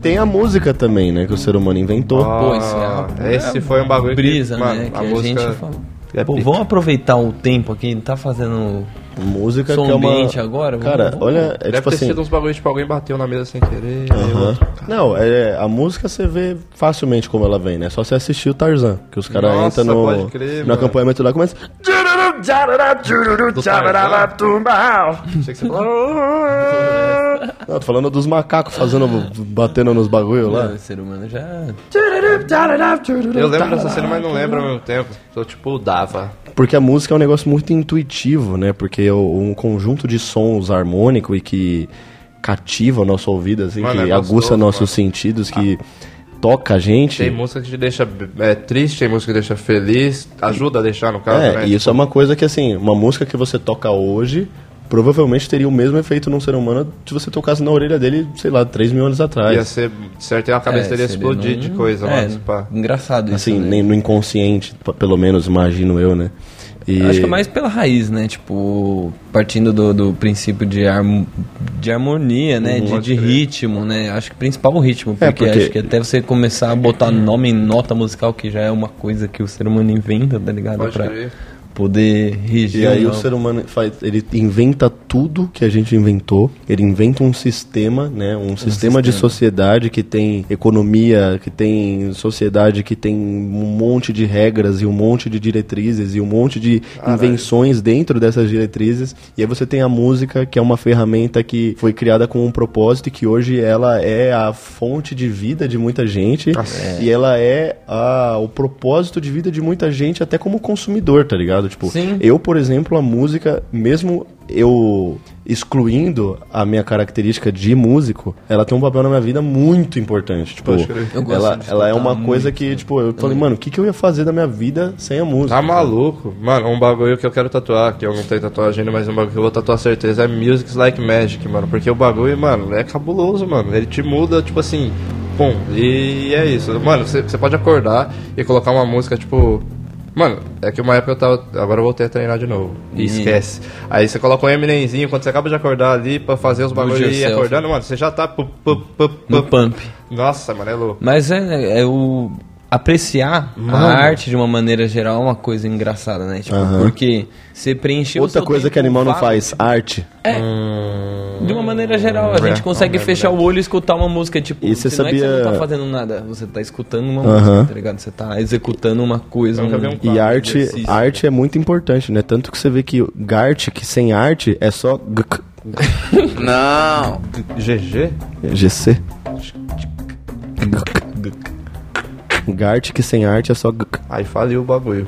Speaker 4: Tem a música também, né? Que o ser humano inventou.
Speaker 3: Pô, isso é
Speaker 1: Ah,
Speaker 3: uma-
Speaker 1: esse foi um bagulho que,
Speaker 3: brisa,
Speaker 1: mano,
Speaker 3: né? Que
Speaker 1: a
Speaker 3: a,
Speaker 1: música
Speaker 3: gente fala.
Speaker 1: é
Speaker 3: Pô,
Speaker 1: pica.
Speaker 3: vamos aproveitar o tempo aqui, não tá fazendo.
Speaker 4: música
Speaker 3: Som
Speaker 4: que é uma...
Speaker 3: ambiente agora, vamos-
Speaker 4: Cara,
Speaker 3: vamos-
Speaker 4: olha, é
Speaker 1: Deve
Speaker 4: tipo
Speaker 1: ter
Speaker 4: assim...
Speaker 1: sido né? uns bagulhos, tipo, alguém bateu na mesa sem querer. aí
Speaker 4: Aham.
Speaker 1: outro-
Speaker 4: Não, é, a música você vê facilmente como ela vem, né? Só você assistir o Tarzan, que os caras
Speaker 1: Nossa,
Speaker 4: entram no,
Speaker 1: pode crer,
Speaker 4: no
Speaker 1: mano.
Speaker 4: acampamento lá e começam.
Speaker 1: Do Tarzan. Achei que você falou-
Speaker 4: Não, tô falando dos macacos fazendo, batendo nos bagulho lá.
Speaker 3: Mano, o ser humano já.
Speaker 1: Eu lembro dessa cena, mas não lembro ao mesmo tempo. Só, tipo, dava.
Speaker 4: Porque a música é um negócio muito intuitivo, né? Porque é um conjunto de sons harmônico e que cativa o nosso ouvido, assim,
Speaker 1: Mano,
Speaker 4: que
Speaker 1: é gostoso,
Speaker 4: aguça nossos
Speaker 1: mano. Ah.
Speaker 4: sentidos, que toca a gente.
Speaker 1: Tem música que te deixa é, triste, tem música que deixa feliz, ajuda a deixar no caso,
Speaker 4: é,
Speaker 1: né?
Speaker 4: e isso é uma coisa que, assim, uma música que você toca hoje provavelmente teria o mesmo efeito num ser humano se você tocasse na orelha dele, sei lá, 3 mil anos atrás.
Speaker 1: Ia ser, certo, a cabeça dele ia
Speaker 3: É, seria
Speaker 1: explodir
Speaker 3: num-
Speaker 1: de coisa,
Speaker 3: é,
Speaker 1: mano. se pá.
Speaker 3: Engraçado isso.
Speaker 4: assim,
Speaker 3: né?
Speaker 4: nem no inconsciente, p- pelo menos, imagino eu, né? E...
Speaker 3: Acho que é mais pela raiz, né? Tipo, partindo do, do princípio de, harmo- de harmonia, né? de de ritmo, né? Acho que principal o ritmo, porque,
Speaker 4: Uhum. É, porque-
Speaker 3: acho que até você começar a botar nome em nota musical, que já é uma coisa que o ser humano inventa, tá ligado?
Speaker 1: Pode
Speaker 3: pra
Speaker 1: crer.
Speaker 3: poder reger.
Speaker 4: E aí
Speaker 3: uma-
Speaker 4: o ser humano faz, ele inventa tudo que a gente inventou. Ele inventa um sistema, né? Um, sistema, de sociedade que tem economia, que tem sociedade que tem um monte de regras e um monte de diretrizes e um monte de invenções dentro dessas diretrizes. E aí você tem a música, que é uma ferramenta que foi criada com um propósito e que hoje ela é a fonte de vida de muita gente. E ela é a- o propósito de vida de muita gente, até como consumidor, tá ligado? Tipo,
Speaker 3: Sim.
Speaker 4: eu, por exemplo, a música, mesmo eu excluindo a minha característica de músico, ela tem um papel na minha vida muito importante. Tipo,
Speaker 3: Eu gosto
Speaker 4: ela,
Speaker 3: de
Speaker 4: ela é
Speaker 3: escutar
Speaker 4: uma coisa que, tipo, eu falei, mano, o que, que eu ia fazer da minha vida sem a música?
Speaker 1: Tá maluco? Mano, um bagulho que eu quero tatuar, que eu não tenho tatuagem ainda, mas um bagulho que eu vou tatuar certeza é Music Like Magic, mano. Porque o bagulho, mano, é cabuloso, mano. Ele te muda, tipo assim, pum. E é isso. Mano, você você pode acordar e colocar uma música, tipo. Mano, é que uma época eu tava. Agora eu voltei a treinar de novo.
Speaker 3: Hum.
Speaker 1: E esquece. Aí você coloca um Eminemzinho quando você acaba de acordar ali pra fazer os bagulhos e
Speaker 3: yourself.
Speaker 1: acordando, mano, você já tá. Pu, pu, pu,
Speaker 3: No
Speaker 1: pu.
Speaker 3: pump.
Speaker 1: Nossa, mano, é louco.
Speaker 3: Mas é, é o apreciar a arte de uma maneira geral é uma coisa engraçada, né? Tipo, porque você preencheu o
Speaker 4: Outra
Speaker 3: seu
Speaker 4: coisa
Speaker 3: tempo
Speaker 4: que animal não
Speaker 3: vago-
Speaker 4: faz, arte.
Speaker 3: De uma maneira geral, a gente consegue fechar o olho e escutar uma música, tipo,
Speaker 4: É. E você
Speaker 3: não é que você
Speaker 4: sabia-
Speaker 3: não tá fazendo nada, você tá escutando uma
Speaker 4: Aham.
Speaker 3: música, tá ligado? Você tá executando uma coisa,
Speaker 1: Nunca vi um
Speaker 3: um...
Speaker 1: quadro
Speaker 4: E
Speaker 1: de
Speaker 4: arte,
Speaker 1: exercício.
Speaker 4: arte é muito importante, né? Tanto que você vê que Gart, que sem arte é só GK,
Speaker 1: GG?
Speaker 4: GC. Gart que sem arte é só GK.
Speaker 1: Aí faliu o bagulho.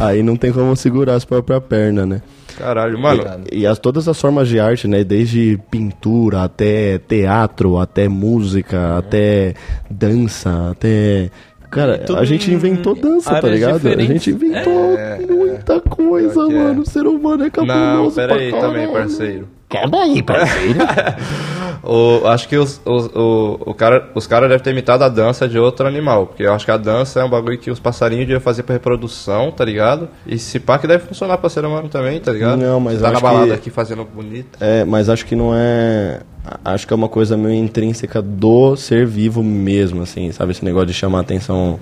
Speaker 4: Aí não tem como segurar as próprias pernas, né?
Speaker 1: Caralho, mano.
Speaker 4: E as, todas as formas de arte, né? Desde pintura até teatro, até música, até dança, até. Cara,
Speaker 3: tudo
Speaker 4: a gente inventou dança, tá
Speaker 3: áreas
Speaker 4: ligado? A
Speaker 3: diferentes.
Speaker 4: gente inventou muita coisa,
Speaker 1: É. Pior que é.
Speaker 4: mano. O ser humano é
Speaker 1: Não,
Speaker 4: cabuloso
Speaker 1: pera aí
Speaker 4: pra
Speaker 1: também,
Speaker 4: caralho.
Speaker 1: parceiro.
Speaker 2: Calma aí, parceiro.
Speaker 1: O, acho que os, os, o, o cara, os caras devem ter imitado a dança de outro animal. Porque eu acho que a dança é um bagulho que os passarinhos deviam fazer pra reprodução, tá ligado? E se pá que deve funcionar pra ser humano também, tá ligado?
Speaker 4: Não, mas
Speaker 1: tá
Speaker 4: eu
Speaker 1: na
Speaker 4: acho
Speaker 1: balada
Speaker 4: que-
Speaker 1: aqui fazendo bonito.
Speaker 4: É, mas acho que não é. a- Acho que é uma coisa meio intrínseca do ser vivo mesmo, assim, sabe? Esse negócio de chamar a atenção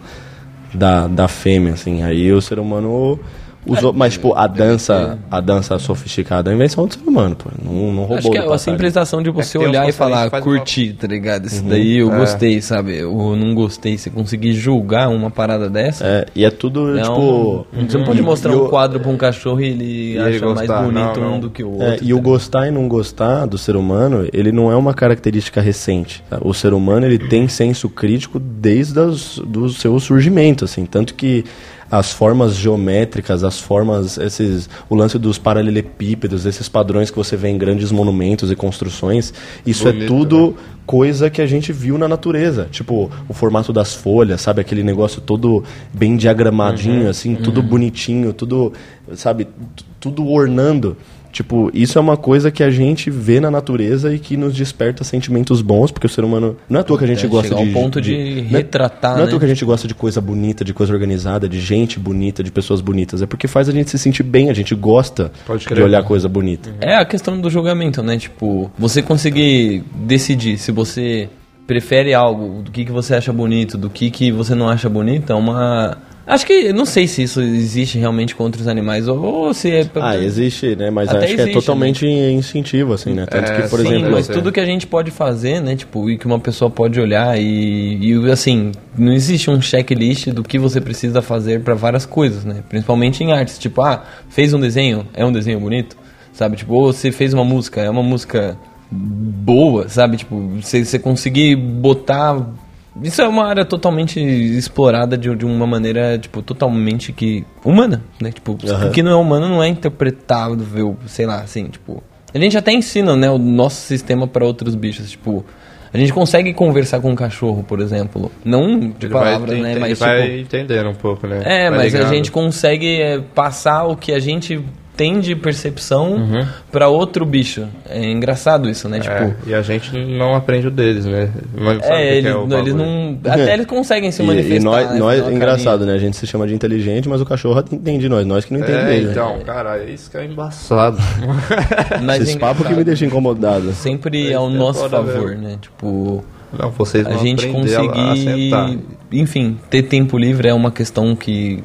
Speaker 4: da, da fêmea, assim. Aí o ser humano Os
Speaker 3: É.
Speaker 4: o- mas, tipo, a dança, a dança sofisticada é a invenção do ser humano, pô. Não, não roubou
Speaker 3: Acho que é
Speaker 4: do
Speaker 3: a
Speaker 4: passado.
Speaker 3: simplização de você
Speaker 1: tem uns
Speaker 3: olhar e
Speaker 1: passarinhos
Speaker 3: falar,
Speaker 1: que fazem
Speaker 3: curti, tá ligado? Isso daí eu
Speaker 1: É.
Speaker 3: gostei, sabe? Eu não gostei. Você conseguir julgar uma parada dessa.
Speaker 4: É, e é tudo,
Speaker 3: não,
Speaker 4: tipo...
Speaker 3: você não pode
Speaker 4: e-
Speaker 3: mostrar
Speaker 4: e
Speaker 3: um
Speaker 4: o-
Speaker 3: quadro pra um cachorro e ele
Speaker 1: ele
Speaker 3: acha
Speaker 1: gostar,
Speaker 3: mais bonito
Speaker 1: não, não.
Speaker 3: um do que o outro.
Speaker 4: É, e o gostar e não gostar do ser humano, ele não é uma característica recente. tá? O ser humano, ele tem senso crítico desde as, do seu surgimento, assim. Tanto que as formas geométricas, as formas, esses, o lance dos paralelepípedos, esses padrões que você vê em grandes monumentos e construções, isso é
Speaker 1: Bonito,
Speaker 4: tudo
Speaker 3: né?
Speaker 4: coisa que a gente viu na natureza. Tipo, o formato das folhas, sabe? Aquele negócio todo bem
Speaker 3: Uhum.
Speaker 4: diagramadinho, assim, tudo bonitinho, tudo, sabe? t- Tudo ornando. Tipo, isso é uma coisa que a gente vê na natureza e que nos desperta sentimentos bons, porque o ser humano. Não é à toa que a gente
Speaker 3: É,
Speaker 4: gosta
Speaker 3: chegar ao
Speaker 4: de.
Speaker 3: ponto de
Speaker 4: não é-
Speaker 3: retratar,
Speaker 4: Não é à toa
Speaker 3: né?
Speaker 4: que a gente gosta de coisa bonita, de coisa organizada, de gente bonita, de pessoas bonitas. É porque faz a gente se sentir bem, a gente gosta
Speaker 1: Pode
Speaker 4: de
Speaker 1: crer.
Speaker 4: olhar coisa bonita.
Speaker 3: É a questão do julgamento, né? Tipo, você conseguir decidir se você prefere algo, do que, que você acha bonito, do que, que você não acha bonito, é uma. Acho que. Não sei se isso existe realmente com outros animais, ou, ou se é.
Speaker 4: Ah, existe, né? Mas
Speaker 3: Até
Speaker 4: acho que é
Speaker 3: existe, né?
Speaker 4: totalmente incentivo, assim, né? Tanto
Speaker 1: É,
Speaker 4: que, por
Speaker 1: sim,
Speaker 4: exemplo.
Speaker 3: mas tudo que a gente pode fazer, né? Tipo, e que uma pessoa pode olhar e, e, assim, não existe um checklist do que você precisa fazer pra várias coisas, né? Principalmente em artes, tipo, ah, fez um desenho, é um desenho bonito, sabe? Tipo, ou você fez uma música, é uma música boa, sabe? Tipo, você, você conseguir botar isso é uma área totalmente explorada de, de uma maneira, tipo, totalmente que humana, né? Tipo, o que não é humano não é interpretável, sei lá, assim, tipo... A gente até ensina, né, o nosso sistema para outros bichos, tipo... A gente consegue conversar com um cachorro, por exemplo. Não de
Speaker 1: Ele
Speaker 3: palavras,
Speaker 1: vai,
Speaker 3: né,
Speaker 1: ele
Speaker 3: mas
Speaker 1: vai
Speaker 3: tipo...
Speaker 1: entendendo um pouco, né?
Speaker 3: É,
Speaker 1: Vai
Speaker 3: mas a
Speaker 1: ligando.
Speaker 3: gente consegue é, passar o que a gente tem de percepção pra outro bicho. É engraçado isso, né? Tipo,
Speaker 1: Uhum. É, e a gente não aprende o deles, né? Não sabe o que
Speaker 3: é, ele-
Speaker 1: é o
Speaker 3: eles
Speaker 1: bagulho.
Speaker 3: não. Até eles conseguem se
Speaker 4: E-
Speaker 3: manifestar.
Speaker 4: E, nós,
Speaker 3: né,
Speaker 4: nós
Speaker 3: fazer uma
Speaker 4: engraçado, né? A gente se chama de inteligente, mas o cachorro entende né? nós, nós que não entendemos.
Speaker 1: É,
Speaker 4: ele.
Speaker 1: então, cara, isso que é embaçado.
Speaker 3: carinha. Mas
Speaker 4: Esses
Speaker 3: é
Speaker 4: papos que me
Speaker 3: engraçado.
Speaker 4: deixam incomodado.
Speaker 3: Sempre é ao
Speaker 1: Isso é
Speaker 3: nosso
Speaker 1: foda mesmo.
Speaker 3: favor, né? Tipo,
Speaker 1: Não, vocês
Speaker 3: a
Speaker 1: vão
Speaker 3: gente
Speaker 1: aprender a- a
Speaker 3: conseguir.
Speaker 1: sentar.
Speaker 3: Enfim, ter tempo livre é uma questão que.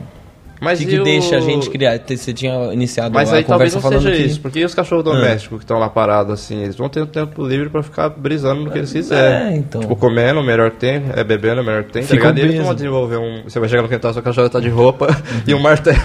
Speaker 1: Mas
Speaker 3: que, que
Speaker 1: e o-
Speaker 3: deixa a gente criar. Te- Você tinha iniciado
Speaker 1: Mas
Speaker 3: a
Speaker 1: aí talvez
Speaker 3: conversa
Speaker 1: não
Speaker 3: falando
Speaker 1: seja
Speaker 3: que.
Speaker 1: isso, porque e os cachorros domésticos que estão lá parados assim, eles vão ter o tempo livre pra ficar brisando no que eles quiserem.
Speaker 3: É, então.
Speaker 1: Tipo, comendo o melhor que tem, é bebendo o melhor que tem, tá
Speaker 3: Ficam
Speaker 1: ligado? E eles não vão
Speaker 3: presos.
Speaker 1: desenvolver um. Você vai chegar no quintal, seu cachorro tá de roupa e um martelo.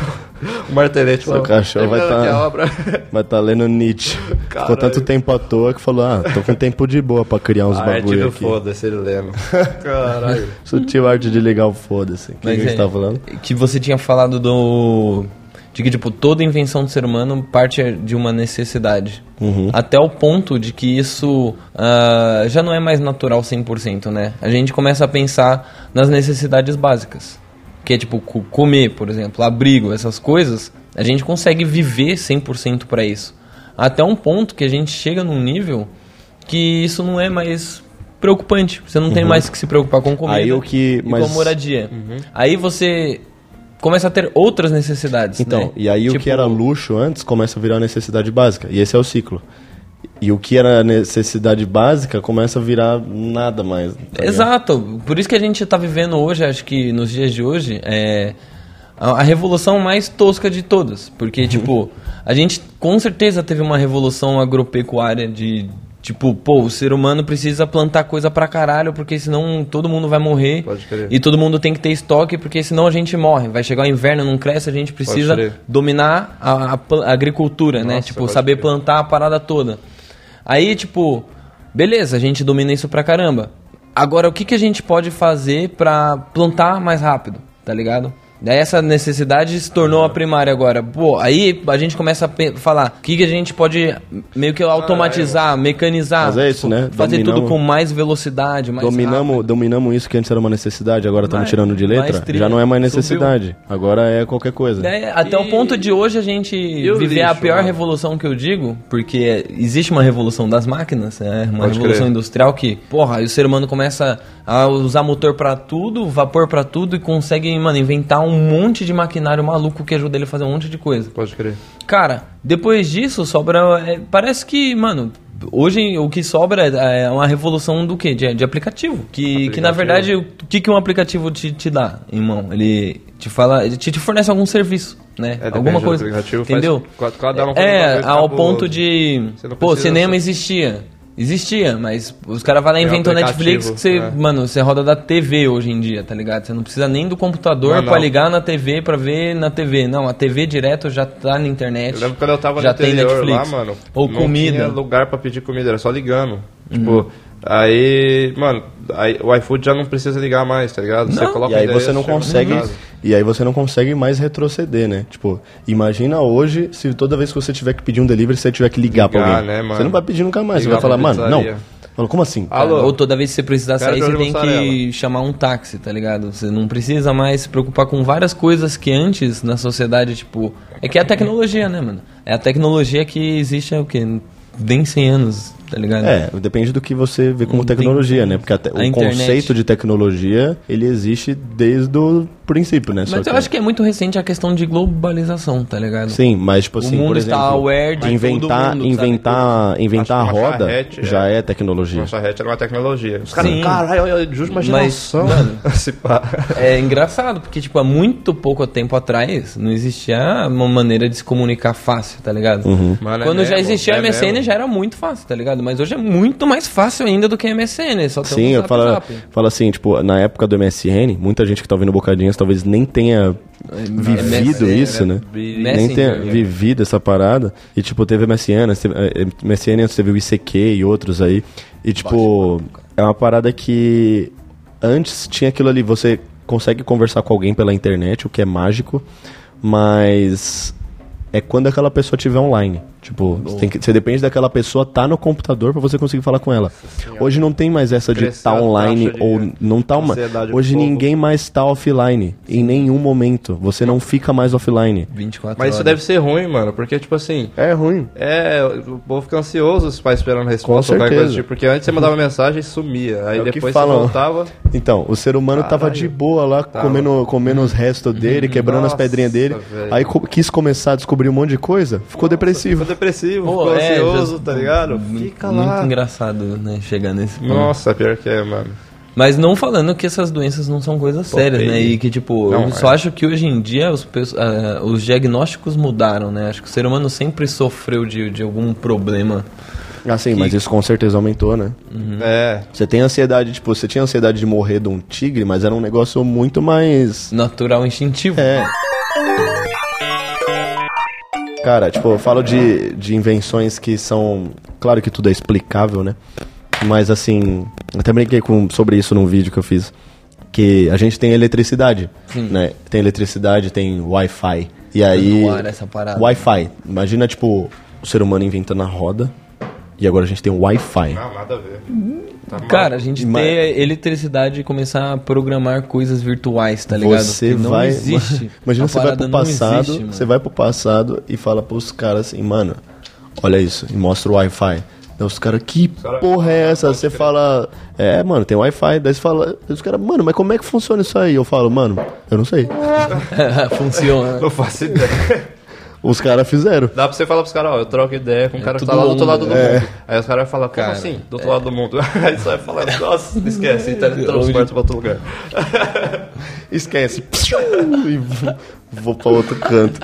Speaker 1: Um martelete
Speaker 4: Seu cachorro vai
Speaker 1: "Terminando aqui
Speaker 4: tá-
Speaker 1: a obra.
Speaker 4: Mas tá lendo Nietzsche. Ficou
Speaker 1: Caralho.
Speaker 4: tanto tempo à toa que falou: ah, tô com tempo de boa pra criar uns
Speaker 3: Ah,
Speaker 1: A
Speaker 3: é,
Speaker 1: arte
Speaker 4: bagulho
Speaker 1: do
Speaker 4: aqui.
Speaker 1: foda-se, ele lendo. Caralho.
Speaker 4: Sutil arte de ligar o foda-se. O que, que a
Speaker 3: Mas
Speaker 4: gente
Speaker 3: é,
Speaker 4: tá falando?
Speaker 3: Que você tinha falado do. De que, tipo, toda invenção do ser humano parte de uma necessidade.
Speaker 4: Uhum.
Speaker 3: Até o ponto de que isso ah, já não é mais natural 100%, né? A gente começa a pensar nas necessidades básicas. Que é, tipo, co- comer, por exemplo, abrigo, essas coisas. A gente consegue viver 100% para isso. Até um ponto que a gente chega num nível que isso não é mais preocupante. Você não tem mais que se preocupar com comida
Speaker 4: Uhum. Aí o que-
Speaker 3: e
Speaker 4: mas-
Speaker 3: com moradia dia.
Speaker 4: Uhum.
Speaker 3: Aí você começa a ter outras necessidades.
Speaker 4: Então,
Speaker 3: né?
Speaker 4: e aí o
Speaker 3: Tipo,
Speaker 4: que era luxo antes começa a virar necessidade básica. E esse é o ciclo. E o que era necessidade básica começa a virar nada mais. tá ligado?
Speaker 3: Exato. Por isso que a gente tá vivendo hoje, acho que nos dias de hoje, é a, a revolução mais tosca de todas.
Speaker 4: Uhum.
Speaker 3: Porque, tipo, a gente com certeza teve uma revolução agropecuária de. Tipo, pô, o ser humano precisa plantar coisa pra caralho, porque senão todo mundo vai morrer.
Speaker 1: Pode crer.
Speaker 3: E todo mundo tem que ter estoque, porque senão a gente morre. Vai chegar o inverno, não cresce, a gente
Speaker 1: crer.
Speaker 3: precisa dominar a, a pla- a agricultura, né?
Speaker 1: Nossa,
Speaker 3: Tipo,
Speaker 1: pode
Speaker 3: saber
Speaker 1: crer.
Speaker 3: plantar a parada toda. Aí, tipo, beleza, a gente domina isso pra caramba. Agora, o que, que a gente pode fazer pra plantar mais rápido, tá ligado? Daí essa necessidade se tornou a
Speaker 4: Uhum.
Speaker 3: primária agora. Pô, aí a gente começa a pe- falar o que, que a gente pode meio que automatizar, mecanizar. tipo,
Speaker 4: Mas é isso, né?
Speaker 3: Fazer tudo
Speaker 4: Dominamos-
Speaker 3: com mais velocidade, mais rápido.
Speaker 4: Dominamos, dominamos isso que antes era uma necessidade, agora estamos
Speaker 3: Mais-
Speaker 4: tirando de
Speaker 3: mais
Speaker 4: letra.
Speaker 3: trilha,
Speaker 4: Já não é mais
Speaker 3: subiu.
Speaker 4: necessidade. Agora é qualquer coisa.
Speaker 3: Né? Até o ponto de hoje a gente
Speaker 1: o
Speaker 3: viver
Speaker 1: lixo,
Speaker 3: a pior
Speaker 1: mano?
Speaker 3: revolução que eu digo, porque é, existe uma revolução das máquinas, né? uma
Speaker 1: Pode
Speaker 3: revolução
Speaker 1: crer.
Speaker 3: industrial que, porra, aí o ser humano começa a usar motor pra tudo, vapor pra tudo e consegue, mano, inventar um monte de maquinário maluco que ajuda ele a fazer um monte de coisa.
Speaker 1: Pode crer.
Speaker 3: Cara, depois disso sobra. é, parece que, mano, Hoje o que sobra é é uma revolução do quê? De, de aplicativo. Que, que na verdade, o que, que um aplicativo te, te dá em mão? Ele te fala, ele te, te fornece algum serviço, né?
Speaker 1: É, depende
Speaker 3: alguma
Speaker 1: do
Speaker 3: coisa.
Speaker 1: aplicativo, faz-
Speaker 3: entendeu?
Speaker 1: cada- cada um faz uma
Speaker 3: é,
Speaker 1: coisa
Speaker 3: ao
Speaker 1: cabulosa.
Speaker 3: ponto de.
Speaker 1: Você não
Speaker 3: Pô,
Speaker 1: precisa
Speaker 3: cinema
Speaker 1: só-
Speaker 3: existia. Existia, mas os caras vão lá e
Speaker 1: É um
Speaker 3: inventam Netflix
Speaker 1: aplicativo,
Speaker 3: que você,
Speaker 1: é.
Speaker 3: mano, você roda da TV hoje em dia, tá ligado? Você não precisa nem do computador
Speaker 1: Não, não.
Speaker 3: pra ligar na TV pra ver na TV. Não, a TV direto já tá na internet.
Speaker 1: Eu lembro quando eu tava
Speaker 3: Já
Speaker 1: no
Speaker 3: tem
Speaker 1: interior lá,
Speaker 3: Netflix.
Speaker 1: mano.
Speaker 3: Ou
Speaker 1: não
Speaker 3: comida.
Speaker 1: Tinha lugar pra pedir comida, era só ligando.
Speaker 4: Uhum.
Speaker 1: Tipo, aí, mano, aí, o iFood já não precisa ligar mais, tá ligado?
Speaker 3: Não.
Speaker 1: coloca
Speaker 4: E aí
Speaker 1: o endereço,
Speaker 4: você não
Speaker 1: chega na
Speaker 4: consegue.
Speaker 1: casa.
Speaker 4: E aí você não consegue mais retroceder, né? Tipo, imagina hoje se toda vez que você tiver que pedir um delivery, você tiver que ligar, pra
Speaker 1: Ligar,
Speaker 4: alguém.
Speaker 1: né, mano?
Speaker 4: Você não vai pedir nunca mais.
Speaker 1: Ligar
Speaker 4: você vai falar,
Speaker 1: pra
Speaker 4: mano, não.
Speaker 1: pizzaria. Ah,
Speaker 4: Fala, como assim?
Speaker 1: Alô?
Speaker 3: Ou toda vez que você precisar
Speaker 1: Quero
Speaker 3: sair, você
Speaker 1: Jorge
Speaker 3: tem
Speaker 1: Mussarela.
Speaker 3: que chamar um táxi, tá ligado? Você não precisa mais se preocupar com várias coisas que antes na sociedade, tipo. É que é a tecnologia, né, mano? É a tecnologia que existe há o quê? Nem 100 anos, tá ligado?
Speaker 4: É,
Speaker 1: né?
Speaker 4: depende do que você vê como
Speaker 3: Não tem
Speaker 4: tecnologia, né? Porque até
Speaker 3: a
Speaker 4: o
Speaker 3: internet.
Speaker 4: conceito de tecnologia, ele existe desde o princípio, né? Só
Speaker 3: Mas eu acho que é muito recente a questão de globalização, tá ligado?
Speaker 4: Sim, mas tipo
Speaker 3: O
Speaker 4: assim,
Speaker 3: mundo
Speaker 4: por
Speaker 3: está
Speaker 4: exemplo,
Speaker 3: aware de
Speaker 4: inventar,
Speaker 3: todo mundo,
Speaker 4: inventar, inventar a
Speaker 1: Acho que uma
Speaker 4: roda
Speaker 1: charrete,
Speaker 4: já
Speaker 1: é.
Speaker 4: é tecnologia.
Speaker 1: Uma charrete era uma tecnologia. Os caras,
Speaker 3: Sim.
Speaker 1: caralho, olha, justo uma
Speaker 3: Mas,
Speaker 1: geração.
Speaker 3: mano,
Speaker 1: Se pá.
Speaker 3: É engraçado, porque, tipo, há muito pouco tempo atrás não existia uma maneira de se comunicar fácil, tá ligado?
Speaker 1: Mano, é
Speaker 3: Quando já
Speaker 1: mesmo,
Speaker 3: existia
Speaker 1: é
Speaker 3: a MSN
Speaker 1: mesmo.
Speaker 3: já era muito fácil, tá ligado? Mas hoje é muito mais fácil ainda do que a MSN, só tem
Speaker 4: Sim,
Speaker 3: um
Speaker 4: eu
Speaker 3: zap,
Speaker 4: falo,
Speaker 3: zap.
Speaker 4: falo assim, tipo, na época do MSN, muita gente que tá ouvindo Bocadinhas talvez nem tenha
Speaker 3: É,
Speaker 4: vivido
Speaker 3: MSN,
Speaker 4: isso, né? Nem
Speaker 3: Messenger,
Speaker 4: tenha
Speaker 3: né?
Speaker 4: vivido essa parada. E, tipo, teve MSN, antes teve- eh, MSN antes teve o ICQ e outros aí. E, tipo, é uma parada que antes tinha aquilo ali, você consegue conversar com alguém pela internet, o que é mágico, mas é quando aquela pessoa estiver online. Tipo, você, tem que- você depende daquela pessoa estar no computador pra você conseguir falar com ela. Hoje não tem mais essa de
Speaker 1: Cresceu
Speaker 4: estar
Speaker 1: a
Speaker 4: online
Speaker 1: taxa de
Speaker 4: ou não tá uma.
Speaker 1: ansiedade do
Speaker 4: Hoje
Speaker 1: povo.
Speaker 4: ninguém mais tá offline. Em nenhum momento. Você não fica mais offline.
Speaker 3: 24
Speaker 1: Mas isso
Speaker 3: horas.
Speaker 1: deve ser ruim, mano, porque, tipo assim,
Speaker 4: É ruim.
Speaker 1: É, o povo fica ansioso se vai esperando a
Speaker 4: Com
Speaker 1: resposta ou qualquer
Speaker 4: certeza.
Speaker 1: coisa do tipo, porque antes você mandava mensagem e sumia, aí
Speaker 4: É o que
Speaker 1: depois você
Speaker 4: falam.
Speaker 1: voltava.
Speaker 4: Então, o ser humano tava
Speaker 1: Caralho. Uhum.
Speaker 4: de boa lá, comendo, comendo os restos dele, quebrando as
Speaker 1: Nossa,
Speaker 4: pedrinhas dele.
Speaker 1: velho.
Speaker 4: Aí co- quis começar a descobrir um monte de coisa, ficou depressivo.
Speaker 1: Ficou depressivo,
Speaker 3: Pô,
Speaker 1: ficou
Speaker 3: é,
Speaker 1: um ansioso,
Speaker 3: já-
Speaker 1: tá ligado?
Speaker 3: Muito-
Speaker 1: Fica
Speaker 3: muito
Speaker 1: lá.
Speaker 3: engraçado, né, chegar nesse ponto.
Speaker 1: Nossa, pior que é, mano.
Speaker 3: Mas não falando que essas doenças não são coisas sérias, né?
Speaker 1: aí-
Speaker 3: E que, tipo,
Speaker 1: Não,
Speaker 3: eu
Speaker 1: é.
Speaker 3: só acho que hoje em dia os, pesso- ah, os diagnósticos mudaram, né? Acho que o ser humano sempre sofreu de, de algum problema.
Speaker 4: Ah, sim, mas isso com certeza aumentou, né?
Speaker 1: É.
Speaker 4: Você tem ansiedade, tipo, você tinha ansiedade de morrer de um tigre, mas era um negócio muito mais.
Speaker 3: Natural, instintivo.
Speaker 4: É. Cara, tipo, eu falo de, de invenções que são. Claro que tudo é explicável, né? Mas assim. eu Até brinquei com, sobre isso num vídeo que eu fiz. Que a gente tem eletricidade. Né? Tem eletricidade, tem Wi-Fi. E aí.
Speaker 3: Tá no ar essa parada.
Speaker 4: Wi-Fi. Imagina, tipo, o ser humano inventando a roda. E agora a gente tem o Wi-Fi.
Speaker 1: Não, Ah, nada a ver.
Speaker 3: Cara, a gente
Speaker 4: Mas-
Speaker 3: ter eletricidade e começar a programar coisas virtuais, tá ligado?
Speaker 4: Você
Speaker 3: Que não
Speaker 4: vai.
Speaker 3: existe.
Speaker 4: Imagina
Speaker 3: A
Speaker 4: você vai
Speaker 3: parada
Speaker 4: pro
Speaker 3: não
Speaker 4: passado,
Speaker 3: existe, mano.
Speaker 4: você vai pro passado e fala pros caras assim, mano, olha isso, e mostra o Wi-Fi. Daí os caras, que porra é essa? Você fala, é, mano, tem Wi-Fi. Daí você fala, daí os caras, mano, mas como é que funciona isso aí? Eu falo, mano, eu não sei.
Speaker 3: Funciona.
Speaker 1: Não faço ideia.
Speaker 4: Os caras fizeram.
Speaker 1: Dá pra você falar pros caras, ó, eu troco ideia com o cara que tá
Speaker 3: tudo
Speaker 1: lá do outro
Speaker 3: onda,
Speaker 1: lado do mundo. Aí os caras vão falar, como assim? Do outro lado do mundo. Aí você vai falar, nossa, esquece, teletransporta pra outro lugar.
Speaker 4: Esquece. e vou- vou pra outro canto.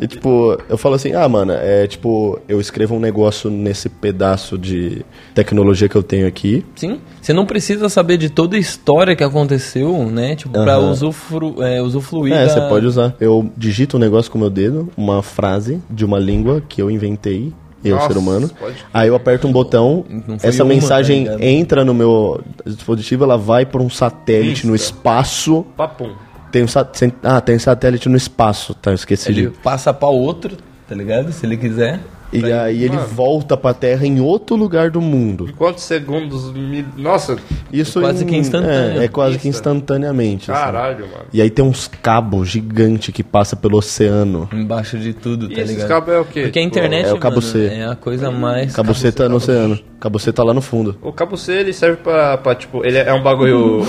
Speaker 4: E tipo, eu falo assim, ah, mano, é tipo, eu escrevo um negócio nesse pedaço de tecnologia que eu tenho aqui.
Speaker 3: Sim. Você não precisa saber de toda a história que aconteceu, né? Tipo, pra
Speaker 4: Aham.
Speaker 3: usufru, é, usufruir.
Speaker 4: É,
Speaker 3: da-
Speaker 4: você pode usar. Eu digito um negócio com o meu dedo, uma frase de uma língua que eu inventei, eu,
Speaker 1: Nossa,
Speaker 4: ser humano.
Speaker 1: pode crer.
Speaker 4: Aí eu aperto um botão,
Speaker 3: Não foi
Speaker 4: essa
Speaker 3: uma,
Speaker 4: mensagem
Speaker 3: tá ligado?
Speaker 4: entra no meu dispositivo, ela vai para um satélite no espaço.
Speaker 1: Papum.
Speaker 4: Tem um sat... sem- Ah, tem satélite no espaço, tá? Eu esqueci.
Speaker 3: Ele
Speaker 4: de.
Speaker 3: passa pra outro, tá ligado? Se ele quiser.
Speaker 4: E aí ele
Speaker 1: Mano.
Speaker 4: volta pra Terra em outro lugar do mundo.
Speaker 1: Quantos segundos? mil- Nossa,
Speaker 4: Isso
Speaker 3: É Quase
Speaker 4: em-
Speaker 3: que instantâneo.
Speaker 4: É, é quase que
Speaker 1: Isso.
Speaker 4: instantaneamente. assim.
Speaker 1: caralho, mano.
Speaker 4: E aí tem uns cabos gigantes que passa pelo oceano.
Speaker 3: Embaixo de tudo, tá
Speaker 1: E esses
Speaker 3: ligado?
Speaker 1: cabos é o quê?
Speaker 3: Porque a
Speaker 1: Tipo,
Speaker 3: internet
Speaker 4: É o cabo
Speaker 3: mano,
Speaker 4: C.
Speaker 3: é a coisa mais.
Speaker 4: Cabo C tá no oceano. Cabo C tá lá no fundo.
Speaker 1: O cabo C, ele serve pra, pra, tipo, ele é um bagulho...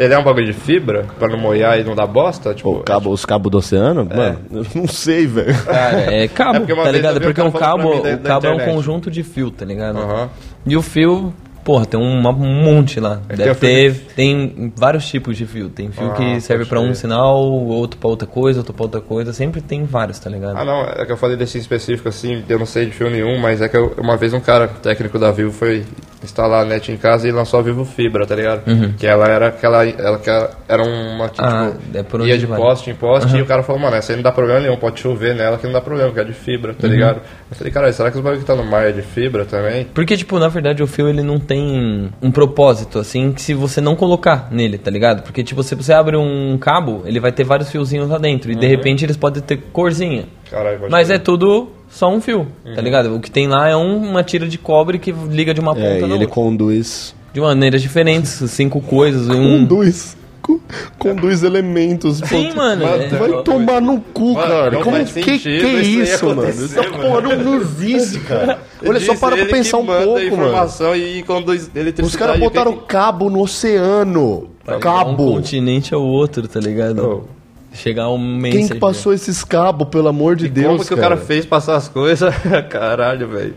Speaker 1: Ele é um bagulho de fibra? Pra não molhar e não dar bosta? Tipo,
Speaker 4: Pô, É. cabo, os cabos do oceano? Mano, eu não sei, velho.
Speaker 3: Cara, é cabo,
Speaker 1: É porque uma
Speaker 3: tá
Speaker 1: vez
Speaker 3: ligado?
Speaker 1: eu vi um
Speaker 3: Porque um
Speaker 1: cara falando
Speaker 3: cabo,
Speaker 1: pra mim da-
Speaker 3: o
Speaker 1: da
Speaker 3: cabo é um
Speaker 1: internet.
Speaker 3: conjunto de fio, tá ligado?
Speaker 1: Aham.
Speaker 3: E o fio, porra, tem um ma- um monte lá.
Speaker 1: É,
Speaker 3: Deve
Speaker 1: tem
Speaker 3: ter, tem vários tipos de fio. Tem fio
Speaker 1: Ah,
Speaker 3: que serve
Speaker 1: pode
Speaker 3: pra um
Speaker 1: crer.
Speaker 3: sinal, outro pra outra coisa, outro pra outra coisa. Sempre tem vários, tá ligado?
Speaker 1: Ah, não, é que eu falei desse em específico assim, eu não sei de fio nenhum, mas é que eu- uma vez um cara, técnico da Vivo, foi instalar a net em casa e lançou a Vivo Fibra, tá ligado?
Speaker 4: Uhum.
Speaker 1: Que ela era aquela. Ela, que ela- era uma. que, tipo,
Speaker 3: Ah, é por onde
Speaker 1: ia de
Speaker 3: vai.
Speaker 1: poste em poste
Speaker 4: Uhum.
Speaker 1: e o cara falou, mano, essa aí não dá problema nenhum, pode chover nela que não dá problema, que é de fibra,
Speaker 4: Uhum.
Speaker 1: tá ligado? Eu falei, caralho, será que os bagulho que tá no mar é de fibra também?
Speaker 3: Porque, tipo, na verdade o fio ele não tem um propósito, assim, que se você não colocar nele, tá ligado? Porque, tipo, se você abre um cabo, ele vai ter vários fiozinhos lá dentro. E de repente eles podem ter corzinha.
Speaker 1: Caralho, Uhum. pode
Speaker 3: Mas
Speaker 1: crer. Uhum.
Speaker 3: é tudo só um fio, tá ligado? O que tem lá é um- uma tira de cobre que liga de uma ponta
Speaker 4: É,
Speaker 3: na
Speaker 4: e ele
Speaker 3: outra.
Speaker 4: conduz.
Speaker 3: De maneiras diferentes, cinco coisas. em Um...
Speaker 4: Conduz. co- Conduz elementos.
Speaker 3: Sim,
Speaker 4: pô.
Speaker 3: mano.
Speaker 1: Mano,
Speaker 3: é-
Speaker 4: Vai tomar no cu,
Speaker 1: Mano,
Speaker 4: cara.
Speaker 1: não
Speaker 4: Como
Speaker 1: faz
Speaker 4: que, que
Speaker 1: sentido
Speaker 4: é
Speaker 1: isso aí
Speaker 4: isso, mano?
Speaker 1: acontecer,
Speaker 4: Essa porra não, não existe, cara. Olha só,
Speaker 1: Diz
Speaker 4: para pra
Speaker 1: ele
Speaker 4: pensar
Speaker 1: que
Speaker 4: um
Speaker 1: manda a
Speaker 4: pouco, mano.
Speaker 1: informação e conduz eletricidade. é
Speaker 4: Os caras botaram
Speaker 1: quem-
Speaker 4: cabo no oceano.
Speaker 3: Um
Speaker 4: Cabo.
Speaker 3: continente ao outro, tá ligado? Chegar um
Speaker 4: Quem
Speaker 3: mensageiro.
Speaker 4: que passou esses cabos, pelo amor de Deus,
Speaker 1: Como que o cara fez passar as coisas? Caralho, velho.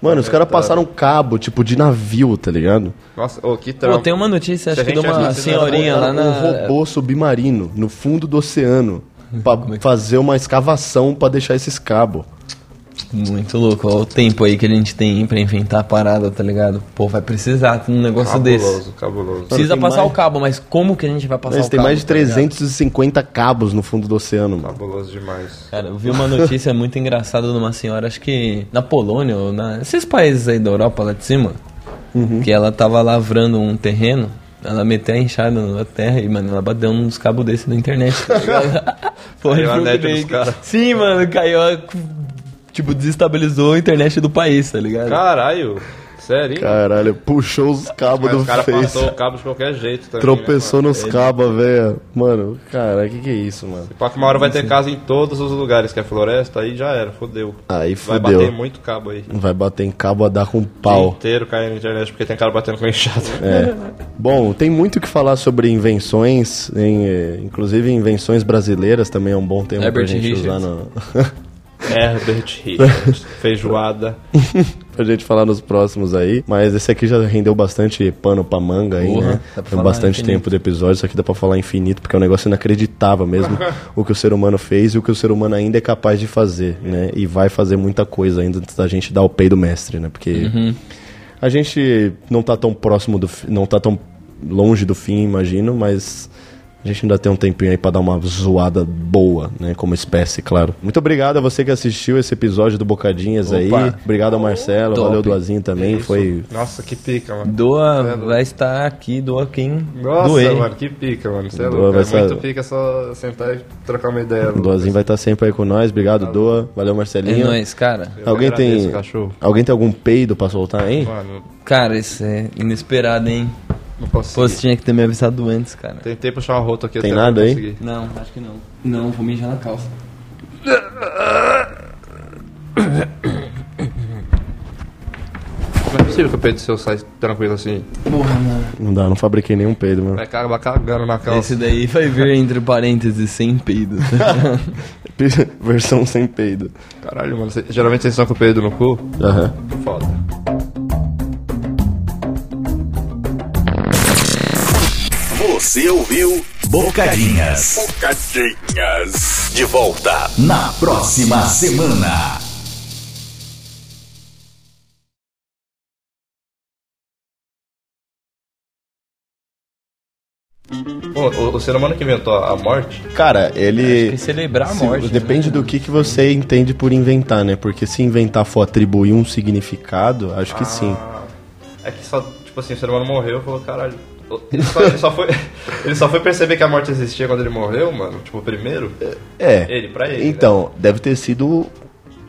Speaker 4: Mano, os caras passaram cabo, tipo, de navio, tá ligado?
Speaker 1: Nossa, ô, que
Speaker 3: Pô,
Speaker 1: trampo.
Speaker 3: tem uma notícia, acho
Speaker 1: Se a
Speaker 3: que de
Speaker 1: gente né?
Speaker 3: uma
Speaker 1: assistisse na
Speaker 3: senhorinha lá na...
Speaker 4: Um robô submarino no fundo do oceano pra
Speaker 3: é
Speaker 4: fazer uma escavação pra deixar esses cabos.
Speaker 3: Muito louco, olha o tempo aí que a gente tem pra inventar a parada, tá ligado? Pô, vai precisar de um negócio desse.
Speaker 1: Cabuloso, cabuloso.
Speaker 3: Precisa
Speaker 4: tem
Speaker 3: passar
Speaker 4: mais-
Speaker 3: o cabo, mas como que a gente vai passar
Speaker 4: Mas
Speaker 3: o
Speaker 4: tem
Speaker 3: cabo?
Speaker 4: mais de
Speaker 3: tá ligado?
Speaker 4: 350 cabos no fundo do oceano, mano.
Speaker 1: Cabuloso demais.
Speaker 3: Cara, eu vi uma notícia muito engraçada de uma senhora, acho que na Polônia ou na... Esses países aí da Europa, lá de cima,
Speaker 1: Uhum.
Speaker 3: que ela tava lavrando um terreno, ela meteu a enxada na terra e, mano, ela bateu nos cabos desse na internet, tá ligado? Foi
Speaker 1: Caiu a
Speaker 3: eu
Speaker 1: net
Speaker 3: fiquei-
Speaker 1: dos caras.
Speaker 3: Sim, mano, caiu a... Tipo, desestabilizou a internet do país, tá ligado?
Speaker 1: Caralho, sério? hein?
Speaker 4: Caralho, puxou os cabos
Speaker 1: Mas
Speaker 4: do
Speaker 1: o cara
Speaker 4: Face.
Speaker 1: passou o cabo de qualquer jeito também.
Speaker 4: Tropeçou
Speaker 1: né,
Speaker 4: nos cabos, velho. Mano, cara, que que é isso, mano?
Speaker 1: mano? Pá, que uma hora vai ter casa em todos os lugares que é floresta, aí já era, fodeu.
Speaker 4: Aí
Speaker 1: Vai
Speaker 4: fudeu.
Speaker 1: bater muito cabo aí.
Speaker 4: Vai bater em cabo a dar com
Speaker 1: O
Speaker 4: pau. É.
Speaker 1: dia inteiro caindo na internet porque tem cara batendo com enxada.
Speaker 4: Bom, tem muito o que falar sobre invenções, em, eh, inclusive invenções brasileiras também é um bom termo pra
Speaker 3: Herbert
Speaker 4: gente
Speaker 3: Richards.
Speaker 4: usar no,
Speaker 1: Herbert Richards, feijoada.
Speaker 4: pra gente falar nos próximos aí. Mas esse aqui já rendeu bastante pano pra manga aí,
Speaker 3: Porra,
Speaker 4: né?
Speaker 3: dá pra
Speaker 4: Foi
Speaker 3: falar
Speaker 4: bastante
Speaker 3: infinito.
Speaker 4: tempo do episódio, isso aqui dá pra falar infinito, porque é um negócio inacreditável mesmo o que o ser humano fez e o que o ser humano ainda é capaz de fazer, né? E vai fazer muita coisa ainda antes da gente dar o pei do mestre, né? Porque
Speaker 3: Uhum.
Speaker 4: a gente não tá tão próximo do fi- não tá tão longe do fim, imagino, mas a gente ainda tem um tempinho aí pra dar uma zoada boa, né, como espécie, claro. Muito obrigado a você que assistiu esse episódio do Bocadinhas aí. Obrigado ao Marcelo,
Speaker 3: Top.
Speaker 4: valeu Duazinho também, foi
Speaker 1: Nossa, que pica, mano. é
Speaker 3: Doa, vai estar aqui, doa quem
Speaker 1: Nossa,
Speaker 3: doer.
Speaker 1: mano, que pica, mano. Você é
Speaker 4: Doa,
Speaker 1: louco.
Speaker 4: vai
Speaker 1: É
Speaker 4: ser-
Speaker 1: muito pica só sentar e trocar uma ideia.
Speaker 4: o
Speaker 1: louco.
Speaker 4: Duazinho vai estar sempre aí com nós. Obrigado, Doa. Valeu,
Speaker 3: É
Speaker 4: Marcelinho.
Speaker 3: nóis, cara.
Speaker 1: Eu
Speaker 4: Alguém
Speaker 1: agradeço,
Speaker 4: tem
Speaker 1: cachorro.
Speaker 4: Alguém tem algum peido pra soltar aí?
Speaker 1: Mano,
Speaker 3: Cara, isso é inesperado, hein?
Speaker 1: não posso.
Speaker 3: Pô, você tinha que ter me avisado antes, cara.
Speaker 1: Tentei puxar uma rota aqui
Speaker 4: Tem
Speaker 1: até
Speaker 4: nada
Speaker 1: não
Speaker 4: aí?
Speaker 1: consegui.
Speaker 3: Não, acho que não. Não, vou mijar na calça.
Speaker 1: Não é possível que o peito seu sai tranquilo assim.
Speaker 3: Porra, mano.
Speaker 4: Não dá, não fabriquei nenhum peido, mano.
Speaker 1: Vai acabar cagando na calça.
Speaker 3: Esse daí vai vir entre parênteses sem peido.
Speaker 4: Versão sem peido.
Speaker 1: Caralho, mano. cê- geralmente vocês estão com o peito no cu.
Speaker 4: Aham.
Speaker 1: Foda.
Speaker 5: Você ouviu Bocadinhas.
Speaker 6: Bocadinhas.
Speaker 5: De volta na próxima semana.
Speaker 1: Pô, o, o ser humano que inventou a morte.
Speaker 4: Cara, ele
Speaker 3: Tem que celebrar a
Speaker 4: Se-
Speaker 3: morte.
Speaker 4: depende
Speaker 1: né?
Speaker 4: do que, que você entende por inventar, né? Porque se inventar for atribuir um significado, acho que sim.
Speaker 1: É que só, tipo assim, o ser humano morreu e falou, caralho. Ele só, ele só foi, ele só foi perceber que a morte existia quando ele morreu, mano. Tipo, primeiro.
Speaker 4: É.
Speaker 1: Ele, pra ele, né?
Speaker 4: Então, deve ter sido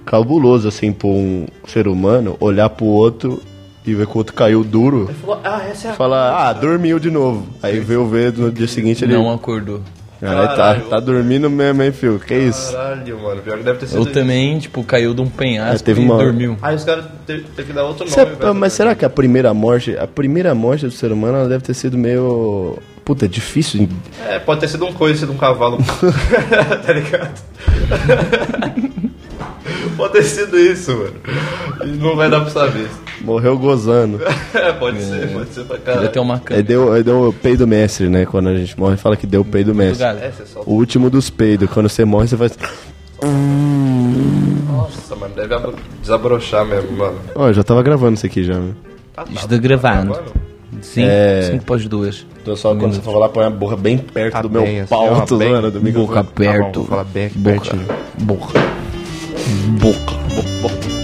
Speaker 4: cabuloso, assim, pra um ser humano olhar pro outro e ver que o outro caiu duro.
Speaker 1: Ah, essa é a.
Speaker 4: Falar, ah, dormiu de novo. Aí veio ver no dia seguinte ele.
Speaker 3: Não acordou.
Speaker 4: Caralho, tá,
Speaker 1: Caralho.
Speaker 4: tá dormindo mesmo, hein, filho? Que isso?
Speaker 1: Caralho, mano. Pior que deve ter sido.
Speaker 3: Ou também, tipo, caiu de um penhasco
Speaker 4: É, teve
Speaker 3: e
Speaker 4: uma-
Speaker 3: dormiu.
Speaker 1: Aí os caras teve, teve que dar outro
Speaker 4: Cê-
Speaker 1: nome. velho.
Speaker 4: mas será que a primeira morte. A primeira morte do ser humano ela deve ter sido meio. Puta, é difícil.
Speaker 1: É, pode ter sido um coice de um cavalo. tá ligado? pode ter sido isso, mano. Não vai dar pra saber.
Speaker 4: Morreu gozando.
Speaker 1: É, pode ser, pode ser pra
Speaker 3: Ele
Speaker 1: caralho.
Speaker 3: tem uma
Speaker 4: Aí
Speaker 3: câmera
Speaker 4: deu, aí deu o peido mestre, né? Quando a gente morre, fala que deu o peido
Speaker 3: do
Speaker 4: mestre.
Speaker 1: É,
Speaker 3: galho.
Speaker 1: você solta.
Speaker 4: O último dos peidos. Quando você morre, você faz. assim,
Speaker 1: Nossa, mano, deve abro- desabrochar mesmo, mano.
Speaker 4: Ó, eu já tava gravando isso aqui já, né?
Speaker 1: Tá, tá,
Speaker 3: Estou gravando.
Speaker 1: Tá
Speaker 3: Cinco,
Speaker 4: É.
Speaker 3: cinco pós duas.
Speaker 4: Então só quando você for falar, põe a borra bem perto
Speaker 1: Tá
Speaker 4: do
Speaker 1: bem,
Speaker 4: meu
Speaker 1: assim,
Speaker 4: pau,
Speaker 1: ó,
Speaker 4: tô
Speaker 1: bem-
Speaker 4: zoando, do
Speaker 3: Boca
Speaker 4: microfone.
Speaker 1: bom,
Speaker 3: perto.
Speaker 1: vou falar bem aqui
Speaker 3: boca,
Speaker 1: pertinho.
Speaker 3: boca. Boca.
Speaker 1: Bo- bo-